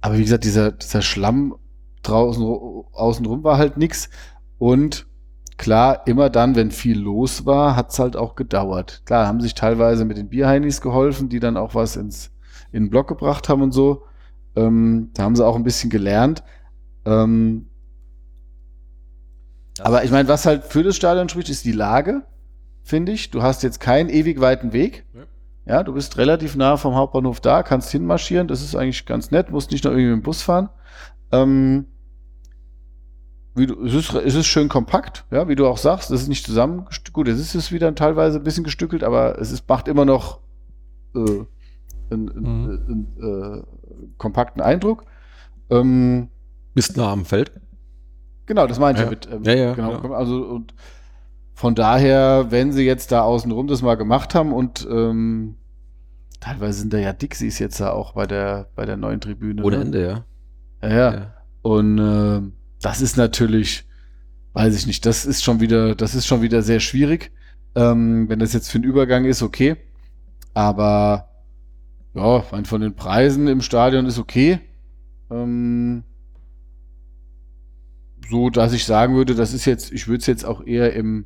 D: Aber wie gesagt, dieser, dieser Schlamm draußen ru- außenrum war halt nix. Und klar, immer dann, wenn viel los war, hat's halt auch gedauert. Klar, haben sich teilweise mit den Bierheinis geholfen, die dann auch was ins, in den Block gebracht haben und so. Ähm, da haben sie auch ein bisschen gelernt. Ähm, aber ich meine, was halt für das Stadion spricht, ist die Lage, finde ich. Du hast jetzt keinen ewig weiten Weg.
B: Ja.
D: Ja, du bist relativ nah vom Hauptbahnhof da, kannst hinmarschieren. Das ist eigentlich ganz nett, musst nicht noch irgendwie mit dem Bus fahren. Ähm, wie du, es, ist, es ist schön kompakt, ja, wie du auch sagst. Es ist nicht zusammen. Gut, es ist es wieder teilweise ein bisschen gestückelt, aber es ist, macht immer noch äh, einen, einen, einen, äh, kompakten Eindruck. Ähm,
B: Bist nah am Feld.
D: Genau, das meinte
B: Ja.
D: ich mit. Ähm,
B: Ja, ja,
D: genau,
B: ja.
D: Also und von daher, wenn sie jetzt da außenrum das mal gemacht haben und ähm, teilweise sind da ja Dixies jetzt da auch bei der bei der neuen Tribüne.
B: Ohne
D: ne?
B: Ende, ja.
D: Ja, ja.
B: Ja.
D: Und ähm, das ist natürlich, weiß ich nicht, das ist schon wieder, das ist schon wieder sehr schwierig. Ähm, wenn das jetzt für einen Übergang ist, okay. Aber ja, ich meine, von den Preisen im Stadion ist okay. Ähm, so, dass ich sagen würde, das ist jetzt, ich würde es jetzt auch eher im,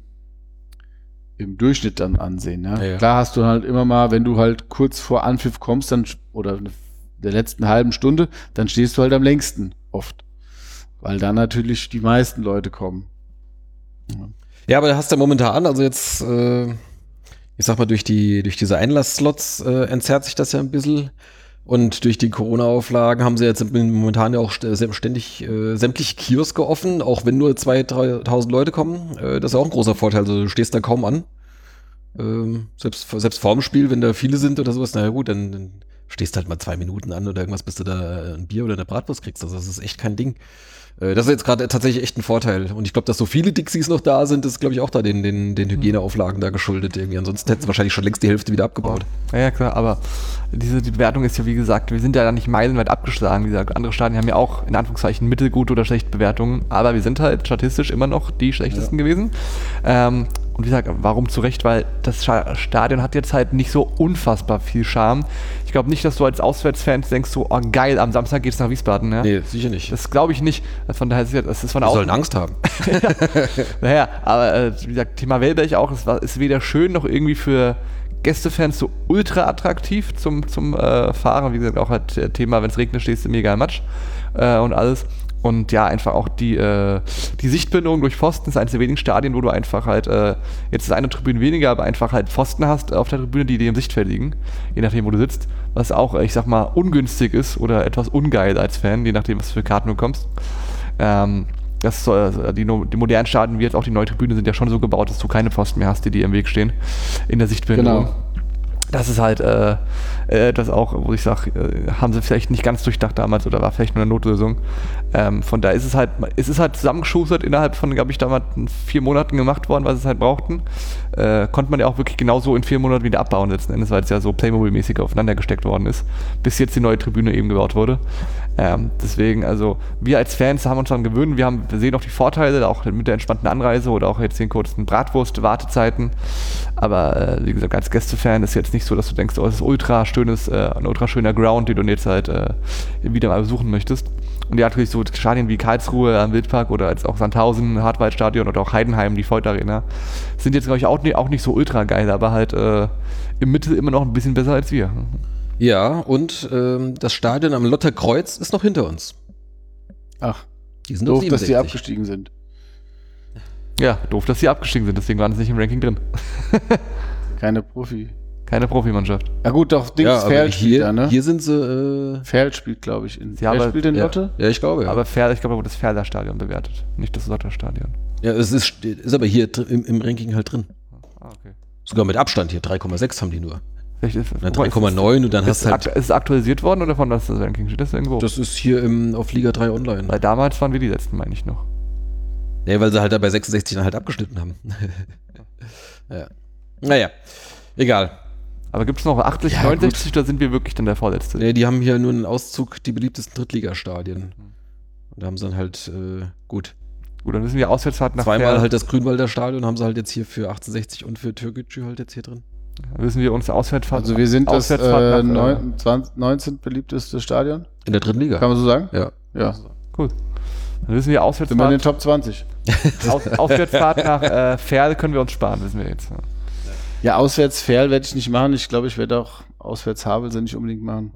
D: im Durchschnitt dann ansehen. Ne?
B: Ja, ja.
D: Klar hast du halt immer mal, wenn du halt kurz vor Anpfiff kommst, dann sch- oder in der letzten halben Stunde, dann stehst du halt am längsten oft. Weil da natürlich die meisten Leute kommen.
B: Ja, aber hast du momentan, also jetzt, äh, ich sag mal, durch, die, durch diese Einlassslots äh, entzerrt sich das ja ein bisschen. Und durch die Corona-Auflagen haben sie jetzt momentan ja auch st- äh, ständig äh, sämtliche Kioske offen, auch wenn nur 2.000, 3.000 Leute kommen. Äh, das ist ja auch ein großer Vorteil, also du stehst da kaum an. Ähm, selbst, selbst vorm Spiel, wenn da viele sind oder sowas, naja gut, dann, dann stehst du halt mal zwei Minuten an oder irgendwas, bis du da äh, ein Bier oder eine Bratwurst kriegst. Also das ist echt kein Ding. Äh, Das ist jetzt gerade tatsächlich echt ein Vorteil. Und ich glaube, dass so viele Dixies noch da sind, ist, glaube ich, auch da den, den,
C: Mhm.
B: den Hygieneauflagen da geschuldet irgendwie. Ansonsten hätten sie wahrscheinlich schon längst die Hälfte wieder abgebaut.
C: Ja, ja, klar, aber diese die Bewertung ist ja, wie gesagt, wir sind ja da nicht meilenweit abgeschlagen. Wie gesagt, andere Stadien haben ja auch in Anführungszeichen mittelgute oder schlechte Bewertungen, aber wir sind halt statistisch immer noch die schlechtesten gewesen. Ähm, und wie gesagt, warum zu Recht? Weil das Scha- Stadion hat jetzt halt nicht so unfassbar viel Charme. Ich glaube nicht, dass du als Auswärtsfan denkst, so, oh geil, am Samstag geht's nach Wiesbaden. Ja?
B: Nee, sicher nicht.
C: Das glaube ich nicht. Also Von daher ist es- das ist von
B: die
C: außen.
B: sollen Angst haben.
C: Naja, aber äh, wie gesagt, Thema Wellblech auch, es war, ist weder schön noch irgendwie für Gästefans so ultra attraktiv zum, zum äh, Fahren. Wie gesagt, auch halt äh, Thema, wenn es regnet, stehst du im egal Matsch äh, und alles. Und ja, einfach auch die, äh, die Sichtbindung durch Pfosten ist eines der wenigen Stadien, wo du einfach halt, äh, jetzt ist eine Tribüne weniger, aber einfach halt Pfosten hast auf der Tribüne, die dir im Sichtfeld liegen, je nachdem, wo du sitzt. Was auch, äh, ich sag mal, ungünstig ist oder etwas ungeil als Fan, je nachdem, was für Karten du bekommst. Ähm, das soll, also die, no- die modernen Staaten, wie jetzt auch die neue Tribüne, sind ja schon so gebaut, dass du keine Pfosten mehr hast, die dir im Weg stehen. In der Sichtbehinderung.
D: Genau.
C: Das ist halt äh, äh, etwas auch, wo ich sage, äh, haben sie vielleicht nicht ganz durchdacht damals oder war vielleicht nur eine Notlösung. Ähm, von daher ist es halt, es ist halt zusammengeschustert innerhalb von, glaube ich, damals vier Monaten gemacht worden, was es halt brauchten. Äh, konnte man ja auch wirklich genauso in vier Monaten wieder abbauen letzten Endes, weil es ja so Playmobil-mäßig aufeinander gesteckt worden ist, bis jetzt die neue Tribüne eben gebaut wurde. Ähm, deswegen, also wir als Fans haben uns daran gewöhnt, wir, haben, wir sehen auch die Vorteile, auch mit der entspannten Anreise oder auch jetzt den kurzen Bratwurst-Wartezeiten. Aber äh, wie gesagt, als Gästefan ist jetzt nicht so, dass du denkst, oh, es ist ultra schönes, äh, ein ultra schöner Ground, den du jetzt halt äh, wieder mal besuchen möchtest. Und ja, natürlich so Stadien wie Karlsruhe am Wildpark oder jetzt auch Sandhausen, Hartwaldstadion oder auch Heidenheim, die Voigt Arena, sind jetzt, glaube ich, auch, ni- auch nicht so ultra geil, aber halt äh, im Mittel immer noch ein bisschen besser als wir.
B: Ja, und ähm, das Stadion am Lotter Kreuz ist noch hinter uns.
D: Ach,
B: Die sind
D: doof, dass die
B: 67.
D: abgestiegen sind.
C: Ja, doof, dass sie abgestiegen sind, deswegen waren sie nicht im Ranking drin.
D: Keine Profi.
C: Keine Profimannschaft.
D: Ja gut, doch, Dings
B: Ja, aber
D: Ferl spielt
B: hier,
D: da, ne?
B: hier sind sie. Äh,
D: Ferl spielt, glaube ich, in.
C: Ja,
D: Wer
C: aber-
D: spielt in
B: ja.
D: Lotte?
B: ja, ich glaube. Ja,
C: Aber Ferl, ich glaube, da wurde das Ferler Stadion bewertet, nicht das Sotter Stadion.
B: ja es ist, ist aber hier dr- im, im Ranking halt drin.
C: Ah, okay.
B: Sogar mit Abstand hier, 3,6 haben die nur.
C: Vielleicht ist,
B: Na,
C: guck mal, ist,
B: 3,9 und dann hast
C: ist,
B: halt.
C: ak- ist es aktualisiert worden oder von was das Ranking steht? Das
D: oh.
C: irgendwo.
B: Das ist hier im, auf Liga 3 online.
C: Weil damals waren wir die letzten, meine ich noch.
B: Nee, weil sie halt da bei 66 dann halt abgeschnitten haben. ja. Naja, egal.
C: Aber gibt es noch 80,
B: Ja,
C: 69 oder sind wir wirklich dann der Vorletzte?
B: Nee, die haben hier nur einen Auszug, die beliebtesten Drittligastadien.
D: Hm.
B: Und da haben sie dann halt, äh, gut,
C: Gut, dann wissen wir Auswärtsfahrt nach
B: zweimal
C: Ferl.
B: halt das Grünwalder Stadion haben sie halt jetzt hier für 1860 und für Türkgücü halt jetzt hier drin.
C: Dann wissen wir uns Auswärtsfahrt.
D: Also wir sind das
C: Auswärtsfahrt
D: äh,
C: nach,
D: neun, 20, 19 beliebteste Stadion,
B: In der dritten Liga.
D: kann man so sagen?
B: Ja.
D: Ja,
C: Cool. Dann wissen wir
D: sind wir in den
C: Auswärtsfahrt,
D: Top 20.
C: Aus, Auswärtsfahrt nach äh, Ferl können wir uns sparen, wissen wir jetzt. Ja.
D: Ja, auswärts Ferl werde ich nicht machen. Ich glaube, ich werde auch auswärts Havelse nicht unbedingt machen.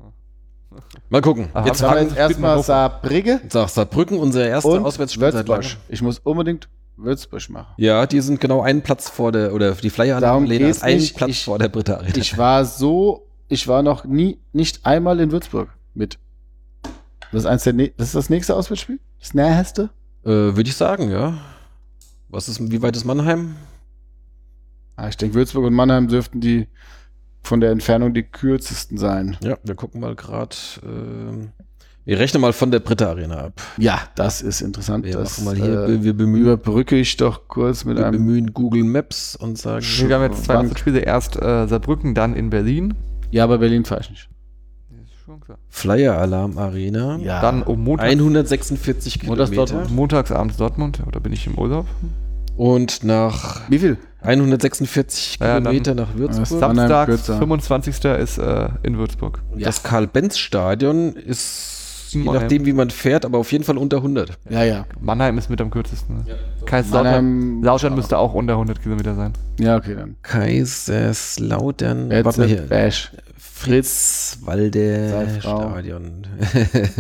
B: Mal gucken.
C: Aha.
B: Jetzt
D: Aber
B: fragen
C: Fragen-
D: jetzt erstmal
C: Bitte
D: Saarbrücken
B: nach Saarbrücken, unser erster
D: und
B: Auswärtsspiel seit langem.
D: Würzburg. Ich muss unbedingt Würzburg machen.
B: Ja, die sind genau einen Platz vor der, oder die flyer
D: Darum
B: Arena
D: geht's
B: ist einen
D: nicht.
B: Platz
D: Ich-
B: vor der Britta Arena.
D: Ich war so, ich war noch nie, nicht einmal in Würzburg mit. Das ist, eins der, nä- das, ist das nächste Auswärtsspiel? Das nächste?
B: äh, Würde ich sagen, ja. Was ist, wie weit ist Mannheim?
D: Ah, ich denke, Würzburg und Mannheim dürften die von der Entfernung die kürzesten sein.
B: Ja, wir gucken mal gerade. Ähm, wir rechnen mal von der Britta Arena ab.
D: Ja, das ist interessant.
B: Wir
D: das,
B: machen mal hier,
D: äh,
B: be- wir bemühen,
D: überbrücke ich doch kurz mit
B: wir
D: einem.
B: bemühen Google Maps und sagen,
C: Wir haben jetzt zwei
D: Wann-
C: Auswärtsspiele, erst äh, Saarbrücken, dann in Berlin.
D: Ja, aber Berlin fahre ich nicht.
B: Flyer Alarm Arena.
D: Ja.
C: Dann um Montag,
B: 146
D: Und das
B: Kilometer.
D: Dortmund.
C: montagsabends Dortmund, oder bin ich im Urlaub?
B: Und nach
D: Wie viel?
B: 146
C: Ja, dann-
B: Kilometer nach
D: Äh,
B: Würzburg.
D: Sam- Mannheim
C: Samstag,
D: kürzer.
C: 25. ist äh, in Würzburg.
B: Das Karl-Benz-Stadion ist, je
C: Mannheim.
B: nachdem wie man fährt, aber auf jeden Fall unter 100.
D: Ja, ja.
C: Mannheim ist mit am kürzesten. ne? Kaiserslautern
D: Mannheim-
C: Lautern müsste auch unter 100 Kilometer sein.
D: Ja, okay, dann.
B: Kaiserslautern, warte mal
D: Jetzt
B: hier,
D: Bash. Sei Frau.
B: Fritz-Walde-Stadion.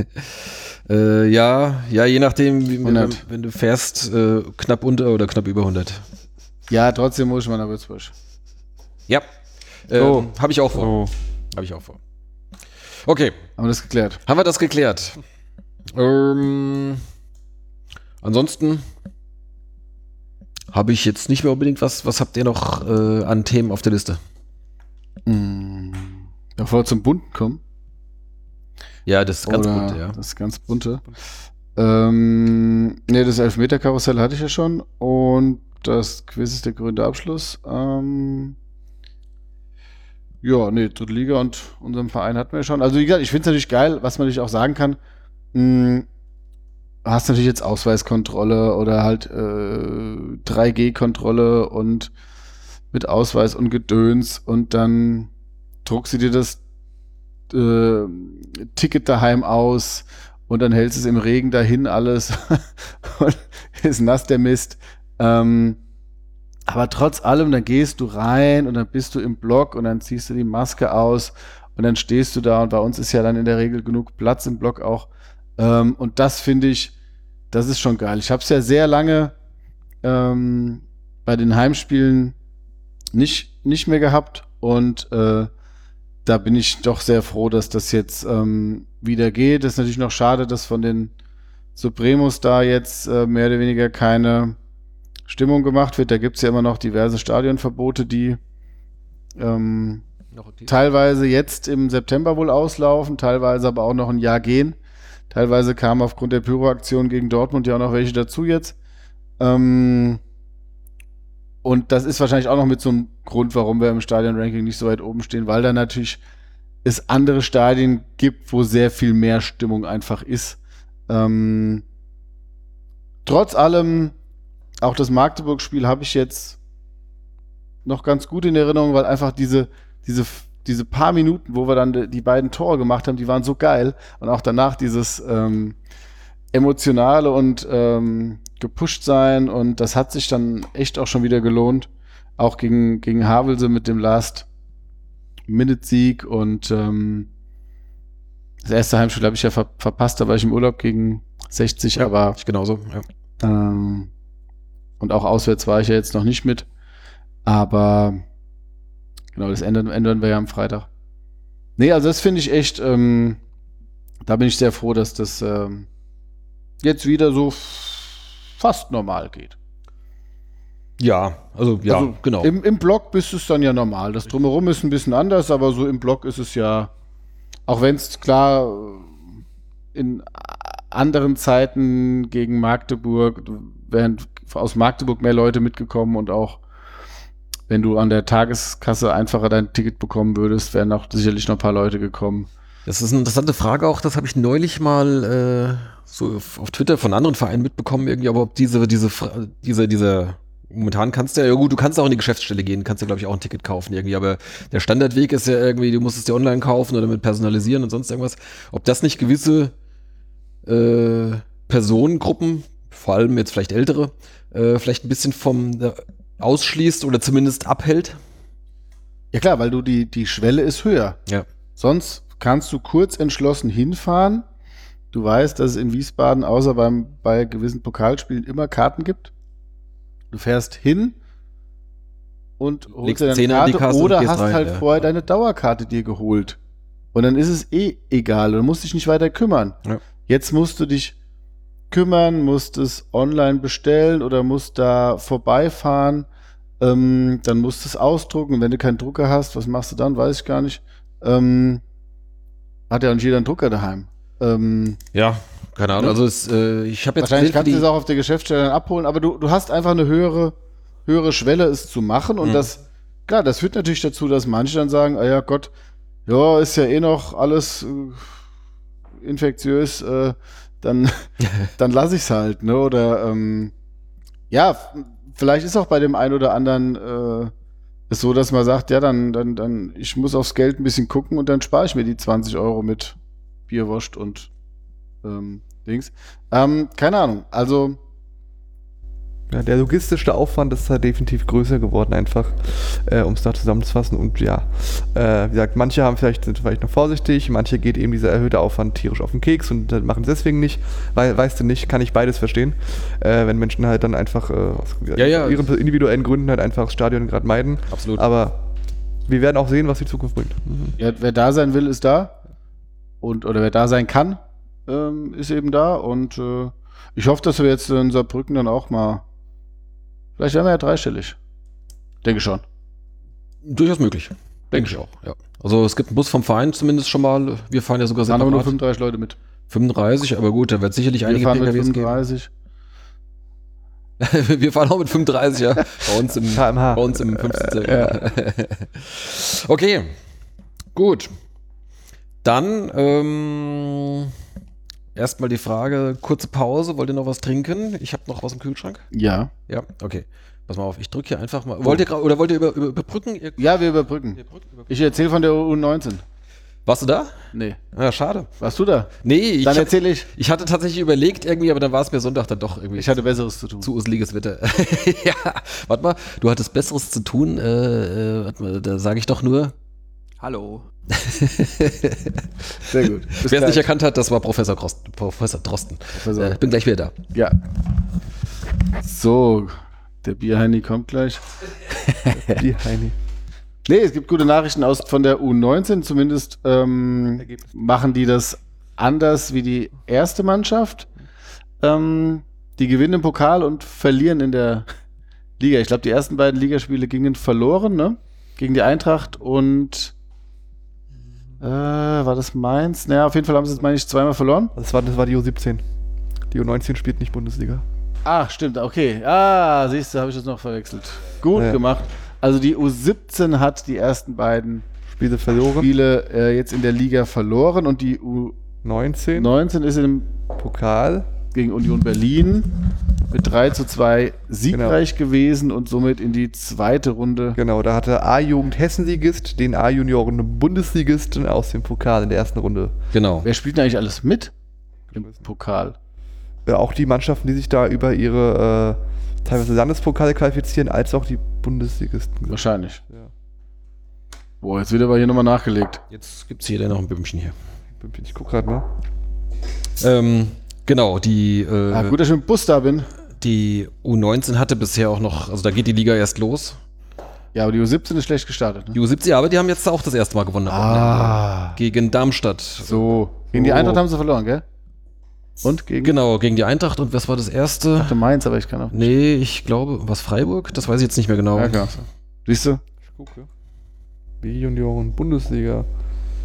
B: äh, ja, ja, je nachdem, wie, wenn,
D: 100.
B: wenn du fährst, äh, knapp unter oder knapp über 100.
D: Ja, trotzdem muss ich mal nach Würzburg.
B: Ja, ähm,
C: So.
B: habe ich auch vor.
C: So.
B: Habe ich auch vor. Okay,
D: Haben wir das geklärt?
B: haben wir das geklärt. Ähm, ansonsten habe ich jetzt nicht mehr unbedingt was. Was habt ihr noch äh, an Themen auf der Liste?
D: Mhm. Bevor wir zum Bunten kommen.
B: Ja, das ist ganz
D: oder
B: gut, ja.
D: Das ganz bunte. Ähm, ne, das Elfmeter-Karussell hatte ich ja schon. Und das Quiz ist der grüne Abschluss. Ähm, ja, nee, dritte Liga und unserem Verein hatten wir schon. Also, wie gesagt, ich finde es natürlich geil, was man natürlich auch sagen kann. Mh, hast natürlich jetzt Ausweiskontrolle oder halt äh, 3G-Kontrolle und mit Ausweis und Gedöns und dann druckst du dir das äh, Ticket daheim aus und dann hältst es im Regen dahin alles und ist nass der Mist. Ähm, aber trotz allem, dann gehst du rein und dann bist du im Block und dann ziehst du die Maske aus und dann stehst du da und bei uns ist ja dann in der Regel genug Platz im Block auch. Ähm, und das finde ich, das ist schon geil. Ich habe es ja sehr lange ähm, bei den Heimspielen nicht, nicht mehr gehabt und äh, da bin ich doch sehr froh, dass das jetzt ähm, wieder geht. Das ist natürlich noch schade, dass von den Supremos da jetzt äh, mehr oder weniger keine Stimmung gemacht wird. Da gibt es ja immer noch diverse Stadionverbote, die ähm, teilweise jetzt im September wohl auslaufen, teilweise aber auch noch ein Jahr gehen. Teilweise kamen aufgrund der Pyroaktion gegen Dortmund ja auch noch welche dazu jetzt. Ähm, und das ist wahrscheinlich auch noch mit so einem Grund, warum wir im Stadion-Ranking nicht so weit oben stehen, weil da natürlich es andere Stadien gibt, wo sehr viel mehr Stimmung einfach ist. Ähm, trotz allem, auch das Magdeburg-Spiel habe ich jetzt noch ganz gut in Erinnerung, weil einfach diese, diese, diese paar Minuten, wo wir dann die beiden Tore gemacht haben, die waren so geil. Und auch danach dieses, ähm, emotionale und ähm, gepusht sein und das hat sich dann echt auch schon wieder gelohnt. Auch gegen, gegen Havelse mit dem Last-Minute-Sieg und ähm, das erste Heimspiel habe ich ja ver verpasst, da war ich im Urlaub gegen 60, aber
B: Ich genauso. Genau Ja.
D: ähm, und auch auswärts war ich ja jetzt noch nicht mit. Aber genau, das ändern, ändern wir ja am Freitag. Nee, also das finde ich echt, ähm, da bin ich sehr froh, dass das ähm, jetzt wieder so fast normal geht.
B: ja, also ja,
D: Also,
B: genau.
D: Im, Im Block ist es dann ja normal. Das Drumherum ist ein bisschen anders, aber so im Block ist es ja, auch wenn es klar äh, in anderen Zeiten gegen Magdeburg, wären aus Magdeburg mehr Leute mitgekommen und auch wenn du an der Tageskasse einfacher dein Ticket bekommen würdest, wären auch sicherlich noch ein paar Leute gekommen.
B: Das ist eine interessante Frage auch, das habe ich neulich mal äh, so auf, auf Twitter von anderen Vereinen mitbekommen, irgendwie, aber ob diese, diese, Fra- diese, diese, momentan kannst du ja, ja gut, du kannst auch in die Geschäftsstelle gehen, kannst ja, glaube ich, auch ein Ticket kaufen irgendwie, aber der Standardweg ist ja irgendwie, du musst es dir online kaufen oder mit personalisieren und sonst irgendwas. Ob das nicht gewisse äh, Personengruppen, vor allem jetzt vielleicht ältere, äh, vielleicht ein bisschen vom äh, ausschließt oder zumindest abhält.
D: Ja klar, weil du die, die Schwelle ist höher.
B: Ja.
D: Sonst kannst du kurz entschlossen hinfahren. Du weißt, dass es in Wiesbaden außer beim, bei gewissen Pokalspielen immer Karten gibt. Du fährst hin und holst
B: Legst
D: dir deine
B: Zehner in die
D: Karte
B: Kasse und
D: oder
B: gehst
D: hast
B: rein,
D: halt
B: ja.
D: vorher deine Dauerkarte dir geholt. Und dann ist es eh egal und musst dich nicht weiter kümmern.
B: Ja.
D: Jetzt musst du dich kümmern, musst es online bestellen oder musst da vorbeifahren. Ähm, dann musst du es ausdrucken. Wenn du keinen Drucker hast, was machst du dann? Weiß ich gar nicht. Ähm, hat ja nicht jeder einen Drucker daheim. Ähm,
B: Ja, keine Ahnung. Also es, äh, ich habe jetzt
D: wahrscheinlich
B: gesehen,
D: kannst du
B: die-
D: es auch auf der Geschäftsstelle dann abholen, aber du, du hast einfach eine höhere, höhere Schwelle, es zu machen. Und
B: Mhm.
D: das, klar, das führt natürlich dazu, dass manche dann sagen, ah ja Gott, ja, ist ja eh noch alles äh, infektiös, äh, dann, dann lasse ich es halt, ne? Oder ähm, ja, f- vielleicht ist auch bei dem einen oder anderen äh, es so, dass man sagt, ja, dann, dann, dann, ich muss aufs Geld ein bisschen gucken und dann spare ich mir die 20 Euro mit Bierwurst und ähm, Dings. Ähm, keine Ahnung. Also,
C: Ja, der logistische Aufwand ist da definitiv größer geworden, einfach, äh, um es da zusammenzufassen. Und ja, äh, wie gesagt, manche haben vielleicht, sind vielleicht noch vorsichtig, manche geht eben dieser erhöhte Aufwand tierisch auf den Keks und äh, machen es deswegen nicht. Weil, weißt du nicht, kann ich beides verstehen. Äh, wenn Menschen halt dann einfach äh, aus wie gesagt,
B: Ja, ja.
C: ihren individuellen Gründen halt einfach das Stadion gerade meiden.
B: Absolut.
C: Aber wir werden auch sehen, was die Zukunft bringt.
B: Mhm.
D: ja, wer da sein will, ist da. Und, oder wer da sein kann, ähm, ist eben da. Und äh, ich hoffe, dass wir jetzt in Saarbrücken dann auch mal. Vielleicht werden wir ja dreistellig. Denke schon.
B: Durchaus möglich. Denke ich auch, ja. Also es gibt einen Bus vom Verein zumindest schon mal. Wir fahren ja sogar
D: Da haben aber nur
B: separat.
D: 35 Leute mit.
B: 35, aber gut, da wird sicherlich
D: Wir
B: einige
D: fahren mit
B: PKWs geben.
D: 35.
B: wir fahren auch mit 35, ja. Bei uns im,
C: KMH.
B: bei uns im 15. okay, gut. Dann ähm, erstmal die Frage, kurze Pause. Wollt ihr noch was trinken? Ich habe noch was im Kühlschrank.
D: Ja.
B: Ja, okay. Pass mal auf, ich drücke hier einfach
D: Oh.
B: mal. Wollt ihr gra- oder wollt ihr über, über, überbrücken? Ihr,
D: Ja, wir überbrücken. Ich erzähle von der U19.
B: warst du da?
D: Nee.
B: Ja, schade.
D: Warst du da?
B: Nee, ich,
D: Dann
B: hab-
D: erzähle ich.
B: Ich hatte tatsächlich überlegt irgendwie, aber dann war es mir Sonntag dann doch irgendwie
D: Ich hatte Besseres zu tun.
B: zu useliges Wetter. ja, warte mal, du hattest Besseres zu tun. Äh, äh, warte mal, da sage ich doch nur.
F: Hallo.
D: Sehr gut. Bis
B: Wer es nicht
D: gleich.
B: erkannt hat, das war Professor, Krost, Professor Drosten.
D: Professor.
B: Äh, bin gleich wieder da.
D: Ja. So, der Bierheini kommt gleich.
C: Die Heini.
D: Nee, es gibt gute Nachrichten aus von der U19. Zumindest ähm,
C: Ergebnis.
D: machen die das anders wie die erste Mannschaft. Ähm, die gewinnen im Pokal und verlieren in der Liga. Ich glaube, die ersten beiden Ligaspiele gingen verloren, ne? Gegen die Eintracht und äh, war das Mainz? Naja, auf jeden Fall haben sie es, meine ich, zweimal verloren.
C: Das war, das war die U17. Die U19 spielt nicht Bundesliga.
D: Ach, stimmt, okay. Ah, siehst du, habe ich das noch verwechselt. Gut
C: Ja.
D: gemacht. Also die U17 hat die ersten beiden
C: Spiele verloren.
D: Spiele äh, jetzt in der Liga verloren und die
C: 19,
D: U19 ist im,
C: Pokal.
D: gegen Union Berlin mit 3 zu 2 siegreich gewesen und somit in die zweite Runde.
C: Genau, da hatte A-Jugend Hessensligist, den A-Junioren Bundesligisten aus dem Pokal in der ersten Runde.
B: Genau.
D: Wer spielt denn eigentlich alles mit im Pokal?
C: äh, auch die Mannschaften, die sich da über ihre äh, teilweise Landespokale qualifizieren, als auch die Bundesligisten.
D: Wahrscheinlich.
C: Ja.
D: Boah, jetzt wird aber hier nochmal nachgelegt.
B: Jetzt gibt es jeder noch ein Bümchen hier.
C: Ich guck gerade mal.
B: Ähm, genau, die, äh,
D: Ah, gut, dass ich mit dem Bus da bin.
B: die U19 hatte bisher auch noch, also da geht die Liga erst los.
D: Ja, aber die U17 ist schlecht gestartet.
B: Die
D: Ne?
B: U70, aber die haben jetzt auch das erste Mal gewonnen. am
D: Ah.
B: Wochenende. Gegen Darmstadt.
D: So. Gegen die
C: Oh.
D: Eintracht haben sie verloren, gell? Und gegen
B: Genau, gegen die Eintracht. Und was war das erste?
D: hatte Mainz, aber ich kann auch nicht.
B: Nee, ich glaube, was Freiburg? Das weiß ich jetzt nicht mehr genau.
D: Ja, klar. Siehst du?
C: Ich gucke. B-Junioren, Bundesliga.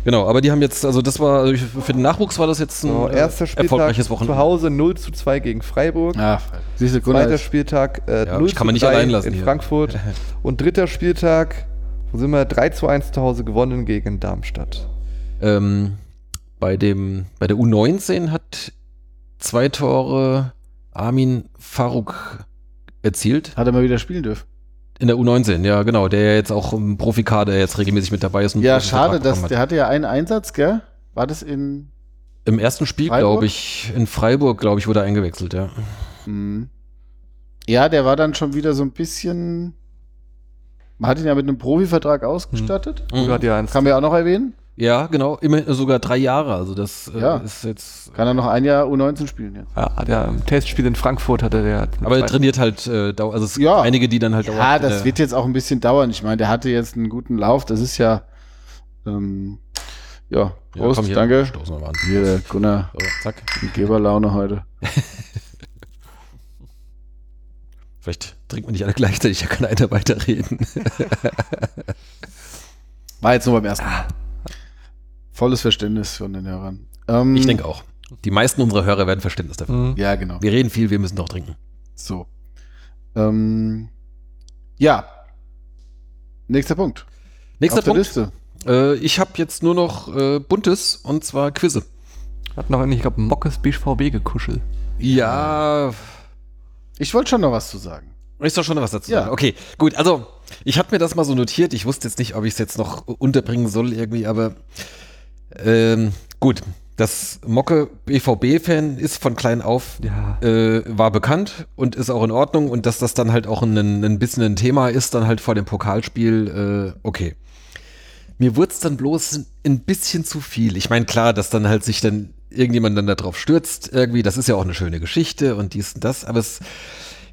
B: Genau, aber die haben jetzt, also das war, also ich- für den Nachwuchs war das jetzt ein
D: Genau,
C: So,
B: äh,
C: Genau, erster Spieltag
B: erfolgreiches
C: zu
B: Wochenende.
C: Hause 0 zu 2 gegen Freiburg.
D: Ja, siehst du, Gunnar
C: Zweiter
D: ist,
C: Spieltag äh,
B: Ja,
C: 0
B: ich kann man
C: zu
B: nicht
C: 3
B: allein lassen
C: in
B: hier.
C: Frankfurt. Und dritter Spieltag, wo sind wir? 3 zu 1 zu Hause gewonnen gegen Darmstadt.
B: Ähm, bei, dem, bei der U19 hat zwei Tore Armin Faruk erzielt.
D: hat er mal wieder spielen dürfen.
B: In der U19, ja, genau. Der jetzt auch im Profikader jetzt regelmäßig mit dabei ist. und
D: Ja,
B: einen Vertrag
D: schade, dass
B: bekommen hat.
D: der hatte ja einen Einsatz, gell? War das in.
B: Im ersten Spiel,
D: Freiburg?
B: glaube ich, in Freiburg, glaube ich, wurde er eingewechselt, ja.
D: Hm. Ja, der war dann schon wieder so ein bisschen. Man hat ihn ja mit einem Profivertrag ausgestattet.
C: Mhm. Hat ja eins.
D: Kann man ja auch noch erwähnen.
B: Ja, genau. Immerhin sogar drei Jahre. Also das äh,
D: Ja.
B: ist jetzt.
D: Kann er noch ein Jahr U19 spielen jetzt.
C: Ja, hat ja im Testspiel in Frankfurt hatte der.
B: Aber er trainiert halt, äh, dau- also es gibt
D: Ja.
B: einige, die dann halt
D: Ja,
B: dauerhaft,
D: das
B: äh,
D: wird jetzt auch ein bisschen dauern. Ich meine, der hatte jetzt einen guten Lauf. Das ist ja. Ähm, ja,
B: Ja,
D: Prost,
B: komm, hier,
D: danke.
B: Stoßen wir mal an.
D: Hier, der Gunnar,
B: So, zack.
D: die Geberlaune heute.
B: Vielleicht trinken wir nicht alle gleichzeitig, da kann einer weiterreden.
D: War jetzt nur beim ersten Mal. Ah. Volles Verständnis von den Hörern. Ähm,
B: Ich denke auch. Die meisten unserer Hörer werden Verständnis dafür.
C: Mhm.
D: Ja, genau.
B: Wir reden viel, wir müssen doch trinken.
D: So. Ähm, ja. Nächster Punkt.
B: Nächster
D: Auf der
B: Punkt.
D: Liste.
B: Äh, ich habe jetzt nur noch äh, Buntes und zwar Quizze.
C: Hat noch eigentlich, ich glaube, Mockes BVB gekuschelt.
B: Ja,
D: Ich wollte schon noch was zu sagen.
B: Ist doch schon was dazu.
D: Ja.
B: sagen. Okay, gut. Also, ich habe mir das mal so notiert. Ich wusste jetzt nicht, ob ich es jetzt noch unterbringen soll irgendwie, aber ähm, gut. Das Mocke BVB-Fan ist von klein auf,
C: Ja.
B: äh, war bekannt und ist auch in Ordnung. Und dass das dann halt auch ein, ein bisschen ein Thema ist, dann halt vor dem Pokalspiel, äh, okay. Mir wurde es dann bloß ein bisschen zu viel. Ich meine, klar, dass dann halt sich dann irgendjemand dann da drauf stürzt, irgendwie, das ist ja auch eine schöne Geschichte und dies und das, aber es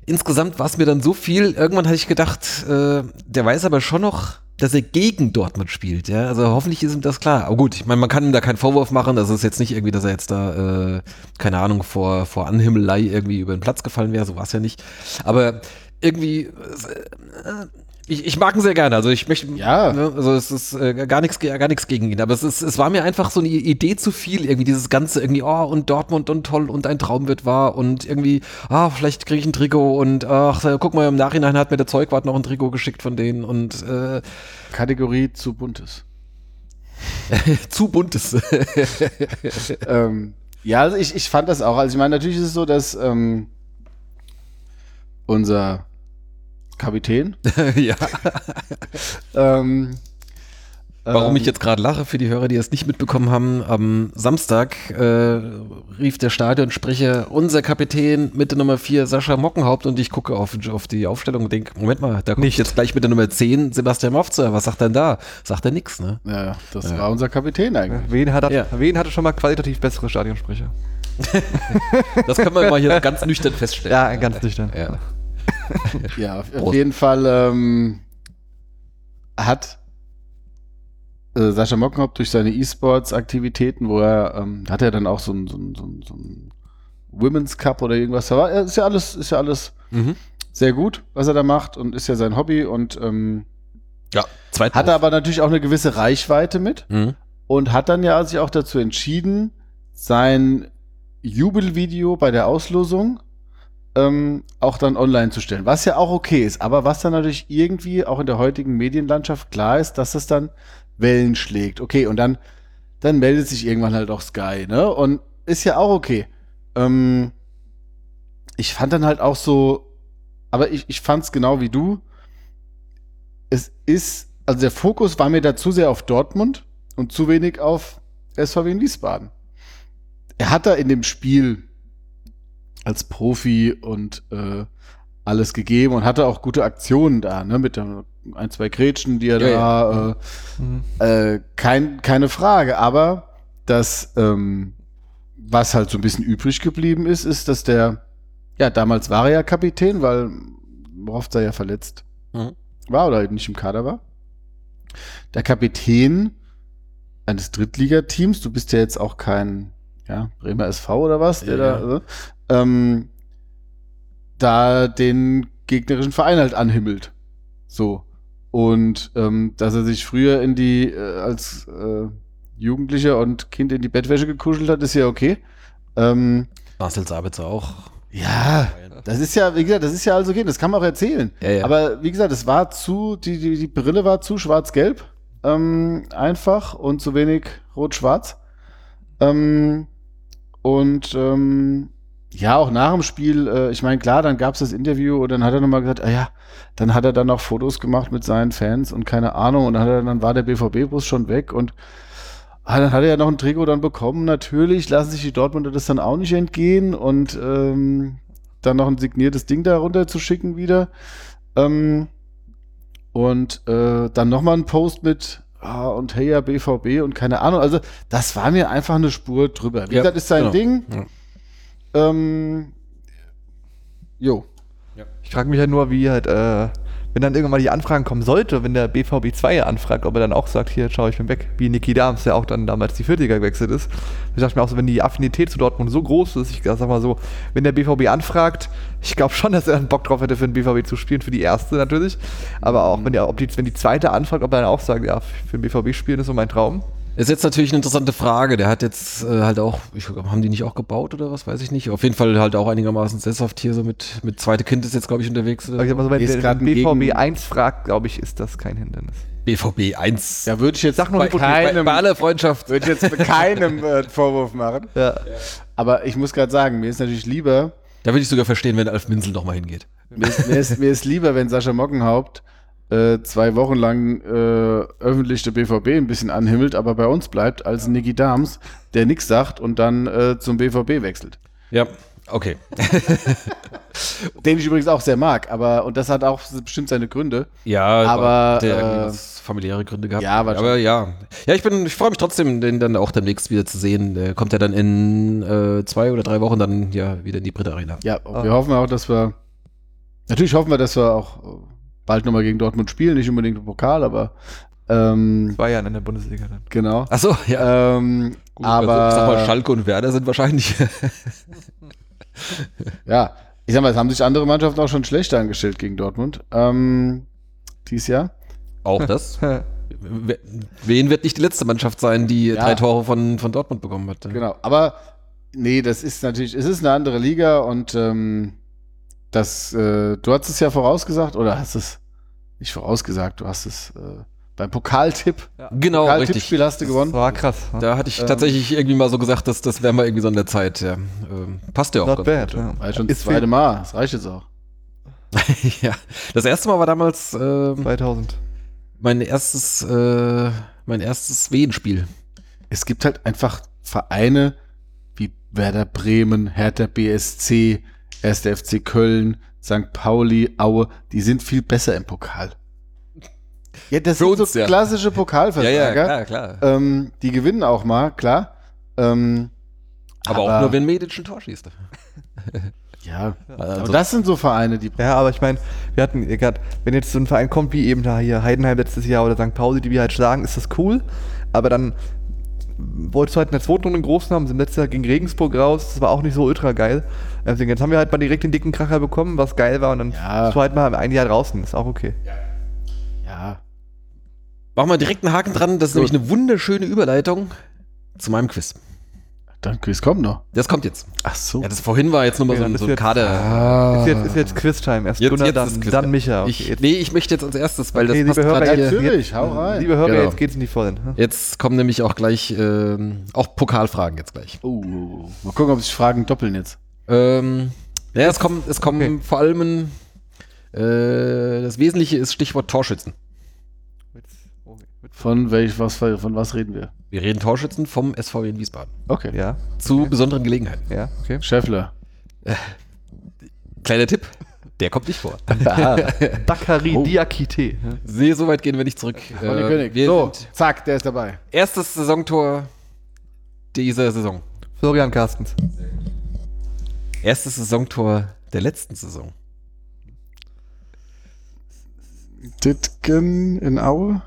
B: insgesamt war es mir dann so viel. Irgendwann hatte ich gedacht, äh, der weiß aber schon noch, dass er gegen Dortmund spielt. Ja? Also hoffentlich ist ihm das klar. Aber gut, ich meine, man kann ihm da keinen Vorwurf machen. Das ist jetzt nicht irgendwie, dass er jetzt da, äh, keine Ahnung, vor, vor Anhimmelei irgendwie über den Platz gefallen wäre. So war es ja nicht. Aber irgendwie, äh, ich, ich mag ihn sehr gerne. Also ich möchte,
D: Ja.
B: ne, also es ist äh, gar nichts ge- gar nichts gegen ihn. Aber es, ist, es war mir einfach so eine Idee zu viel. Irgendwie dieses Ganze irgendwie, oh, und Dortmund und toll und ein Traum wird wahr. Und irgendwie, ah, vielleicht kriege ich ein Trikot. Und ach, äh, guck mal, im Nachhinein hat mir der Zeugwart noch ein Trikot geschickt von denen. Und äh,
D: Kategorie zu buntes.
B: zu buntes.
D: ähm, ja, also ich, ich fand das auch. Also ich meine, natürlich ist es so, dass ähm, unser Kapitän,
B: ja.
D: ähm,
B: Warum
D: ähm,
B: ich jetzt gerade lache, für die Hörer, die es nicht mitbekommen haben, am Samstag äh, rief der Stadionsprecher, unser Kapitän mit der Nummer 4, Sascha Mockenhaupt, und ich gucke auf, auf die Aufstellung und denke, Moment mal, da kommt jetzt gleich mit der Nummer 10 Sebastian Mofzer, was sagt er denn da? Sagt er nix, ne?
D: Ja, das war unser Kapitän eigentlich.
C: Wen, hat,
B: Ja.
C: wen hatte schon mal qualitativ bessere Stadionsprecher?
B: Das können wir mal hier ganz nüchtern feststellen.
C: Ja, ganz nüchtern.
B: Ja.
D: Ja, auf, auf
B: Prost.
D: jeden Fall ähm, hat äh, Sascha Mockenhaupt durch seine E-Sports-Aktivitäten, wo er, ähm, hat er dann auch so ein, so ein, so ein, so ein Women's Cup oder irgendwas. Da war, ist ja alles, ist ja alles
B: Mhm.
D: sehr gut, was er da macht und ist ja sein Hobby und ähm,
B: Ja, zweiter.
D: hat aber natürlich auch eine gewisse Reichweite mit
B: mhm.
D: und hat dann ja sich auch dazu entschieden, sein Jubelvideo bei der Auslosung ähm, auch dann online zu stellen, was ja auch okay ist. Aber was dann natürlich irgendwie auch in der heutigen Medienlandschaft klar ist, dass das dann Wellen schlägt. Okay, und dann, dann meldet sich irgendwann halt auch Sky, ne? Und ist ja auch okay. Ähm, ich fand dann halt auch so, aber ich, ich fand es genau wie du. Es ist, also der Fokus war mir da zu sehr auf Dortmund und zu wenig auf SVW in Wiesbaden. Er hat da in dem Spiel, als Profi und äh, alles gegeben und hatte auch gute Aktionen da, ne? Mit dem, ein, zwei Grätschen, die er
B: Ja,
D: da. Äh,
C: Mhm.
D: äh, kein, keine Frage, aber das, ähm, was halt so ein bisschen übrig geblieben ist, ist, dass der, ja, damals war er ja Kapitän, weil Roft ja verletzt
B: Mhm.
D: war oder eben nicht im Kader war. Der Kapitän eines Drittligateams, du bist ja jetzt auch kein, ja, Bremer SV oder was, der
B: Ja,
D: da, äh, ähm, da den gegnerischen Verein halt anhimmelt. So. Und ähm, dass er sich früher in die, äh, als äh, Jugendlicher und Kind in die Bettwäsche gekuschelt hat, ist ja okay. Ähm,
B: Marcel Sabitzer auch.
D: ja, das ist ja, wie gesagt, das ist ja also okay, das kann man auch erzählen.
B: Ja, ja.
D: Aber wie gesagt, es war zu, die, die, die Brille war zu schwarz-gelb. Ähm, einfach und zu wenig rot-schwarz. Ähm, und ähm, ja, auch nach dem Spiel, äh, ich meine, klar, dann gab es das Interview und dann hat er nochmal gesagt, ah ja, dann hat er dann auch Fotos gemacht mit seinen Fans und keine Ahnung. Und dann, hat er, dann war der BVB-Bus schon weg und ah, dann hat er ja noch ein Trikot dann bekommen. Natürlich lassen sich die Dortmunder das dann auch nicht entgehen und ähm, dann noch ein signiertes Ding da runter zu schicken wieder. Ähm, und äh, dann nochmal ein Post mit ah, und hey ja BVB und keine Ahnung. Also das war mir einfach eine Spur drüber. Wie
B: Ja,
D: gesagt, ist sein
B: genau.
D: Ding. Ähm, jo.
C: Ich frage mich halt nur, wie halt, äh, wenn dann irgendwann mal die Anfragen kommen sollte, wenn der BVB 2 anfragt, ob er dann auch sagt, hier, schau, ich bin weg. Wie Niki Dahms, der auch dann damals die Viertliga gewechselt ist. Ich dachte mir auch so, wenn die Affinität zu Dortmund so groß ist, ich sag mal so, wenn der BVB anfragt, ich glaube schon, dass er dann Bock drauf hätte, für den BVB zu spielen, für die erste natürlich. Aber auch, wenn, der, ob die, wenn die zweite anfragt, ob er dann auch sagt, ja, für den BVB spielen ist so mein Traum.
B: Ist jetzt natürlich eine interessante Frage. Der hat jetzt äh, halt auch, ich glaub, haben die nicht auch gebaut oder was, weiß ich nicht. Auf jeden Fall halt auch einigermaßen sesshaft hier so mit, mit zweite Kind ist jetzt, glaube ich, unterwegs. äh,
C: Aber ich
B: Oder?
C: sag mal so, wenn
D: Ist
C: der
D: grad
C: wenn
D: ein
C: BVB
D: Gegen-
C: 1 fragt, glaube ich, ist das kein Hindernis.
B: BVB 1.
D: Da würde ich jetzt
C: Sag nur
D: bei
C: Hypothese.
B: bei,
D: keinem,
B: bei aller Freundschaft.
D: würde ich jetzt bei keinem äh, Vorwurf machen.
C: Ja.
D: Aber ich muss gerade sagen, mir ist natürlich lieber,
B: Da würde ich sogar verstehen, wenn Alf Minzel nochmal hingeht.
D: mir ist, mir ist, mir ist lieber, wenn Sascha Mockenhaupt äh, zwei Wochen lang äh, öffentlich der BVB ein bisschen anhimmelt, aber bei uns bleibt, als Niki Dahms, der nichts sagt und dann äh, zum BVB wechselt.
B: Ja, okay.
D: Den ich übrigens auch sehr mag, aber und das hat auch bestimmt seine Gründe.
B: Ja,
D: Aber,
B: hat er
D: äh,
B: irgendwas familiäre Gründe gehabt.
D: ja, wahrscheinlich.
B: aber ja. Ja, ich bin, ich freue mich trotzdem, den dann auch demnächst wieder zu sehen. Der kommt ja dann in äh, zwei oder drei Wochen dann ja wieder in die Brit Arena.
D: Ja, und wir hoffen auch, dass wir. Natürlich hoffen wir, dass wir auch äh, bald nochmal gegen Dortmund spielen, nicht unbedingt im Pokal, aber ähm,
C: Bayern in der Bundesliga dann.
D: genau.
B: Achso, ja.
D: Ähm,
B: Gut,
D: aber
B: also, ich sag mal, Schalke und Werder sind wahrscheinlich.
D: ja, ich sag mal, es haben sich andere Mannschaften auch schon schlechter angestellt gegen Dortmund ähm, dieses Jahr.
B: auch das. We- Wen wird nicht die letzte Mannschaft sein, die
D: Ja.
B: drei Tore von, von Dortmund bekommen hat?
D: Genau. Aber nee, das ist natürlich, es ist eine andere Liga und ähm, das, äh, du hast es ja vorausgesagt oder hast es nicht vorausgesagt, du hast es äh, beim Pokaltipp,
B: Genau, richtig.
D: Pokaltippspiel hast du gewonnen.
C: Das war krass. ne?
B: Da hatte ich
D: Ähm,
B: tatsächlich irgendwie mal so gesagt, dass das wäre mal irgendwie so in der Zeit. Ja. Ähm, passt ja auch.
C: Not
B: ganz
C: bad. Ja.
D: War ja schon das
C: Ist
D: zweite
C: viel-
D: Mal, das reicht jetzt auch.
B: gut. ja. Das erste Mal war damals ähm,
C: 2000.
B: mein erstes, äh, mein erstes Wien-Spiel.
D: Es gibt halt einfach Vereine wie Werder Bremen, Hertha BSC, 1. FC Köln, St. Pauli, Aue, die sind viel besser im Pokal. Ja, das
B: Für
D: sind
B: uns,
D: so
B: ja.
D: klassische Pokalversager.
B: klar.
D: Ähm, die gewinnen auch mal, klar. Ähm,
B: Aber, auch
D: aber-
B: nur, wenn Medic ein Tor schießt.
D: ja,
B: Also,
D: aber das sind so Vereine, die
C: Ja, aber ich meine, wir hatten gerade, wenn jetzt so ein Verein kommt wie eben da hier Heidenheim letztes Jahr oder St. Pauli, die wir halt schlagen, ist das cool. Aber dann wolltest du halt in der zweiten Runde einen großen haben, sind letztes Jahr gegen Regensburg raus, das war auch nicht so ultra geil. Deswegen, jetzt haben wir halt mal direkt den dicken Kracher bekommen, was geil war und dann
D: Ja.
C: bist du halt mal ein Jahr draußen, ist auch okay.
D: ja,
B: machen wir direkt einen Haken dran. Das ist nämlich eine wunderschöne Überleitung zu meinem Quiz.
D: dann Quiz kommt noch.
B: Das kommt jetzt.
D: Ach so.
B: Ja, das vorhin war jetzt nur mal
C: Okay,
B: so
C: dann
B: ein,
C: ist
B: so ein
C: jetzt-
B: Kader.
D: Ah.
C: Ist jetzt, ist jetzt Quiz-Time, erst
B: Jetzt-
C: Gunnar,
B: jetzt ist
C: dann,
B: Quiz-
C: dann Micha. Okay,
B: ich,
C: jetzt,
B: nee, ich möchte jetzt als erstes, weil
C: Okay,
B: das passt
C: liebe Hörer,
B: gerade
C: jetzt-
B: hier.
D: Natürlich, hau rein.
C: liebe Hörer,
D: Genau.
C: jetzt geht's in die Vollen. hm?
B: Jetzt kommen nämlich auch gleich ähm, auch Pokalfragen jetzt gleich.
D: Oh, oh, oh. mal gucken, ob sich Fragen doppeln jetzt.
B: Ähm, ja, es kommen, es kommen
C: Okay.
B: vor allem ein, äh, das Wesentliche ist Stichwort Torschützen.
C: oh,
D: Von welch, was, von was reden wir?
B: Wir reden Torschützen vom SVW in Wiesbaden.
D: Okay.
C: Ja,
B: Zu besonderen Gelegenheiten.
C: ja, okay.
D: Scheffler.
B: Kleiner Tipp, der kommt nicht vor.
C: Dakari
D: Oh.
C: Diakite. ne?
B: Nee, so weit gehen wir nicht zurück.
D: Ronny
B: Äh,
D: König.
B: Wir
D: So,
B: sind
D: zack, der ist dabei.
B: erstes Saisontor dieser Saison.
C: Florian Carstens.
B: Erstes Saisontor der letzten Saison.
D: Ditken in Aue.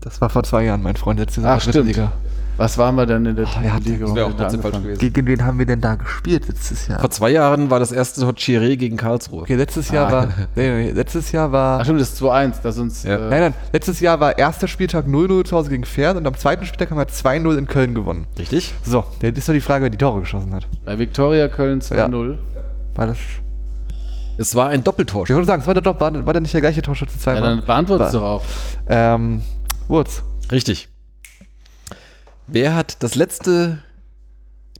C: Das war vor zwei Jahren, mein Freund. Letzte
D: Ach,
C: Saison, dritte
D: stimmt.
C: Liga.
D: Was waren wir denn in der
C: Oh, ja,
D: dritten Liga?
C: das
B: Wäre
D: wo wir
B: auch
D: da
B: trotzdem falsch
D: angefangen
B: gewesen.
C: Gegen wen haben wir denn da gespielt letztes Jahr?
B: Vor zwei Jahren war das erste Tor Chiré gegen Karlsruhe.
C: Okay, letztes Jahr
D: Ah.
C: war. Nee, nee, letztes Jahr war.
D: Ach stimmt, das ist 2-1, das uns...
B: Ja.
D: äh,
C: Nein, nein. Letztes Jahr war erster Spieltag 0-0 zu Hause gegen Fern und am zweiten Spieltag haben wir 2-0 in Köln gewonnen.
B: Richtig?
C: So, jetzt ist nur die Frage, wer die Tore geschossen hat.
D: Bei Viktoria Köln 2-0.
C: War das.
B: Es war ein Doppeltor.
C: Ich wollte sagen, es war der doch, war, war der nicht der gleiche Torschütze
D: Ja,
C: zweimal?
D: dann beantwortest du
C: War-
D: doch auch.
C: Ähm, Wurz.
B: Richtig. Wer hat das letzte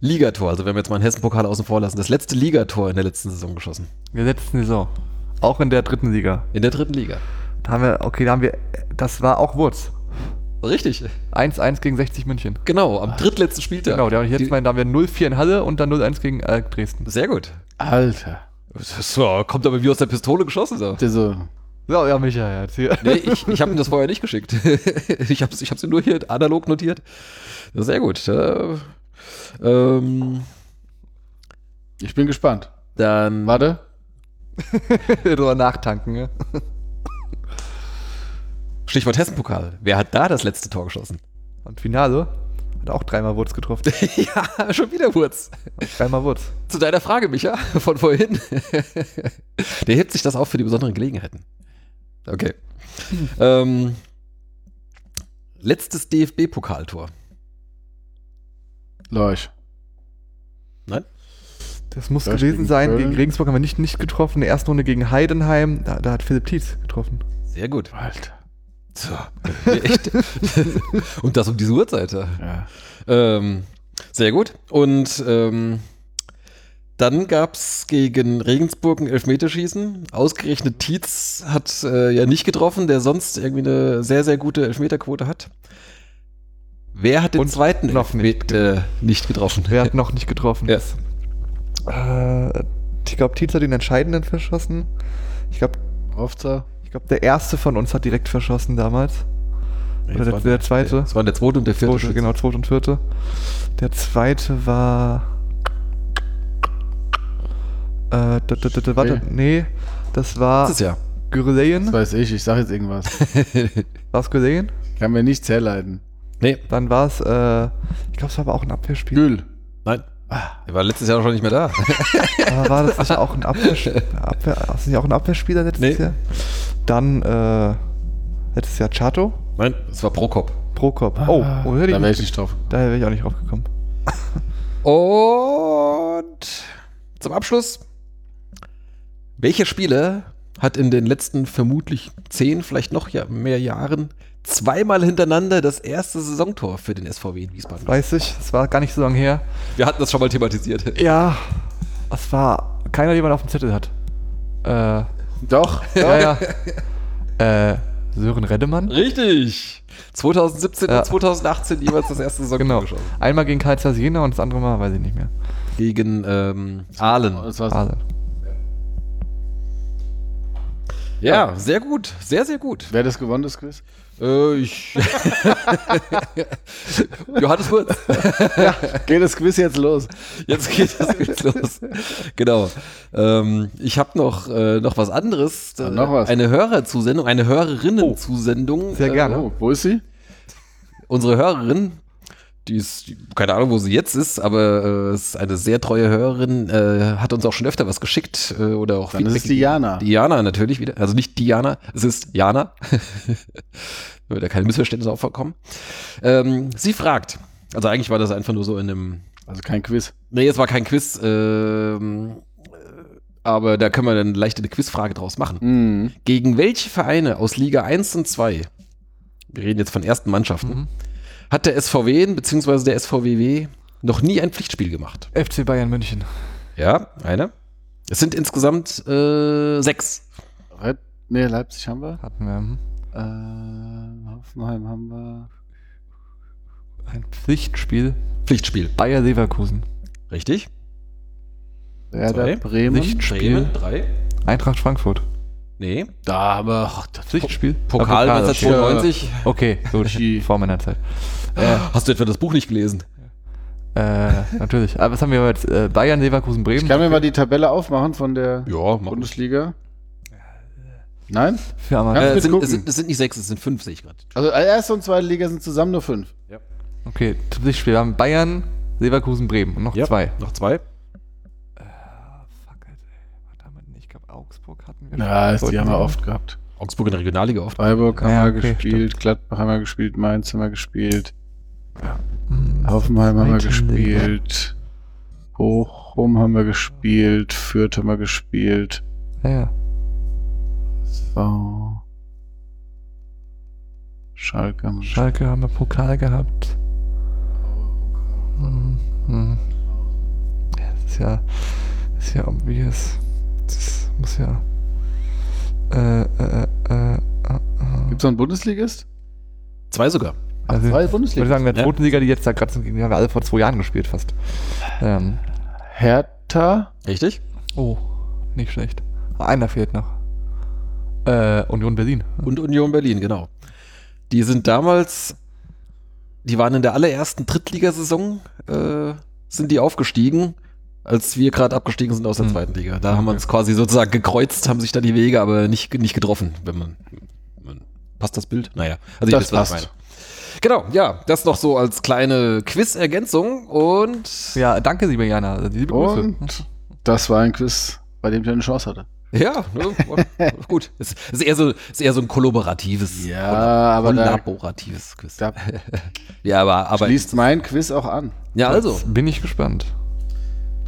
B: Ligator, also wenn wir jetzt mal einen Hessen-Pokal außen vor lassen, das letzte Ligator in der letzten Saison geschossen?
C: In der letzten Saison. Auch in der dritten Liga.
B: In der dritten Liga.
C: Da haben wir, okay, da haben wir, das war auch Wurz.
B: Richtig.
C: 1-1 gegen 60 München.
B: Genau, am drittletzten Spieltag.
C: Genau, da, hab ich jetzt
B: Die-
C: mein, da haben wir 0-4 in Halle und dann 0-1 gegen äh, Dresden.
B: Sehr gut.
D: Alter.
B: So, kommt aber wie aus der Pistole geschossen. So.
D: Der so,
C: So, ja, Michael, jetzt hier.
B: Nee, ich, ich habe ihm das vorher nicht geschickt. ich habe ich hab's ihm nur hier analog notiert. Sehr gut. Äh, ähm,
D: ich bin gespannt.
B: dann
D: Warte.
C: Drüber nachtanken, ja.
B: Stichwort Hessen-Pokal. Wer hat da das letzte Tor geschossen?
C: Und Finale hat auch dreimal Wurz getroffen.
B: ja, schon wieder Wurz.
C: dreimal Wurz.
B: Zu deiner Frage, Micha, von vorhin. Der hebt sich das auf für die besonderen Gelegenheiten. Okay. ähm, letztes DFB-Pokaltor.
D: Leuch.
C: Das muss
D: Das
C: gewesen
D: gegen
C: sein.
D: Köln.
C: Gegen Regensburg haben wir nicht, nicht getroffen. In der ersten Runde gegen Heidenheim, da, da hat Philipp Tietz getroffen.
B: Sehr gut.
D: Alter.
B: So. Echt? Und das um diese Uhrzeit. Ja.
D: Ja.
B: Ähm, sehr gut. Und ähm, dann gab es gegen Regensburg ein Elfmeterschießen. Ausgerechnet Tietz hat äh, ja nicht getroffen, der sonst irgendwie eine sehr, sehr gute Elfmeterquote hat. Wer hat den
C: Und
B: zweiten
C: noch nicht.
B: Elfmeter nicht getroffen?
C: Wer hat noch nicht getroffen?
B: Ja.
C: Äh, ich glaube, Tietz hat den entscheidenden verschossen. Ich glaube,
D: Hofzer.
C: ich glaub, der erste von uns hat direkt verschossen damals.
B: Nee,
C: Oder
B: das
C: der,
B: waren-
C: der zweite.
B: Das waren der zweite und der vierte.
C: Zweite, genau, zweite und vierte. Der zweite war. Äh, d- d- d- d- warte,
D: Spiel.
C: nee, das war
B: Letztes Jahr.
D: Das
C: Gürleyen.
D: weiß ich, ich sag jetzt irgendwas.
C: War es Gürleyen?
D: Kann mir nichts herleiten.
B: Nee,
C: Dann war es, äh, ich glaube, es war aber auch ein Abwehrspiel.
D: Gül.
B: nein. Ah, Er war letztes Jahr schon nicht mehr da.
C: Aber war das nicht auch ein Abwehrspieler? Abwehr, hast du nicht auch ein Abwehrspieler letztes
B: Nee.
C: Jahr? Dann, äh, letztes Jahr Chato,
B: nein, es war Prokop.
C: Prokop. Oh, oh hätte
D: da
C: ich
D: wäre ich
C: nicht,
D: nicht drauf.
C: da wäre ich auch nicht drauf gekommen.
B: Und zum Abschluss. Welcher Spieler hat in den letzten vermutlich zehn, vielleicht noch ja, mehr Jahren zweimal hintereinander das erste Saisontor für den SVW in Wiesbaden? gemacht?
C: Weiß ich, es war gar nicht so lange her.
B: Wir hatten das schon mal thematisiert.
C: Ja, es war keiner, den man auf dem Zettel hat. Äh,
D: Doch.
C: ja, ja. äh, Sören Reddemann?
B: Richtig. 2017
C: Ja.
B: und 2018 jeweils das erste Saisontor
C: Genau.
B: geschossen.
C: Einmal gegen Karlsruhe Jena und das andere Mal, weiß ich nicht mehr.
B: Gegen ähm, Aalen.
D: Das war's.
C: Also,
B: Ja, sehr gut. Sehr, sehr gut.
D: Wer das gewonnen, das Quiz?
B: Äh, ich. Johannes Wurz.
D: Geht das Quiz jetzt los?
B: Jetzt geht das Quiz los. Genau. Ähm, ich habe noch, äh, noch was anderes. Äh,
D: Ah, noch was.
B: Eine Hörerzusendung, eine Hörerinnenzusendung.
C: sehr
B: Äh,
C: gerne.
D: Oh, wo ist sie?
B: unsere Hörerin, die ist, die, keine Ahnung, wo sie jetzt ist, aber äh, ist eine sehr treue Hörerin, äh, hat uns auch schon öfter was geschickt äh, oder auch
D: Dann ist es
B: gegeben.
D: Diana.
B: Diana natürlich wieder, also nicht Diana, es ist Jana. Würde da keine Missverständnisse aufkommen. Ähm, sie fragt, also eigentlich war das einfach nur so in einem
D: Also kein Quiz.
B: Nee, es war kein Quiz. Ähm, äh, aber da können wir dann leicht eine Quizfrage draus machen.
D: Mhm.
B: Gegen welche Vereine aus Liga 1 und 2, wir reden jetzt von ersten Mannschaften, hat der SVW bzw. der SVWW noch nie ein Pflichtspiel gemacht?
C: FC Bayern München.
B: Ja, eine. Es sind insgesamt äh, sechs.
D: Red nee, Leipzig haben wir.
C: Hatten wir. hm.
D: Äh, Hoffenheim haben wir.
C: Ein Pflichtspiel.
B: Pflichtspiel.
C: Bayer Leverkusen.
B: Richtig?
D: Werder
B: Zwei.
D: Bremen.
C: Lichtspiel.
B: Mhm. Bremen, drei.
C: Eintracht Frankfurt.
B: Nee.
D: Da aber ach, das
C: Pflichtspiel.
B: Pokal
C: Ah,
B: 1992.
C: Okay, gut.
D: Regie.
C: Vor meiner Zeit.
B: Hast du etwa das Buch nicht gelesen?
C: Äh, natürlich. Aber was haben wir jetzt? Äh, Bayern, Leverkusen,
D: Ich
C: Bremen.
D: kann mir mal die Tabelle aufmachen von der
B: Ja, mach
D: Bundesliga.
C: äh.
D: Nein?
C: Für Amateur.
D: Ja.
B: Äh,
D: Kannst
B: es, sind,
D: mitgucken.
B: es, sind, es sind nicht sechs, es sind fünf, sehe ich gerade.
D: Also erste und zweite Liga sind zusammen nur fünf.
C: Okay, Pflichtspiel. Wir haben Bayern, Leverkusen, Bremen. Und noch
B: Ja.
C: zwei.
B: Noch zwei.
C: Fuck, Alter. Was haben wir denn? Ich glaube, Augsburg hatten wir.
D: Ja, das die haben wir
C: Sollten
D: oft gehabt.
B: Augsburg in der Regionalliga oft.
D: Freiburg haben
C: Ja,
D: wir
C: okay,
D: gespielt, Gladbach haben wir gespielt, Mainz haben wir gespielt,
C: Hm,
D: Hoffenheim haben wir
C: Zweite Liga.
D: gespielt, Bochum haben wir gespielt, Fürth haben wir gespielt.
C: Ja, ja.
D: So. Schalke haben wir gespielt.
C: Schalke haben wir Pokal gehabt. Mhm. Mhm. Ja, das ist ja, das ist ja obvious. Das muss ja. Äh, äh, äh, äh, äh.
D: Gibt es noch einen Bundesligist?
B: Zwei sogar.
C: Also,
D: Zwei
C: ich würde
D: Bundesligisten.
C: sagen, der
B: Ja.
C: zweiten Liga, die jetzt da gerade sind, gegen die haben wir alle vor zwei Jahren gespielt fast. Ähm,
D: Hertha?
B: Richtig?
C: oh, nicht schlecht. Ah, Einer fehlt noch. Äh, Union Berlin.
B: Und Union Berlin, genau. Die sind damals, die waren in der allerersten Drittligasaison, äh, sind die aufgestiegen, als wir gerade abgestiegen sind aus der
C: Hm.
B: zweiten Liga. Da haben wir uns quasi sozusagen gekreuzt, haben sich da die Wege aber nicht, nicht getroffen, wenn man, man. Passt das Bild? Naja, also
D: Das
B: wisst, was
D: passt.
B: meine. Genau, ja, das noch so als kleine Quiz-Ergänzung und
C: Ja, danke, liebe Jana. Also, Liebe Grüße.
D: Und das war ein Quiz, bei dem ich eine Chance hatte.
B: ja, ne, gut. Es ist eher so, es ist eher so ein kollaboratives,
D: Ja, aber da,
B: kollaboratives Quiz.
D: da
B: Ja, aber, aber
D: schließt mein Quiz auch an.
B: ja, also.
C: Bin ich gespannt.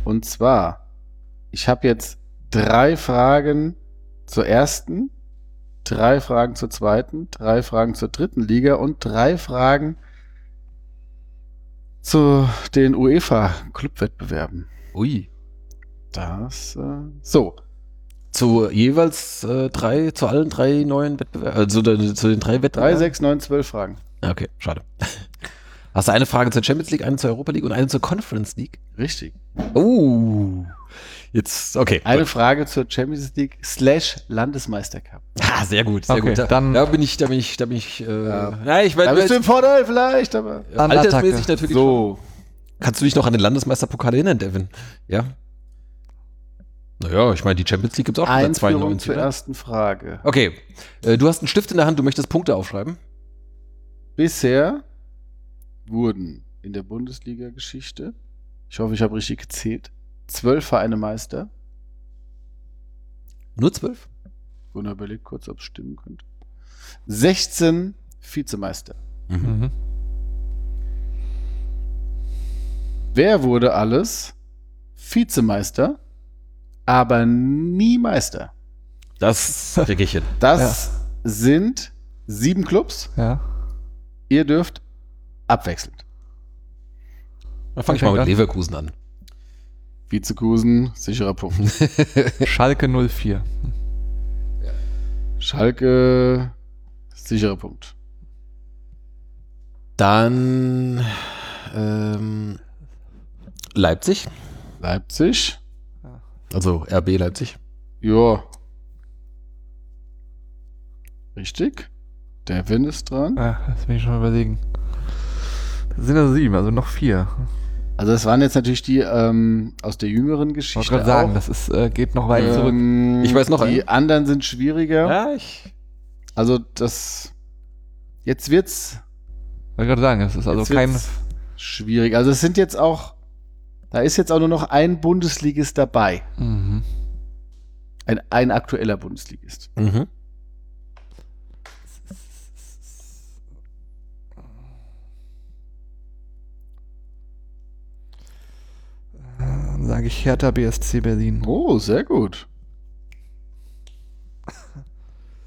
D: Und zwar, ich habe jetzt drei Fragen zur ersten, drei Fragen zur zweiten, drei Fragen zur dritten Liga und drei Fragen zu den UEFA-Clubwettbewerben.
B: Ui.
D: Das, äh, so.
B: Zu jeweils äh, drei, zu allen drei neuen Wettbewerben, also de- zu den drei
D: Drei,
B: Wettbewerben.
D: sechs, neun, zwölf Fragen.
B: Ah, Okay, schade. Hast du eine Frage zur Champions League, eine zur Europa League und eine zur Conference League?
D: Richtig.
B: Oh. Jetzt, okay.
D: Eine Frage zur Champions League slash Landesmeister Cup.
B: Ah, sehr gut, sehr
C: Okay,
B: gut. Da,
C: dann-
B: da bin ich, da bin ich, da bin ich, äh,
D: Ja.
B: nein, ich
D: Da
B: werde
D: bist du im Vorteil vielleicht, aber.
B: altersmäßig
C: Attacke.
B: natürlich.
D: So.
B: Kannst du dich noch an den Landesmeisterpokal erinnern, Devin? Ja. Naja, ich meine, die Champions League gibt es auch schon seit ne?
D: Einführung
B: 92.
D: zur
B: oder?
D: ersten Frage.
B: Okay, äh, du hast einen Stift in der Hand, du möchtest Punkte aufschreiben?
D: Bisher wurden in der Bundesliga-Geschichte, ich hoffe, ich habe richtig gezählt, zwölf Vereine Meister.
B: Nur zwölf?
D: Gunnar überlegt kurz, ob es stimmen könnte. 16 Vizemeister.
C: Mhm.
D: Wer wurde alles Vizemeister, aber nie Meister?
B: Das krieg ich hin.
D: Das sind sieben Clubs.
C: Ja.
D: Ihr dürft abwechselnd.
B: Dann fange ich mal mit Leverkusen an.
D: Vizekusen, sicherer Punkt.
C: Schalke 04.
D: Schalke, sicherer Punkt.
B: Dann ähm, Leipzig,
D: Leipzig,
B: also RB Leipzig.
D: Ja. Richtig. Devin ist dran.
C: Ah, das will ich schon mal überlegen. Das sind also sieben, also noch vier.
D: Also das waren jetzt natürlich die ähm, aus der jüngeren
C: Ich
D: Geschichte.
C: wollte gerade sagen,
D: auch.
C: das ist, äh, geht noch weit zurück.
D: Ähm,
B: Ich weiß noch
D: Die anderen sind schwieriger.
B: ich.
D: Also das. Jetzt wird's
C: Ich wollte gerade sagen, das ist also
D: jetzt
C: kein.
D: wird's schwierig. Also es sind jetzt auch. Da ist jetzt auch nur noch ein Bundesligist dabei.
C: Mhm.
D: Ein, ein aktueller Bundesligist.
B: Mhm.
C: Dann sage ich Hertha BSC Berlin.
D: Oh, sehr gut.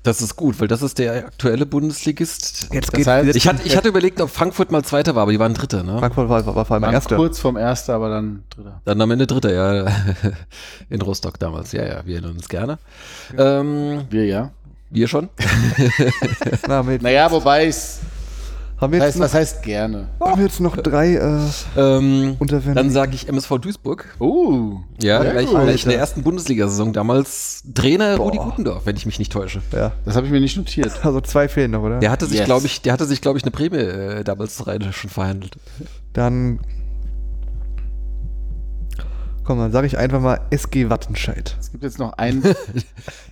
B: Das ist gut, weil das ist der aktuelle Bundesligist.
C: Jetzt
D: Das heißt,
C: jetzt-
B: Ich hatte, ich hatte überlegt, ob Frankfurt mal Zweiter war, aber die waren Dritter, ne?
C: Frankfurt war, war, war vor allem
D: Waren
C: erster.
D: Kurz vom Erster, aber dann Dritter.
B: Dann am Ende Dritter, ja. In Rostock damals. Ja, ja, wir erinnern uns gerne. Ähm,
D: Wir ja.
B: wir schon?
C: Na, mit,
D: Naja, wobei ich's
C: Haben wir
D: Was
C: jetzt,
D: heißt,
C: noch,
D: was heißt gerne?
C: haben wir jetzt noch drei äh,
B: Ähm,
C: Unterwände?
B: dann sage ich MSV Duisburg.
D: Oh.
B: Ja,
C: Sehr
B: gleich,
C: gut.
B: gleich in der ersten Bundesliga-Saison damals Trainer Rudi Gutendorf, wenn ich mich nicht täusche.
C: ja.
D: Das habe ich mir nicht notiert.
C: Also zwei fehlen noch, oder?
B: Der hatte sich,
D: Yes.
B: glaube ich, der hatte sich, glaube ich, eine Prämie äh, damals rein schon verhandelt.
C: Dann. Komm, dann sage ich einfach mal SG Wattenscheid.
D: Es gibt jetzt noch einen.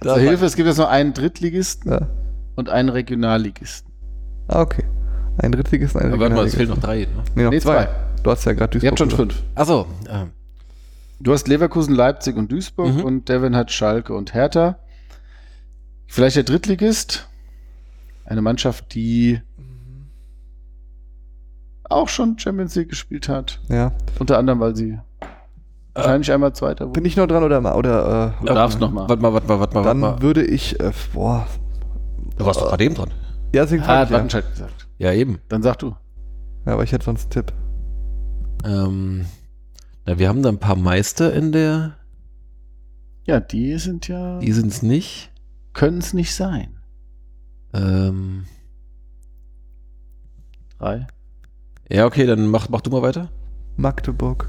D: zur Hilfe, es gibt jetzt noch einen Drittligisten
C: Ja.
D: und einen Regionalligisten.
C: Ah, okay. Ein Drittligist, ein
B: Aber warte mal, es
C: Regionalligist.
B: fehlen noch drei. Ne?
C: Nee, noch
D: Nee,
C: zwei.
D: zwei.
C: Du hast ja gerade
D: Ihr habt schon
C: gesagt.
D: fünf.
B: Achso, äh,
D: Du hast Leverkusen, Leipzig und Duisburg
B: Mhm.
D: und Devin hat Schalke und Hertha. Vielleicht der Drittligist. Eine Mannschaft, die auch schon Champions League gespielt hat.
C: Ja.
D: Unter anderem, weil sie wahrscheinlich einmal Zweiter wurde.
C: Bin ich noch dran oder mal? Oder, äh,
D: Du darfst nochmal.
B: warte mal, warte mal, warte mal. warte
C: dann
B: mal.
C: würde ich. Äh, boah.
B: Du warst doch bei dem dran.
C: Ja, deswegen
D: Ah,
C: frag
D: hat
C: ich ja.
D: Wattenscheid gesagt.
B: Ja, eben.
D: Dann sag du.
C: ja, aber ich hätte sonst einen Tipp.
B: Ähm, na, wir haben da ein paar Meister in der.
D: Ja, die sind ja.
B: Die sind es nicht.
D: Können es nicht sein.
B: Ähm,
D: Drei?
B: ja, okay, dann mach, mach du mal weiter.
C: Magdeburg.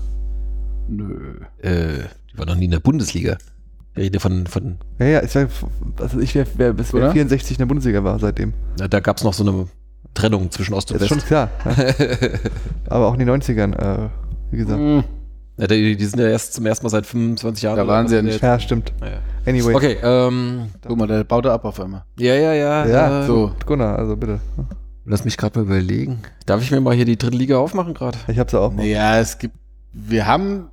D: Nö.
B: Äh, die war noch nie in der Bundesliga. Ich rede von, von
C: Ja, ja, ich wär, also ich wäre, wär, bis wär
D: Oder?
C: 64 in der Bundesliga war seitdem.
B: na, da gab es noch so eine Trennung zwischen Ost und
C: Ist schon
B: West.
C: klar. Ja. aber auch in den 90ern, äh, wie
B: Mhm.
C: gesagt.
D: Hm.
B: Ja, die, die sind ja erst zum ersten Mal seit 25 Jahren.
D: Da waren sie ja nicht.
C: Ja, stimmt.
B: Naja.
C: Anyway.
B: Okay, ähm,
D: Guck mal, der baut er ab auf einmal.
B: ja, ja, ja.
C: Ja,
B: äh,
D: So.
C: Gunnar, also bitte.
B: Lass mich gerade mal überlegen. Darf ich mir mal hier die dritte Liga aufmachen gerade?
C: Ich hab's auch.
D: Naja, es gibt. Wir haben.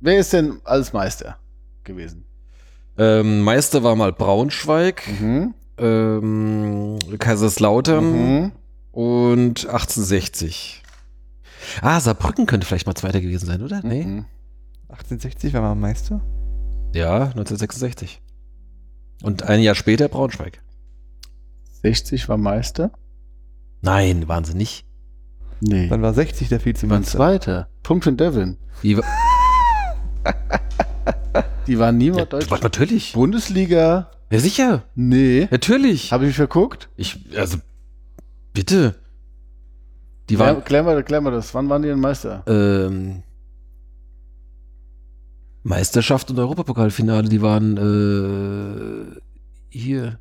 D: Wer ist denn als Meister gewesen?
B: Ähm, Meister war mal Braunschweig,
D: Mhm.
B: ähm, Kaiserslautern
D: Mhm.
B: und 1860. Ah, Saarbrücken könnte vielleicht mal Zweiter gewesen sein, oder? Nee?
D: Mhm.
C: 1860 war mal Meister.
B: Ja, 1966. Und ein Jahr später Braunschweig.
D: 60 war Meister?
B: Nein, waren sie nicht.
D: Nee.
C: Dann war 60 der
D: Die waren
C: Vizemeister.
D: Zweiter. Punkt für Devin.
B: Die,
D: Die waren
B: ja,
D: niemals
B: was,
D: Deutschland.
B: natürlich.
D: Bundesliga?
B: Ja, sicher.
D: Nee.
B: Natürlich.
D: Habe ich mich verguckt?
B: Ich, also, bitte. Die
D: Klär,
B: waren,
D: klär, mal, klär mal das. Wann waren die denn Meister?
B: ähm, Meisterschaft und Europapokalfinale, die waren, äh, hier.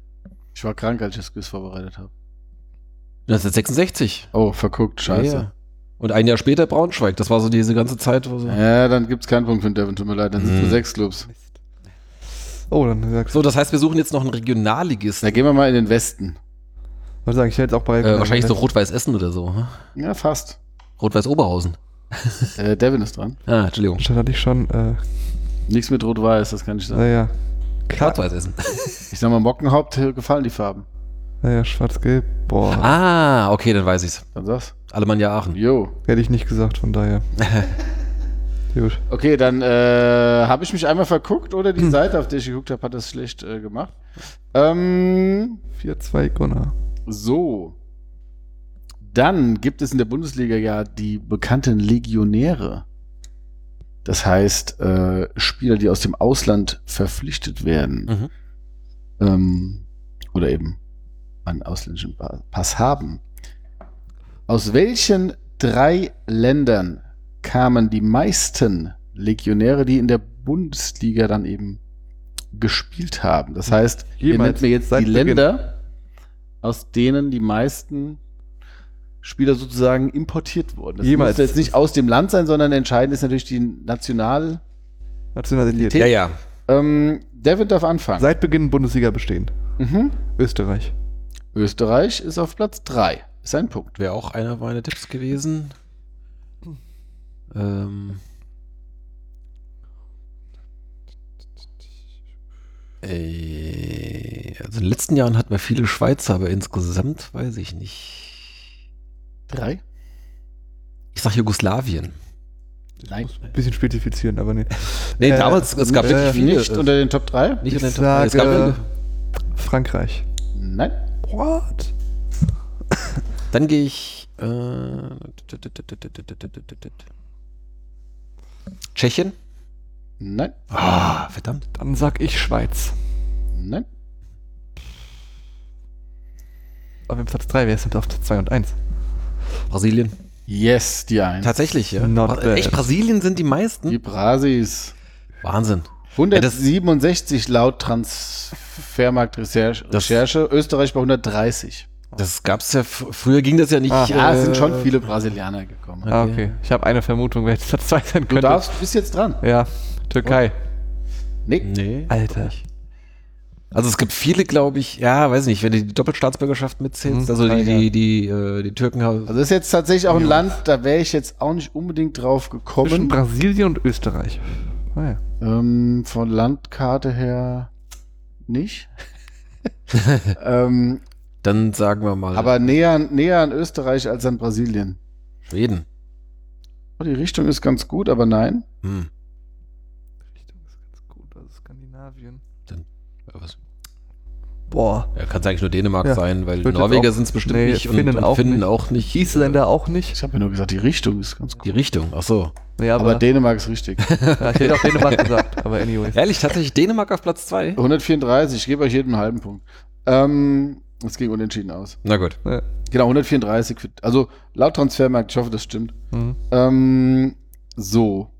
D: Ich war krank, als ich das Quiz vorbereitet habe.
B: 1966.
D: Oh, verguckt, scheiße.
B: Ja. Und ein Jahr später Braunschweig. Das war so diese ganze Zeit, wo so.
D: Ja, dann gibt's keinen Punkt für Devin. Tut mir leid, dann sind es
B: Mhm.
D: nur sechs Clubs.
C: Oh, dann sagst
B: So, das heißt, wir suchen jetzt noch einen Regionalligisten.
D: Dann gehen wir mal in den Westen.
C: Wollte sagen, ich hätte jetzt auch bei.
B: Äh, wahrscheinlich so Rot-Weiß Essen oder so. hm?
D: Ja, fast.
B: Rot-Weiß Oberhausen.
D: Äh, Devin ist dran.
B: Ah, Entschuldigung.
C: Statt hatte ich schon, äh,
D: Nichts mit Rot-Weiß, das kann ich sagen.
C: naja. Ka-
B: Schwarz-Weiß Essen.
D: Ich sag mal, Mockenhaupt äh, gefallen die Farben.
C: Naja, schwarz-gelb. Boah,
B: Ah, okay, dann weiß ich's.
D: Dann sag's.
B: Alemannia Aachen.
D: Jo.
C: hätte ich nicht gesagt, von daher. Gut.
D: Okay, dann äh, habe ich mich einmal verguckt oder die Seite, auf der ich geguckt habe, hat das schlecht äh, gemacht. Ähm,
C: 4-2 Gunnar.
D: so. Dann gibt es in der Bundesliga ja die bekannten Legionäre. Das heißt, äh, Spieler, die aus dem Ausland verpflichtet werden.
B: Mhm.
D: ähm, oder eben einen ausländischen Pa- Pass haben. Aus welchen drei Ländern kamen die meisten Legionäre, die in der Bundesliga dann eben gespielt haben? Das heißt, ihr
C: Jemals,
D: nennt mir jetzt die
C: seit Beginn.
D: Länder, aus denen die meisten Spieler sozusagen importiert wurden. Das
C: Jemals.
D: muss jetzt nicht aus dem Land sein, sondern entscheidend ist natürlich die National.
C: Nationalität.
B: Ja, ja.
D: Ähm, Devin darf anfangen.
C: Seit Beginn Bundesliga bestehen.
D: mhm.
C: Österreich.
D: Österreich ist auf Platz 3. Ist ein Punkt.
B: Wäre auch einer meiner Tipps gewesen. Ähm. Äh, Also in den letzten Jahren hatten wir viele Schweizer, aber insgesamt weiß ich nicht.
D: Drei?
B: Ich sag Jugoslawien.
D: Nein.
C: Bisschen spezifizieren, aber nee.
B: Nee,
C: Äh,
B: damals, es gab
C: äh,
B: wirklich viele.
D: Nicht unter den Top 3?
B: nicht
C: Ich
B: unter den Top drei. Es gab
C: sage-
B: viele.
C: Frankreich.
D: Nein.
C: What?
B: Dann gehe ich. Äh, Tschechien?
D: Nein.
B: Ah, verdammt.
C: Dann sag ich Schweiz.
D: Nein.
C: Auf dem Platz 3, wer ist denn auf Platz 2 und 1?
B: Brasilien.
D: Yes, die eins.
B: Tatsächlich, ja.
C: Not
B: Bra-
C: bad.
B: Echt, Brasilien sind die meisten?
D: Die Brasis.
B: Wahnsinn.
D: 167 laut Transfermarkt Recherche,
B: Das-
D: Recherche Österreich bei 130.
B: Das gab's ja, fr- früher ging das ja nicht. äh,
C: Ah.
D: Ja, es sind schon viele Brasilianer gekommen.
C: Ah, okay. Ich habe eine Vermutung, wer jetzt Platz 2 sein
D: Du
C: könnte.
D: darfst, bist jetzt dran.
C: Ja, Türkei.
D: Nee.
B: Nee.
C: Alter.
B: Also es gibt viele, glaube ich, ja, weiß nicht, wenn du die Doppelstaatsbürgerschaft
C: Mhm.
B: mitzählst, also die, die, die, äh, die Türken,
D: Also das ist jetzt tatsächlich auch ein Land, da wäre ich jetzt auch nicht unbedingt drauf
C: Zwischen
D: gekommen.
C: Brasilien und Österreich. Ah, ja.
D: Ähm, von Landkarte her nicht. ähm,
B: dann sagen wir mal
D: aber näher, näher an Österreich als an Brasilien.
B: Schweden.
D: Oh, die Richtung ist ganz gut, aber nein.
B: Hm.
C: Richtung ist ganz gut, also Skandinavien.
B: Ja, was-
C: Boah.
B: Ja, kann es eigentlich nur Dänemark
C: Ja.
B: sein, weil
C: Wird jetzt
B: Norweger
C: auch-
B: sind es bestimmt
C: nee,
B: nicht und
C: Finnen
B: und
C: auch
B: Finnen
C: nicht.
B: auch nicht.
C: Isländer auch nicht.
D: Ich habe ja nur gesagt, die Richtung ist ganz gut.
B: Die Richtung, ach so.
C: Nee, aber,
D: Aber Dänemark ist richtig.
C: ja, ich hätte auch Dänemark gesagt, aber anyway.
B: Ehrlich, tatsächlich Dänemark auf Platz 2?
D: 134, ich gebe euch jedem einen halben Punkt. Ähm, es ging unentschieden aus.
B: Na gut.
C: Ja.
D: Genau, 134. Für, also laut Transfermarkt, ich hoffe, das stimmt.
C: Mhm.
D: Ähm, so.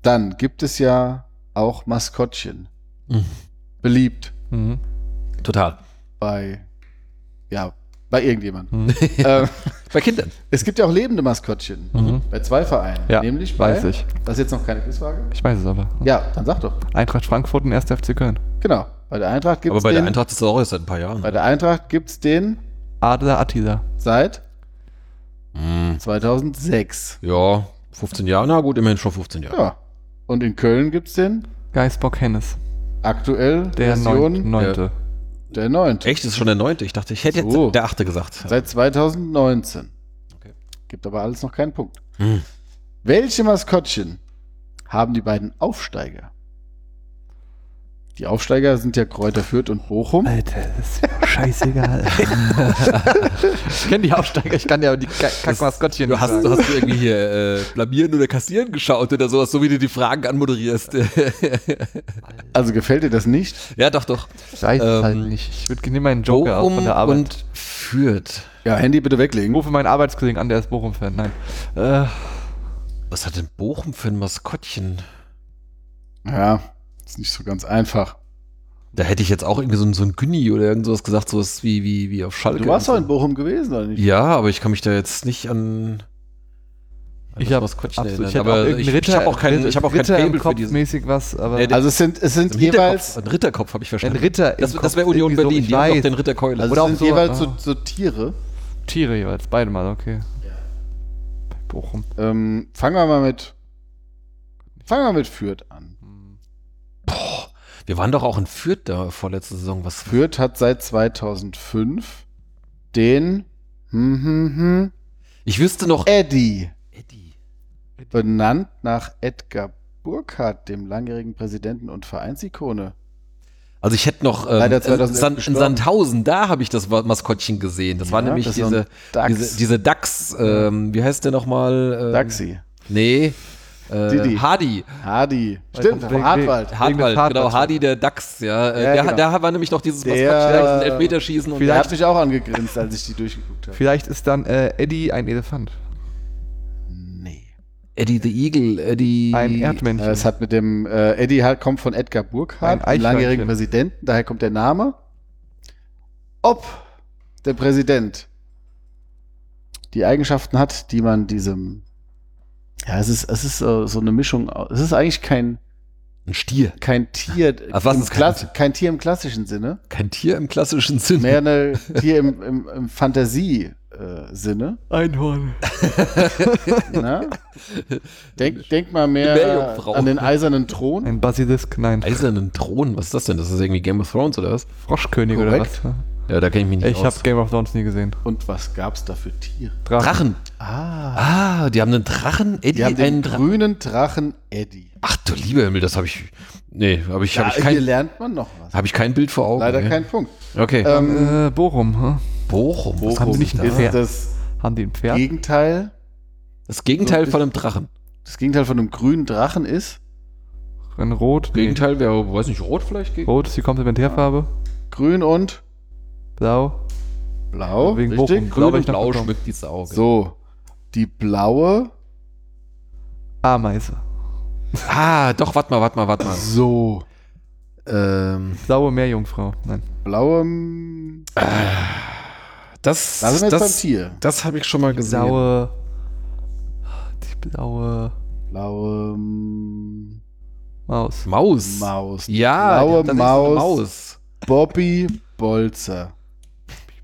D: Dann gibt es ja auch Maskottchen.
B: Mhm.
D: Beliebt
C: Mhm.
B: Total.
D: bei, ja, bei irgendjemandem.
C: Mhm.
D: ähm,
B: Bei Kindern.
D: es gibt ja auch lebende Maskottchen.
C: Mhm.
D: Bei zwei Vereinen.
C: Ja,
D: nämlich bei,
C: weiß ich.
D: Das ist jetzt noch keine Quizfrage?
C: Ich weiß es aber.
D: Ja, dann sag doch.
C: Eintracht Frankfurt und 1. FC Köln.
D: Genau. Bei der Eintracht gibt
B: Aber
D: es
B: bei
D: den.
B: der Eintracht ist es auch erst seit ein paar Jahren.
D: bei der Eintracht gibt's den
C: Adler Attila.
D: seit
B: Hm.
D: 2006.
B: Ja, 15 Jahre. Na gut, immerhin schon 15 Jahre.
D: Ja. Und in Köln gibt es den
C: Geisbock Hennes.
D: aktuell
C: Der neunte.
D: Version
C: neunte.
D: der 9.
B: Echt, das ist schon der neunte. Ich dachte, ich hätte jetzt
D: So.
B: der achte gesagt.
D: Seit 2019.
B: Okay.
D: Gibt aber alles noch keinen Punkt.
B: Hm.
D: Welche Maskottchen haben die beiden Aufsteiger? Die Aufsteiger sind ja Kräuter Fürth und Bochum.
C: Alter, das ist mir scheißegal. ich kenne die Aufsteiger, ich kann ja die Ka- Kackmaskottchen.
B: Du hast, du hast irgendwie hier äh, blamieren oder kassieren geschaut oder sowas, so wie du die Fragen anmoderierst.
D: Also gefällt dir das nicht?
B: ja, doch, doch.
C: ich weiß es halt
B: ähm,
C: nicht. Ich würde nehmen meinen Joker auch von der Arbeit. Und
B: und Fürth.
D: Ja, Handy bitte
C: ich
D: weglegen.
C: rufe meinen Arbeitskollegen an, der ist Bochum-Fan. Nein. Äh,
B: Was hat denn Bochum für ein Maskottchen?
D: Ja, ist nicht so ganz einfach.
B: Da hätte ich jetzt auch irgendwie so ein, so ein Günni oder irgend sowas gesagt, sowas wie, wie, wie auf Schalke.
D: Also Du warst doch in Bochum gewesen, oder nicht?
B: Ja, aber ich kann mich da jetzt nicht an. an
C: Ich
B: das
C: hab
B: Maskottchen
C: absolut-
B: erinnern.
C: ich
B: aber ich, ich
C: hätte auch irgendeinen
B: habe auch keinen, ich hab auch keinen
C: Ritter im
B: Fable für
C: Kopf
B: diesen.
C: mäßig was, aber
B: Nee, der-
D: Also es sind, es sind
B: Ein Ritterkopf,
D: jeweils
B: ein Ritterkopf habe ich
C: ein
B: verstanden.
C: Ritter im
B: das
C: Kopf,
B: das wäre Union
C: irgendwie so,
B: Berlin,
C: ich
B: die haben doch
C: weiß.
B: den Ritterkeule.
D: Also
C: Oder
D: Oder
C: auch
D: sind
C: so,
D: jeweils
C: ah.
D: so, so Tiere.
C: Tiere jeweils, beide mal, okay. Bei Bochum.
D: Ähm, fangen wir mal mit. Fangen wir mit Fürth an.
B: Wir waren doch auch in Fürth da vorletzte Saison. Was
D: Fürth hat seit 2005 den hm, hm, hm,
B: Ich wüsste noch.
D: Eddie,
B: Eddie.
D: benannt nach Edgar Burkhardt, dem langjährigen Präsidenten und Vereinsikone.
B: Also ich hätte noch ähm,
D: Leider
B: in,
D: 2011
B: San, in
D: gestorben.
B: Sandhausen, da habe ich das Wa- Maskottchen gesehen. Das war
D: Ja,
B: nämlich
D: das war
B: diese,
D: ein Dachs.
B: diese diese Dachs, ähm, wie heißt der nochmal? Ähm,
D: Daxi.
B: Nee. Äh,
D: Didi.
B: Hardy,
D: Hardy. Stimmt,
C: wegen-
D: vom Hartwald.
B: Hartwald,
C: Hartwald,
B: genau, Hardy der Dachs, ja. Äh,
D: Ja,
B: der,
D: genau.
B: Da war nämlich noch dieses
D: Der-
B: Maskottchen, Elfmeterschießen und
D: Der
C: Vielleicht-
D: hat mich auch angegrinst, als ich die durchgeguckt habe.
C: Vielleicht ist dann äh, Eddie ein Elefant.
D: Nee.
B: Eddie the Eagle, Eddie.
C: Ein Erdmännchen.
D: Äh, Es hat mit dem äh, Eddie hat, kommt von Edgar Burkhardt,
C: Ein
D: dem langjährigen
C: Eichhörnchen.
D: Präsidenten, daher kommt der Name. Ob der Präsident die Eigenschaften hat, die man diesem ja, es ist, es ist äh, so eine Mischung. au- Es ist eigentlich kein,
B: Ein Stier.
D: kein Tier,
B: Ach, was
D: im
B: ist kein
D: Klass-
B: Tier?
D: kein Tier im klassischen Sinne,
B: Kein Tier im klassischen Sinne.
D: mehr eine Tier im, im, im äh, Fantasie-Sinne.
C: Einhorn.
D: ne? denk, denk mal mehr
B: Meerjungfrau.
D: an den eisernen Thron.
C: Ein Basilisk, nein.
B: Eisernen Thron, was ist das denn? Das ist irgendwie Game of Thrones oder was?
C: Froschkönig
D: Korrekt.
C: oder
B: Ja, da kenne ich mich
C: was?
B: nicht
C: Ich
B: aus.
C: habe Game of Thrones nie gesehen.
D: Und was gab's da für Tiere?
B: Drachen.
D: Ah.
B: Ah, die haben einen Drachen? Eddie,
D: Die haben den
B: einen Drachen.
D: grünen Drachen Eddie.
B: Ach du lieber Himmel, das habe ich. Nee, habe ich,
D: Da,
B: hab ich,
D: hier
B: kein,
D: lernt man noch was.
B: hab ich kein Bild vor Augen.
D: Leider
B: nee.
D: kein Punkt.
B: Okay.
D: Ähm,
C: Äh, Bochum, hm?
B: Bochum. was haben
C: Bochum
B: die
C: nicht
B: da?
C: ein Pferd.
D: ist das
C: haben die ein Pferd?
D: Gegenteil.
B: Das Gegenteil von einem Drachen.
D: Das Gegenteil von einem grünen Drachen ist
C: Ein Rot.
B: Gegenteil wäre, weiß nicht, rot vielleicht?
C: Rot ist die Komplementärfarbe.
D: grün und
C: Blau.
D: Blau,
C: Wegen
D: richtig?
B: Grün
C: Bochum. Glaube ich
B: und
C: noch
B: Oh, blau
C: bekommen.
B: schmückt die Auge.
D: So, die blaue.
C: Ameise.
B: Ah, doch, warte mal, warte mal, warte mal.
D: So. Ähm,
C: Blaue Meerjungfrau. Nein.
D: blaue.
B: Das,
D: Da sind wir jetzt beim
B: das,
D: Tier.
B: das habe ich schon mal gesehen.
C: Blaue. Die blaue
D: Blaue
C: Maus.
B: Maus.
D: Maus.
B: Ja,
D: Blaue
B: die hat tatsächlich so eine
D: Maus.
B: Maus.
D: Bobby Bolzer.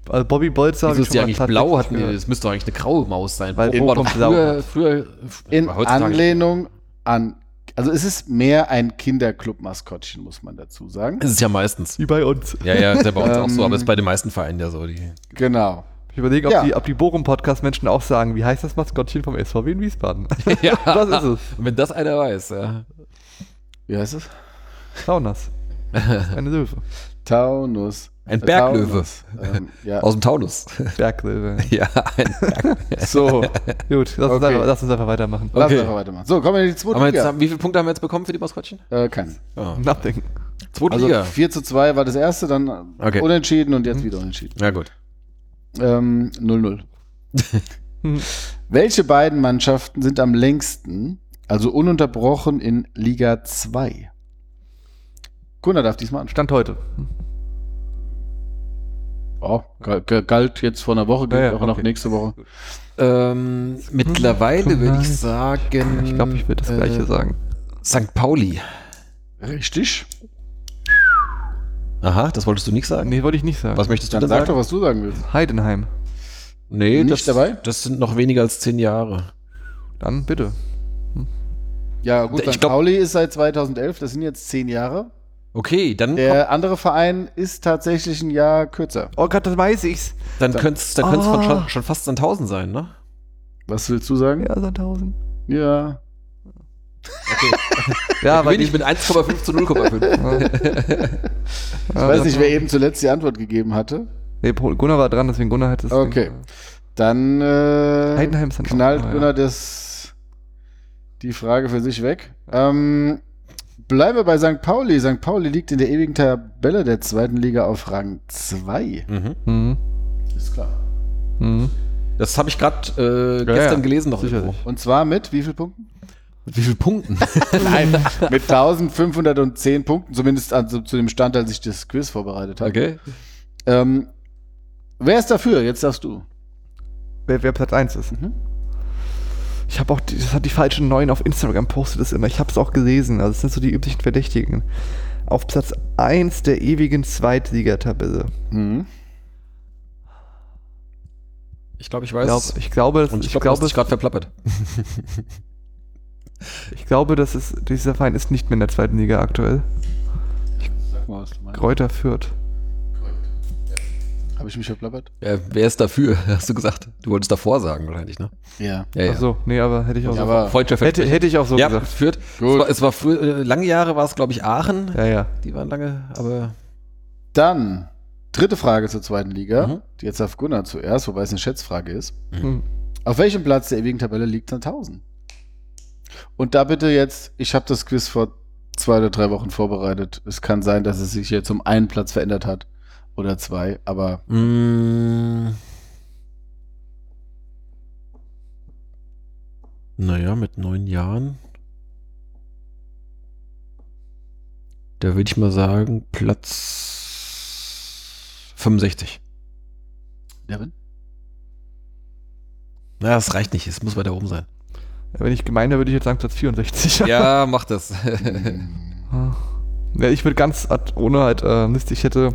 C: Also Bobby Bolzer. hab
B: Wieso
C: ich
B: ist die
C: schon mal
B: eigentlich
C: tatsächlich
B: blau? Hatten die,
C: gehört.
B: das müsste doch eigentlich eine graue Maus sein.
C: Weil
B: Bochum war doch
C: Bochum blau
B: früher, früher äh,
D: In
B: heutzutage-
D: Anlehnung an. Also es ist mehr ein Kinderclub-Maskottchen, muss man dazu sagen.
B: Ist es ja meistens.
C: Wie bei uns.
B: Ja, ja, ist ja bei uns auch so,
D: Ähm.
B: aber ist bei den meisten Vereinen ja so. Die,
D: Genau.
C: Ich überlege, ob
D: Ja.
C: die, ob die Bochum-Podcast-Menschen auch sagen, wie heißt das Maskottchen vom SVW in Wiesbaden?
B: ja,
C: das ist es.
B: Und wenn das einer weiß, ja.
D: Wie heißt es?
C: Taunus. Eine Löwe.
D: Taunus.
B: Ein Berglöwe
D: Ähm, ja.
B: aus dem Taunus.
C: Berglöwe.
B: ja, ein
D: So,
C: Gut, lass, uns
D: Okay.
C: einfach, lass uns einfach weitermachen.
D: lass
B: Okay.
D: einfach weitermachen. So, kommen wir in die zweite
B: Aber jetzt,
D: Liga.
B: haben- wie viele Punkte haben wir jetzt bekommen für die Maskottchen?
D: Äh, kein.
B: Ja.
C: Nothing.
B: Zweite
D: Also
B: Liga.
D: 4 zu 2 war das erste, dann
B: Okay. Mhm.
D: unentschieden und jetzt wieder unentschieden.
B: Ja, gut.
D: Ähm, 0-0.
C: Hm.
D: Welche beiden Mannschaften sind am längsten, also ununterbrochen in Liga 2? Gunnar darf diesmal anfangen.
C: Stand heute.
D: Oh, gal- gal- galt jetzt vor einer Woche, gilt
C: Ja, ja,
D: auch noch
C: okay.
D: nächste Woche.
B: Ähm, mittlerweile würde ich sagen.
C: Ich glaube, ich würde
D: Äh,
C: das Gleiche sagen.
B: St. Pauli.
D: Richtig.
B: Aha, das wolltest du nicht sagen.
C: Nee, wollte ich nicht sagen.
B: Was möchtest du
D: Dann
B: denn
D: sag
B: sagen?
D: doch, was du sagen willst.
C: Heidenheim.
B: Nee,
D: Nicht
B: das,
D: dabei?
B: das sind noch weniger als zehn Jahre.
C: Dann bitte.
D: Ja, gut,
B: Ich
D: St.
B: glaub-
D: Pauli ist seit 2011, das sind jetzt zehn Jahre.
B: Okay, dann,
D: Der andere Verein ist tatsächlich ein Jahr kürzer.
C: Oh Gott, das weiß ich's.
B: dann könnte es dann könnte's von
C: Ah.
B: schon, schon fast 1000 sein, ne?
D: Was willst du sagen?
C: Ja, Sandhausen.
D: Ja.
C: Ja,
B: Gewinn
C: weil
B: ich mit 1,5 zu 0,5.
D: Ich weiß nicht, wer eben zuletzt die Antwort gegeben hatte.
C: Nee, Paul- Gunnar war dran, deswegen Gunnar hat es.
D: Okay. Dann äh,
C: Heidenheim ist dann auch-
D: knallt
C: oh, ja.
D: Gunnar das, die Frage für sich weg. Ähm, bleiben wir bei St. Pauli. St. Pauli liegt in der ewigen Tabelle der zweiten Liga auf Rang 2.
B: mhm.
C: Mhm.
D: Ist klar.
C: Mhm.
B: Das habe ich gerade äh,
C: Ja,
B: gestern
C: ja.
B: gelesen noch.
C: Sicherlich.
B: irgendwo.
D: Und zwar mit wie viel Punkten?
B: Mit wie vielen Punkten?
D: Nein, mit 1510 Punkten, zumindest an, zu, zu dem Stand, als ich das Quiz vorbereitet habe.
B: okay.
D: Ähm, wer ist dafür? Jetzt darfst du.
C: Wer, wer Platz 1 ist.
D: Mhm.
C: Ich habe auch, die, das hat die falschen Neuen auf Instagram postet das immer. Ich habe es auch gelesen. Also, es sind so die üblichen Verdächtigen. Auf Platz 1 der ewigen Zweitligatabelle.
D: Mhm.
B: Ich glaube, ich
C: Ich
B: weiß.
C: glaub, ich glaube, das,
B: und ich,
C: ich,
B: glaube,
C: glaube,
B: ich gerade verplappert.
C: ich glaube, das ist, dieser Verein ist nicht mehr in der zweiten Liga aktuell.
D: Sag mal, was du meinst.
C: Kräuter Fürth.
D: Habe ich mich verplappert?
B: Ja, wer ist dafür? Hast du gesagt? Du wolltest davor sagen wahrscheinlich, ne?
D: Ja.
B: Ja, ja.
C: Ach so, nee, aber hätte ich auch
D: Ja,
C: so.
D: aber
B: Freudscher
C: hätte,
B: Versprechen.
C: hätte ich auch so
B: ja,
C: gesagt.
B: Fürth. Es
D: Gut.
B: war, es war früher, äh, lange Jahre war es, glaube ich, Aachen.
C: Ja, ja.
B: Die waren lange, aber
D: Dann dritte Frage zur zweiten Liga.
B: Mhm.
D: Die Jetzt auf Gunnar zuerst, wobei es eine Schätzfrage ist.
C: Hm.
D: Auf welchem Platz der ewigen Tabelle liegt Sandhausen? Und da bitte jetzt, ich habe das Quiz vor zwei oder drei Wochen vorbereitet. Es kann sein, dass es sich jetzt um einen Platz verändert hat oder zwei, aber
B: Mm. Naja, mit neun Jahren. Da würde ich mal sagen, Platz 65.
D: Devin?
B: Na, das reicht nicht, es muss weiter oben sein.
C: Wenn ich gemein wäre, würde ich jetzt sagen Platz 64.
B: Ja, mach das.
C: Ah. Ja, ich würde ganz, ad- ohne halt äh, Mist, ich hätte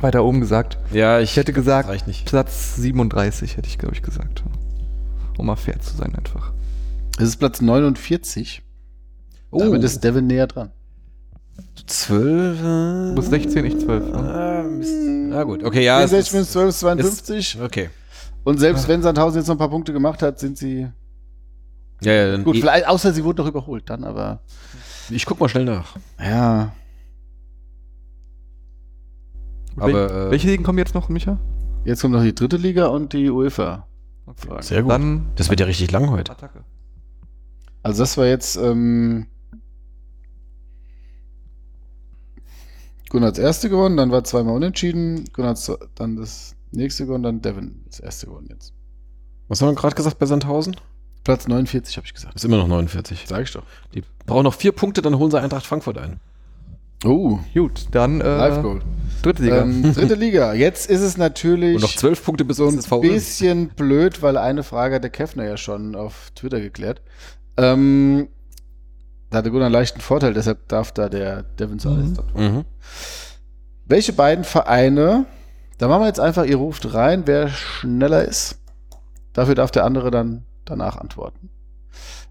C: weiter oben gesagt.
B: ja, ich
C: Ich hätte
B: Das
C: gesagt,
B: reicht nicht.
C: Platz 37 hätte ich, glaube ich, gesagt. Um mal fair zu sein einfach.
D: Es ist Platz 49.
B: Oh.
D: Damit ist Devin näher dran.
B: 12.
C: Du bist 16, ich 12. Ne?
B: Ah, Mist.
D: Hm.
B: Na gut, okay, ja. es
D: 64 minus
B: ist,
D: 12 ist 52.
B: okay.
D: Und selbst wenn Sandhausen jetzt noch ein paar Punkte gemacht hat, sind sie.
B: Ja, ja, dann
D: Gut,
B: eh-
D: vielleicht, außer sie wurden noch überholt, dann aber.
B: ich guck mal schnell nach.
D: Ja.
B: Aber,
C: Wel
B: äh,
C: welche Ligen kommen jetzt noch, Micha?
D: Jetzt kommt noch die dritte Liga und die UEFA.
C: Okay.
B: Sehr gut.
C: Dann
B: das wird ja richtig lang heute.
C: Attacke.
D: Also das war jetzt ähm, Gunnar als erste gewonnen, dann war zweimal unentschieden, Gunnar hat's dann das Nächste Gone, dann Devon. Das erste Gone jetzt.
B: Was haben wir gerade gesagt bei Sandhausen?
D: Platz 49 habe ich gesagt.
B: Ist immer noch 49.
D: Sag ich doch.
B: Die brauchen noch vier Punkte, dann holen sie Eintracht Frankfurt ein.
D: Oh,
C: Gut, dann
D: Live
C: äh,
D: Goal.
C: dritte Liga.
D: Ähm, dritte Liga. Jetzt ist es natürlich
B: Und noch zwölf Punkte bis
D: so
B: uns
D: ein
B: ins VfL.
D: bisschen blöd, weil eine Frage hat der Käffner ja schon auf Twitter geklärt. Ähm, da hatte Gunnar einen leichten Vorteil, deshalb darf da der Devin zuerst.
B: Mhm.
D: Welche beiden Vereine, da machen wir jetzt einfach, ihr ruft rein, wer schneller ist. Dafür darf der andere dann danach antworten.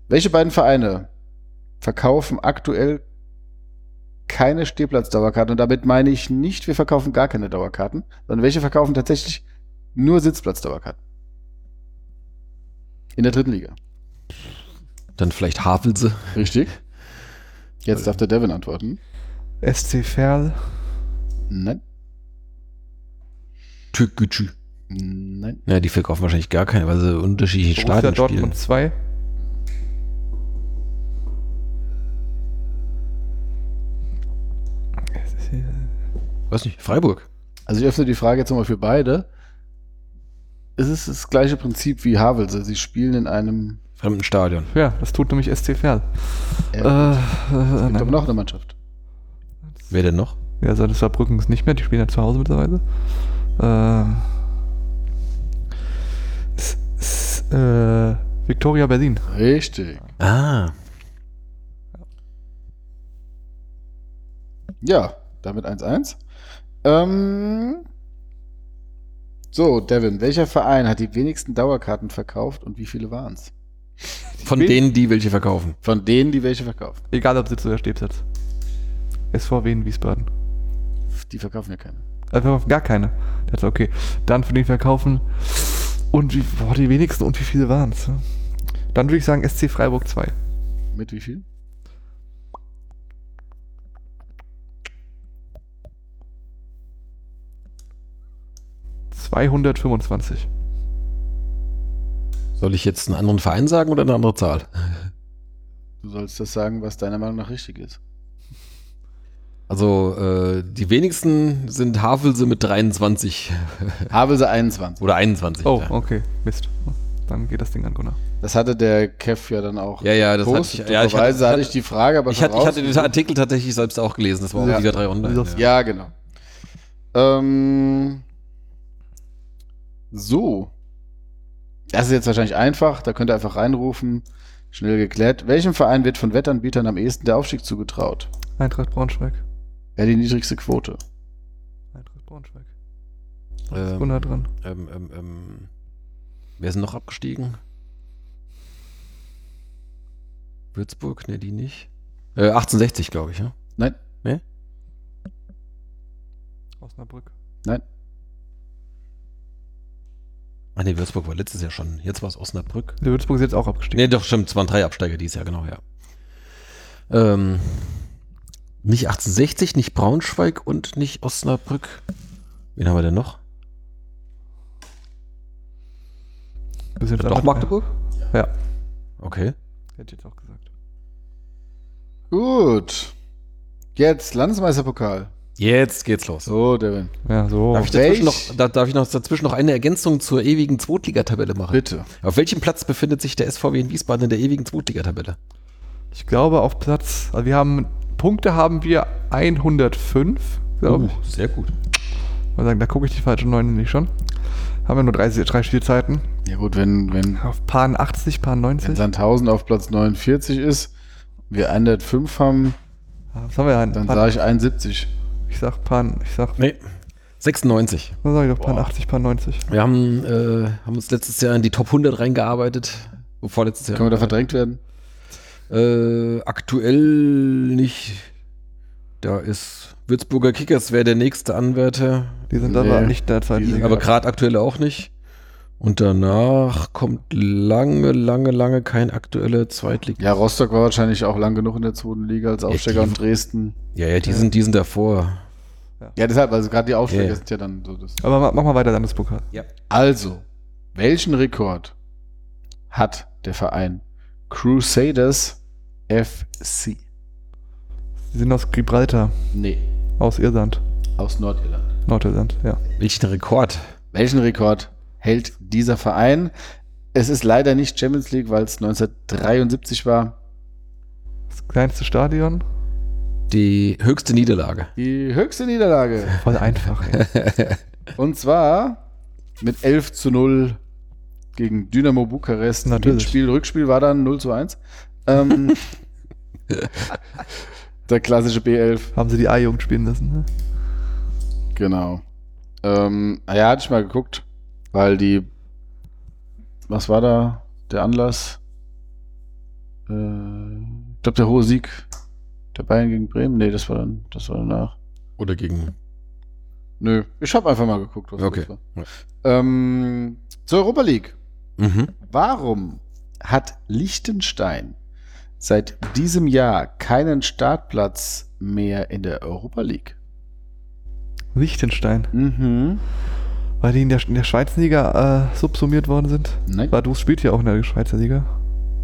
D: Welche beiden Vereine verkaufen aktuell keine Stehplatzdauerkarten? Und damit meine ich nicht, wir verkaufen gar keine Dauerkarten, sondern welche verkaufen tatsächlich nur Sitzplatzdauerkarten? In der dritten Liga.
B: Dann vielleicht Havelse.
D: Richtig. Jetzt darf der Devin antworten.
C: SC Verl.
D: Nein.
B: Tükgücü.
D: Nein.
B: Ja, die verkaufen wahrscheinlich gar keine, weil sie unterschiedliche
C: Borussia
B: Stadien spielen.
C: Dortmund 2.
B: Weiß nicht, Freiburg.
D: Also ich öffne die Frage jetzt nochmal für beide. Es ist das gleiche Prinzip wie Havelse. Sie spielen in einem.
B: Fremden Stadion.
C: Ja, das tut nämlich SC Verl.
D: Äh,
C: Äh,
D: es
C: äh,
D: gibt
C: nein.
D: aber noch eine Mannschaft.
B: Wer denn noch?
C: Ja, also das Saarbrücken ist nicht mehr, die spielen ja zu Hause mittlerweile. Äh, s, s, äh, Victoria Berlin.
D: Richtig.
B: Ah.
D: Ja, damit 1-1. Ähm, so, Devin, welcher Verein hat die wenigsten Dauerkarten verkauft und wie viele waren es?
B: Von
C: Wen-
B: denen, die welche verkaufen.
D: Von denen, die welche verkaufen.
C: Egal ob Sitz oder Stehplatz. SV Wien Wiesbaden.
D: Die verkaufen ja keine.
C: Äh, verkaufen gar keine. Der hat okay. Dann für den verkaufen. Und wie, boah, die wenigsten und wie viele waren es? Dann würde ich sagen SC Freiburg 2.
D: Mit wie viel?
C: zweihundertfünfundzwanzig
B: Soll ich jetzt einen anderen Verein sagen oder eine andere Zahl?
D: Du sollst das sagen, was deiner Meinung nach richtig ist.
B: Also äh, die wenigsten sind Havelse mit 23
D: Havelse 21.
B: oder 21.
C: Oh,
B: ja.
C: okay. Mist. Dann geht das Ding an Gunnar.
D: Das hatte der Kev ja dann auch.
B: Ja, ja, das hatte ich-
D: gepostet.
B: ja, ich hatte-
D: Dummerweise hatte ich die Frage, aber
B: Ich, hatte, ich hatte den
D: vorausgesucht.
B: Artikel tatsächlich selbst auch gelesen. Das war auch
D: Ja.
B: wieder drei Runden.
C: Das-
B: Ja.
D: Ja, genau. Ähm, so. Das ist jetzt wahrscheinlich einfach. Da könnt ihr einfach reinrufen. Schnell geklärt. Welchem Verein wird von Wettanbietern am ehesten der Aufstieg zugetraut?
C: Eintracht Braunschweig.
D: Wer hat die niedrigste Quote?
C: Eintracht Braunschweig.
B: Ähm,
C: Gunnar dran.
B: ähm, ähm, ähm, wer ist denn noch abgestiegen? Würzburg? Ne, die nicht. Äh, 1860, glaube ich. Ja?
D: Nein,
C: Osnabrück.
D: nein.
B: Ah, ne, Würzburg war letztes Jahr schon. Jetzt war es Osnabrück.
C: Der Würzburg ist jetzt auch abgestiegen.
B: Nee, doch, stimmt. Es waren drei Absteiger dieses Jahr, genau, ja. Ähm, nicht 1860, nicht Braunschweig und nicht Osnabrück. Wen haben wir denn noch?
C: Bis jetzt
B: Doch
C: einfach-
B: Magdeburg?
C: Ja,
B: Okay.
C: hätte ich jetzt auch gesagt.
D: Gut. Jetzt Landesmeisterpokal.
B: Jetzt geht's los.
D: So, Devin.
C: Ja, so.
B: Darf ich, dazwischen noch, da, darf ich noch dazwischen noch eine Ergänzung zur ewigen Zweitligatabelle machen?
D: Bitte.
B: Auf welchem Platz befindet sich der SVW in Wiesbaden in der ewigen Zweitligatabelle?
C: Ich glaube auf Platz, also wir haben, Punkte haben wir 105, glaube ich.
B: Uh, sehr gut.
C: Mal sagen, da gucke ich die falsche 9 nicht schon. Haben wir nur drei, drei Spielzeiten.
D: Ja gut, wenn, wenn,
C: Auf Pan 80, Pan
D: wenn
C: 90.
D: Sandhausen auf Platz 49 ist, wir 105 haben,
C: Ah, Was haben wir denn?
D: dann
C: Pan,
D: sage ich 71.
C: ich sag Pan, ich sag,
B: Nee. 96.
C: was sag ich doch, Pan 80, Pan 90.
B: Wir haben, äh, haben uns letztes Jahr in die Top 100 reingearbeitet. Vorletztes Jahr.
D: Können wir da verdrängt werden?
B: Äh, aktuell nicht. Da ist Würzburger Kickers wäre der nächste Anwärter,
C: Die sind
D: Nee,
C: aber nicht in der
D: die sind
C: Zeitliga.
B: aber gerade aktuell auch nicht. Und danach kommt lange, lange, lange kein aktueller Zweitligist.
D: Ja, Rostock war wahrscheinlich auch lang genug in der zweiten Liga als Aufsteiger
B: die-
D: und Dresden.
B: Ja, ja, die sind, die sind davor.
D: Ja, deshalb, also gerade die Aufsteiger
B: Ja, ja.
D: sind ja dann so das.
C: Aber ma- mach mal weiter, Landespokal.
D: Also, welchen Rekord hat der Verein Crusaders FC?
C: Die sind aus Gibraltar,
D: Nee,
C: aus Irland,
D: aus Nordirland.
C: Nordirland, ja.
B: Welchen Rekord?
D: Welchen Rekord hält dieser Verein? Es ist leider nicht Champions League, weil es 1973 war.
C: Das kleinste Stadion.
B: Die höchste Niederlage.
D: Die höchste Niederlage.
C: Voll einfach. Ey.
D: Und zwar mit 11 zu 0 gegen Dynamo Bukarest.
C: Natürlich.
D: Spiel, Rückspiel war dann 0 zu 1. Ähm, der klassische B11.
C: Haben sie die A-Jugend spielen lassen. Ne?
D: Genau. Ähm, na ja, hatte ich mal geguckt, weil die. Was war da der Anlass? Äh, ich glaube, der hohe Sieg der Bayern gegen Bremen. Nee, das war dann, das war danach.
B: Oder gegen.
D: Nö, ich habe einfach mal geguckt, was
B: Okay.
D: das war. Ähm, zur Europa League.
B: Mhm.
D: Warum hat Liechtenstein seit diesem Jahr keinen Startplatz mehr in der Europa League?
C: Liechtenstein.
D: Mhm.
C: Weil die in der, in der Schweizer Liga äh, subsumiert worden sind.
D: Nein.
C: Vaduz spielt ja auch in der Schweizer Liga.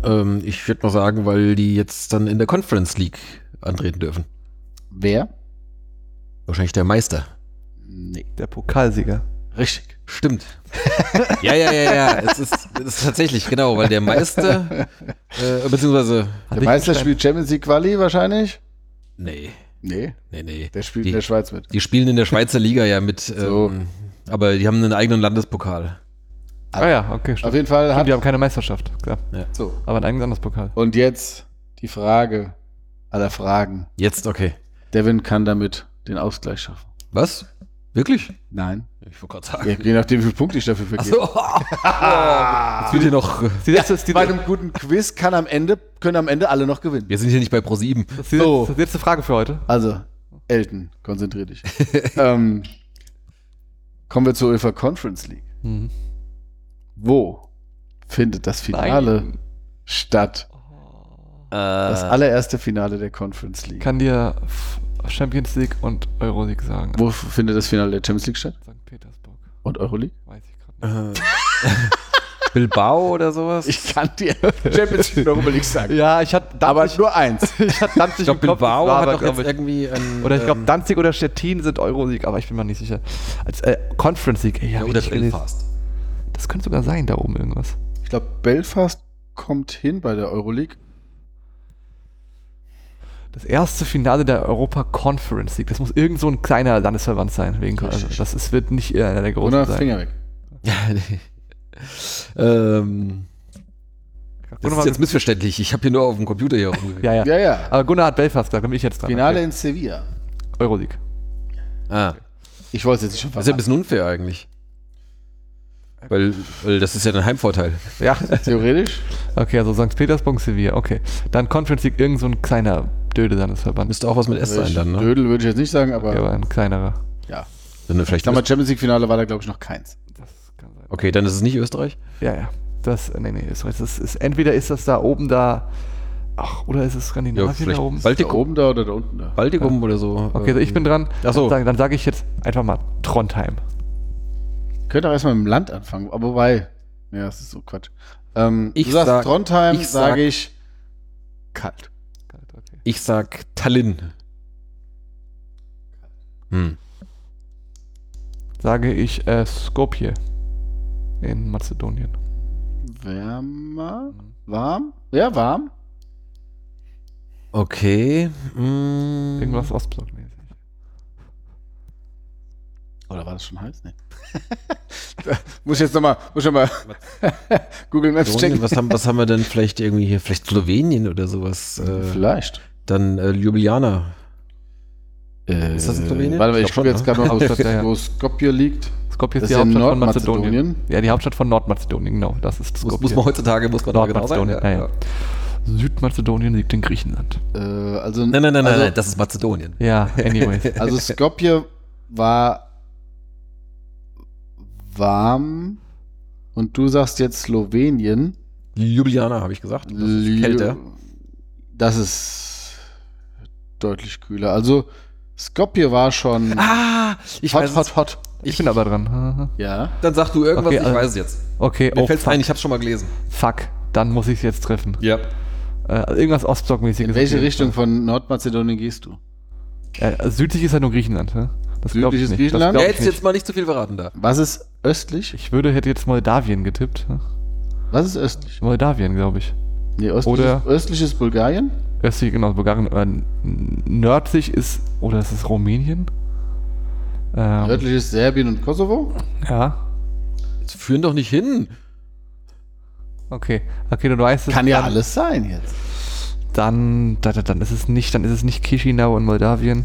B: Ähm, ich würde mal sagen, weil die jetzt dann in der Conference League antreten dürfen.
D: Wer?
B: Wahrscheinlich der Meister.
D: Nee.
C: Der Pokalsieger.
D: Richtig.
B: Stimmt. ja, ja, ja, ja. Es ist, es ist tatsächlich, genau, weil der Meister, äh, beziehungsweise,
D: Der Meister spielt Champions League Quali wahrscheinlich?
B: nee,
D: Nee,
B: nee, nee.
D: der spielt
B: Die-
D: in der Schweiz mit.
B: Die spielen in der Schweizer Liga ja mit,
D: So.
B: ähm, aber die haben einen eigenen Landespokal.
C: Ah ja, okay. Stimmt.
D: Auf jeden Fall
C: Stimmt,
D: hat
C: die haben keine Meisterschaft. Klar.
D: so.
C: Aber ein eigenes anderes Pokal.
D: Und jetzt die Frage aller Fragen.
B: Jetzt, okay.
D: Devin kann damit den Ausgleich schaffen.
B: Was? Wirklich?
D: Nein.
B: Ich wollte gerade sagen.
D: Je je nachdem, wie viele Punkte ich dafür vergebe.
B: Achso. Jetzt wird hier noch. äh,
C: Die letzte, die,
D: Bei einem guten Quiz kann am Ende, können am Ende alle noch gewinnen.
B: Wir sind hier nicht bei Pro7.
C: das ist die,
D: So.
C: das ist die letzte Frage für heute.
D: Also, Elton, konzentrier dich. ähm, kommen wir zur UEFA Conference League.
C: Mhm.
D: Wo findet das Finale statt? Äh, Das allererste Finale der Conference League.
C: Kann dir F- Champions League und Euro League sagen.
D: Wo f- findet das Finale der Champions League statt?
C: St. Petersburg.
D: Und Euroleague?
C: Weiß ich gerade nicht.
B: Äh, Bilbao oder sowas? Ich,
D: Ich kann dir Champions League und Europa League sagen.
C: Ja, ich hatte
D: aber
C: Danzig,
D: nur eins.
C: ich hatte Danzig
B: glaube,
C: im Kopf, das
B: Bilbao
C: war
B: hat
C: aber,
B: doch
C: glaub
B: jetzt irgendwie ein.
C: Oder ich glaube,
B: ähm,
C: Danzig oder Stettin sind Euroleague, aber ich bin mir nicht sicher. Als äh, Conference League, ey, ja,
B: ja, oder
C: richtig gelesen.
B: Belfast.
C: Das könnte sogar sein, da oben irgendwas.
D: Ich glaube, Belfast kommt hin bei der Euroleague.
C: Das erste Finale der Europa Conference League. Das muss irgend so ein kleiner Landesverband sein. Wegen, also das ist, wird nicht eher einer der großen
D: Oder
C: sein.
D: Finger weg.
B: Ja, nee. ähm, das ist
C: Gunnar,
B: jetzt missverständlich. Ich habe hier nur auf dem Computer hier rumgekriegt.
C: ja, ja.
D: Ja, ja.
C: Aber Gunnar hat Belfast gesagt, da bin ich jetzt dran.
D: Finale in Sevilla.
C: Okay. Euroleague.
B: Ah,
D: Ich wollte es jetzt nicht schon
B: das ist ja ein
D: verraten.
B: bisschen unfair eigentlich. Weil, weil das ist ja ein Heimvorteil.
C: Ja.
D: Theoretisch.
C: Okay, also St. Petersburg, Sevilla. Okay. Dann Conference League, irgend so ein kleiner Döde Landesverband.
B: Müsste auch was mit S sein dann, ne?
D: Dödel würde ich jetzt nicht sagen, aber
C: Okay, aber ein kleinerer.
D: ja.
B: Dann vielleicht
D: Sag mal, Champions League Finale war da, glaube ich, noch keins.
C: Das kann sein.
B: okay, dann ist es nicht Österreich.
C: Ja, ja. Das, nee, nee, ist, ist, ist, entweder ist das da oben da, ach, oder ist es
B: Ja,
C: Skandinavien da oben?
B: vielleicht
D: Da
B: Baltikum,
D: oben da oder da unten da?
B: Baltikum oder so. Ähm,
C: Okay, also ich bin dran.
B: Ach so.
C: Dann, dann sage ich jetzt einfach mal Trondheim.
D: Könnt auch erstmal mit dem Land anfangen, aber wobei. Ja, das ist so Quatsch. Ähm,
B: Ich
D: du sagst
B: sag-
D: Trondheim,
B: ich
D: sage
B: sag-
D: sag ich kalt.
B: Ich sag Tallinn. Hm.
C: Sage ich äh, Skopje in Mazedonien.
D: Wärmer? Warm? Ja, warm.
B: Okay. Hm.
C: Irgendwas Ostblockmäßig.
D: Oder war das schon heiß? Nee. Da muss ich jetzt nochmal, muss ich mal Google Maps
B: Mazedonien,
D: checken.
B: Was haben, was haben wir denn vielleicht irgendwie hier? Vielleicht Slowenien oder sowas? Äh,
D: Vielleicht.
B: dann äh, Ljubljana.
D: Ist
B: das in Slowenien?
D: Äh, Warte mal,
B: Ich
D: ich,
B: glaub
D: gucke
B: schon,
D: jetzt gerade mal, ob
C: ne? Ja, ja.
D: wo Skopje liegt.
C: Skopje
D: Das
C: ist die
D: ist ja
C: Hauptstadt von
D: Nordmazedonien.
C: Mazedonien. Ja, die Hauptstadt von Nordmazedonien, genau. Das ist
B: Muss, muss man heutzutage, muss man da genau sein.
C: Nordmazedonien, ja, ja. Südmazedonien liegt in Griechenland.
D: Äh, also,
B: Nein, nein, nein,
D: also,
B: nein, nein, das ist Mazedonien.
C: Ja, anyways.
D: Also Skopje war warm und du sagst jetzt Slowenien.
B: Ljubljana, habe ich gesagt. Das ist kälter.
D: Das ist deutlich kühler. Also Skopje war schon
B: Ah, ich
D: hot,
B: weiß
D: hot,
B: es.
D: hot.
C: ich bin aber dran.
D: Ja.
B: Dann sag du irgendwas,
C: Okay,
B: ich
C: also-
B: weiß es jetzt.
C: Okay,
B: Mir
C: oh,
B: fällt's
C: fuck.
B: ein, ich hab's schon mal gelesen.
C: fuck. Dann muss ich es jetzt treffen.
B: Ja.
C: Äh, also irgendwas Ostblockmäßiges.
D: In welche
C: auf jeden
D: Richtung von Nordmazedonien gehst du?
C: Fall. Äh, südlich ist ja nur Griechenland. Ne? Das glaube ich
D: Südliches
C: nicht. Das
D: Griechenland?
C: glaub
B: Ja,
C: ich
B: jetzt,
C: nicht.
B: jetzt mal nicht zu viel verraten da.
D: Was ist östlich?
C: Ich würde, hätte jetzt Moldawien getippt.
D: Was ist östlich?
C: Moldawien, glaube ich.
D: Nee, östlich,
C: Oder-
D: ist, östlich ist Bulgarien.
C: Östlich, genau, Bulgarien. Äh, nördlich ist, oder ist es Rumänien? Ähm,
D: Nördlich ist Serbien und Kosovo.
C: Ja.
B: Jetzt führen doch nicht hin.
C: Okay. Okay, du weißt es.
D: Kann ja
C: dann,
D: alles sein jetzt.
C: Dann, dann, dann ist es nicht, dann ist es nicht Chisinau in Moldawien.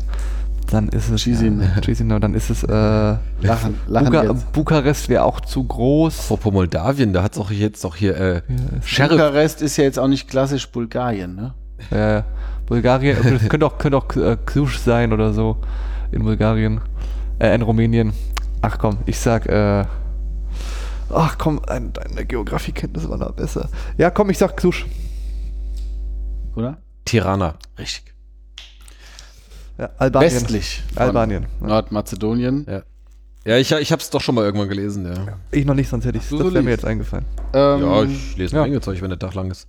C: Dann ist es.
D: Chisinau.
C: Äh, Chisinau, dann ist es. Äh,
D: Lachen, lachen
C: Buka
D: jetzt.
C: Bukarest wäre auch zu groß.
B: Apropos Moldawien, da hat's auch jetzt doch hier äh, Sheriff.
D: Bukarest ist ja jetzt auch nicht klassisch Bulgarien, ne?
C: Äh, Bulgarien, das könnte auch, könnte auch äh, Cluj sein oder so in Bulgarien, äh, in Rumänien. Ach komm, ich sag, äh, ach komm, ein- deine Geografiekenntnis war da besser. Ja komm, ich sag Cluj.
D: Oder?
B: Tirana.
D: Richtig.
C: Ja, Albanien.
D: Westlich. von
C: Albanien. Ja.
D: Nordmazedonien.
B: Ja, ich, ich hab's doch schon mal irgendwann gelesen, ja.
C: Ich noch nicht, sonst hätte ich
D: du
C: Das
D: so
C: wäre mir
D: liest.
C: jetzt eingefallen.
D: Ähm,
B: Ja, ich lese eine
C: ja.
B: Menge Zeug, wenn der Tag lang ist.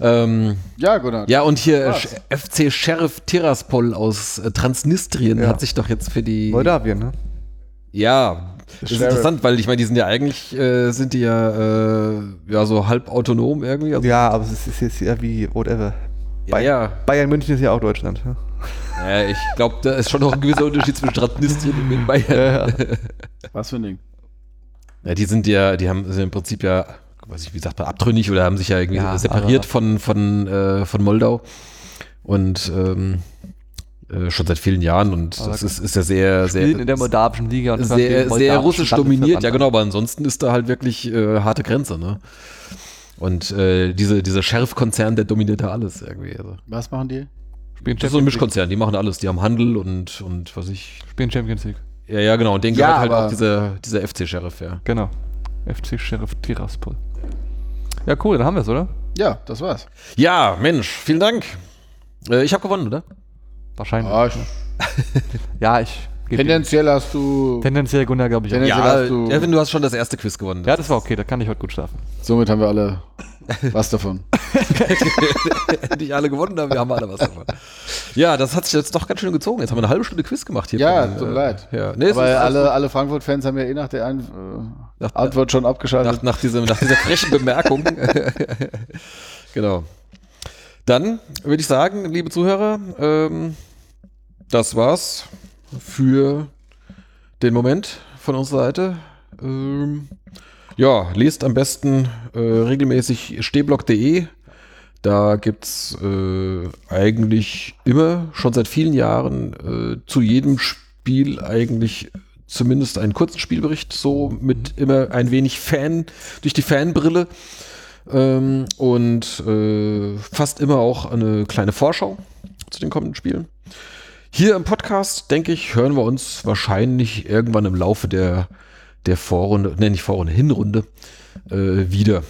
B: Ähm,
D: ja, Gunnar.
B: ja, und hier äh,
D: Was?
B: Sch- FC Sheriff Tiraspol aus äh, Transnistrien
C: Ja.
B: hat sich doch jetzt für die.
C: Moldawien, ne?
B: Ja, das ist
D: Sheriff.
B: interessant, weil ich meine, die sind ja eigentlich, äh, sind die ja, äh, ja so halb autonom irgendwie. Also,
C: Ja, aber es ist jetzt ja wie whatever.
B: ja, ja.
C: Bayern München ist ja auch Deutschland. ne?
B: ja, ich glaube, da ist schon noch ein gewisser Unterschied zwischen Transnistrien und den Bayern.
D: Was für ein Ding.
B: Ja, die sind ja, die haben sind im Prinzip ja, weiß ich, wie sagt man, abtrünnig oder haben sich ja irgendwie
C: Ja,
B: separiert
C: aber-
B: von, von, äh, von Moldau. Und ähm, äh, schon seit vielen Jahren und
C: Aber
B: das ist, ist ja sehr, sehr,
C: Spielen in der moldawischen Liga und
B: sehr, sehr
C: moldawischen
B: russisch
C: Land
B: dominiert.
C: verwandt.
B: Ja, genau, aber ansonsten ist da halt wirklich äh, harte Grenze, ne? Und äh, diese, dieser Sheriff-Konzern, der dominiert da alles irgendwie. Also.
D: Was machen die?
C: Spielen
B: Das ist so ein
C: Champions, League.
B: Mischkonzern, die machen alles. Die haben Handel und, und was ich.
C: Spielen Champions League.
B: Ja, ja, genau. Und denen
D: Ja,
B: gehört halt
D: aber-
B: auch dieser, dieser FC-Sheriff, ja.
C: Genau. FC Sheriff Tiraspol. Ja, cool, dann haben wir es, oder?
D: Ja, das war's.
B: Ja, Mensch, vielen Dank. Äh, ich habe gewonnen, oder?
C: Wahrscheinlich.
D: Ah, ich,
C: Ja, ich. geb ihm-
D: tendenziell hast du.
C: Tendenziell Gunnar, glaube ich. Auch.
D: Tendenz-
C: Ja.
D: Ja, hast du-
B: Erwin, du hast schon das erste Quiz gewonnen.
C: ja, das war okay, da kann ich heute gut schlafen.
D: Somit haben wir alle was davon.
B: Nicht alle gewonnen haben, wir haben alle was davon. Ja, das hat sich jetzt doch ganz schön gezogen. Jetzt haben wir eine halbe Stunde Quiz gemacht hier.
D: Ja,
B: beim,
D: tut mir
B: äh,
D: leid.
B: Ja. Nee, es
D: Weil
B: ist-
D: alle, alle Frankfurt-Fans haben ja eh nach der Ein äh,
B: Nach-
D: Antwort schon abgeschaltet.
B: nach, nach, diesem, nach dieser frechen Bemerkung. genau. Dann würde ich sagen, liebe Zuhörer, ähm, das war's für den Moment von unserer Seite. Ähm, ja, lest am besten äh, regelmäßig stehblock.de. Da gibt's äh, eigentlich immer, schon seit vielen Jahren, äh, zu jedem Spiel eigentlich zumindest einen kurzen Spielbericht, so mit immer ein wenig Fan, durch die Fanbrille. Ähm, und äh, fast immer auch eine kleine Vorschau zu den kommenden Spielen. Hier im Podcast, denke ich, hören wir uns wahrscheinlich irgendwann im Laufe der, der Vorrunde, ne, nicht Vorrunde, Hinrunde äh, wieder.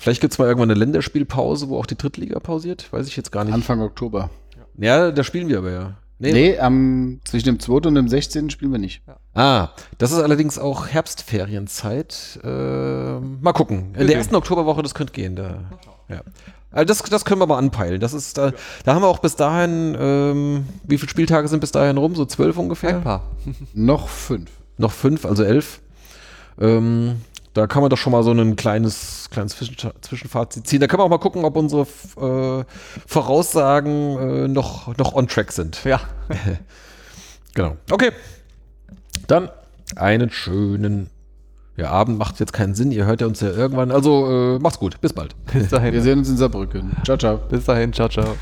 B: Vielleicht gibt es mal irgendwann eine Länderspielpause, wo auch die Drittliga pausiert. Weiß ich jetzt gar nicht.
D: Anfang Oktober.
B: ja, da spielen wir aber ja.
D: Nee, am, zwischen dem 2. und dem 16. spielen wir nicht.
B: Ah, das ist allerdings auch Herbstferienzeit. Ähm, mal gucken. In der ersten Oktoberwoche, das könnte gehen. Da. Ja. Also das, das können wir mal anpeilen. Das ist da, da haben wir auch bis dahin, ähm, wie viele Spieltage sind bis dahin rum? So zwölf ungefähr?
C: Ein paar.
D: Noch fünf.
B: Noch fünf, also elf. Ähm, da kann man doch schon mal so ein kleines, kleines Zwischensta- Zwischenfazit ziehen. Da können wir auch mal gucken, ob unsere f- äh, Voraussagen äh, noch, noch on track sind.
C: Ja.
B: Genau. Okay. Dann einen schönen ja, Abend. Macht jetzt keinen Sinn. Ihr hört ja uns ja irgendwann. Also äh, macht's gut. Bis bald.
C: Bis
D: Wir
C: dahin.
D: sehen uns in Saarbrücken. Ciao, ciao.
C: Bis dahin, ciao, ciao.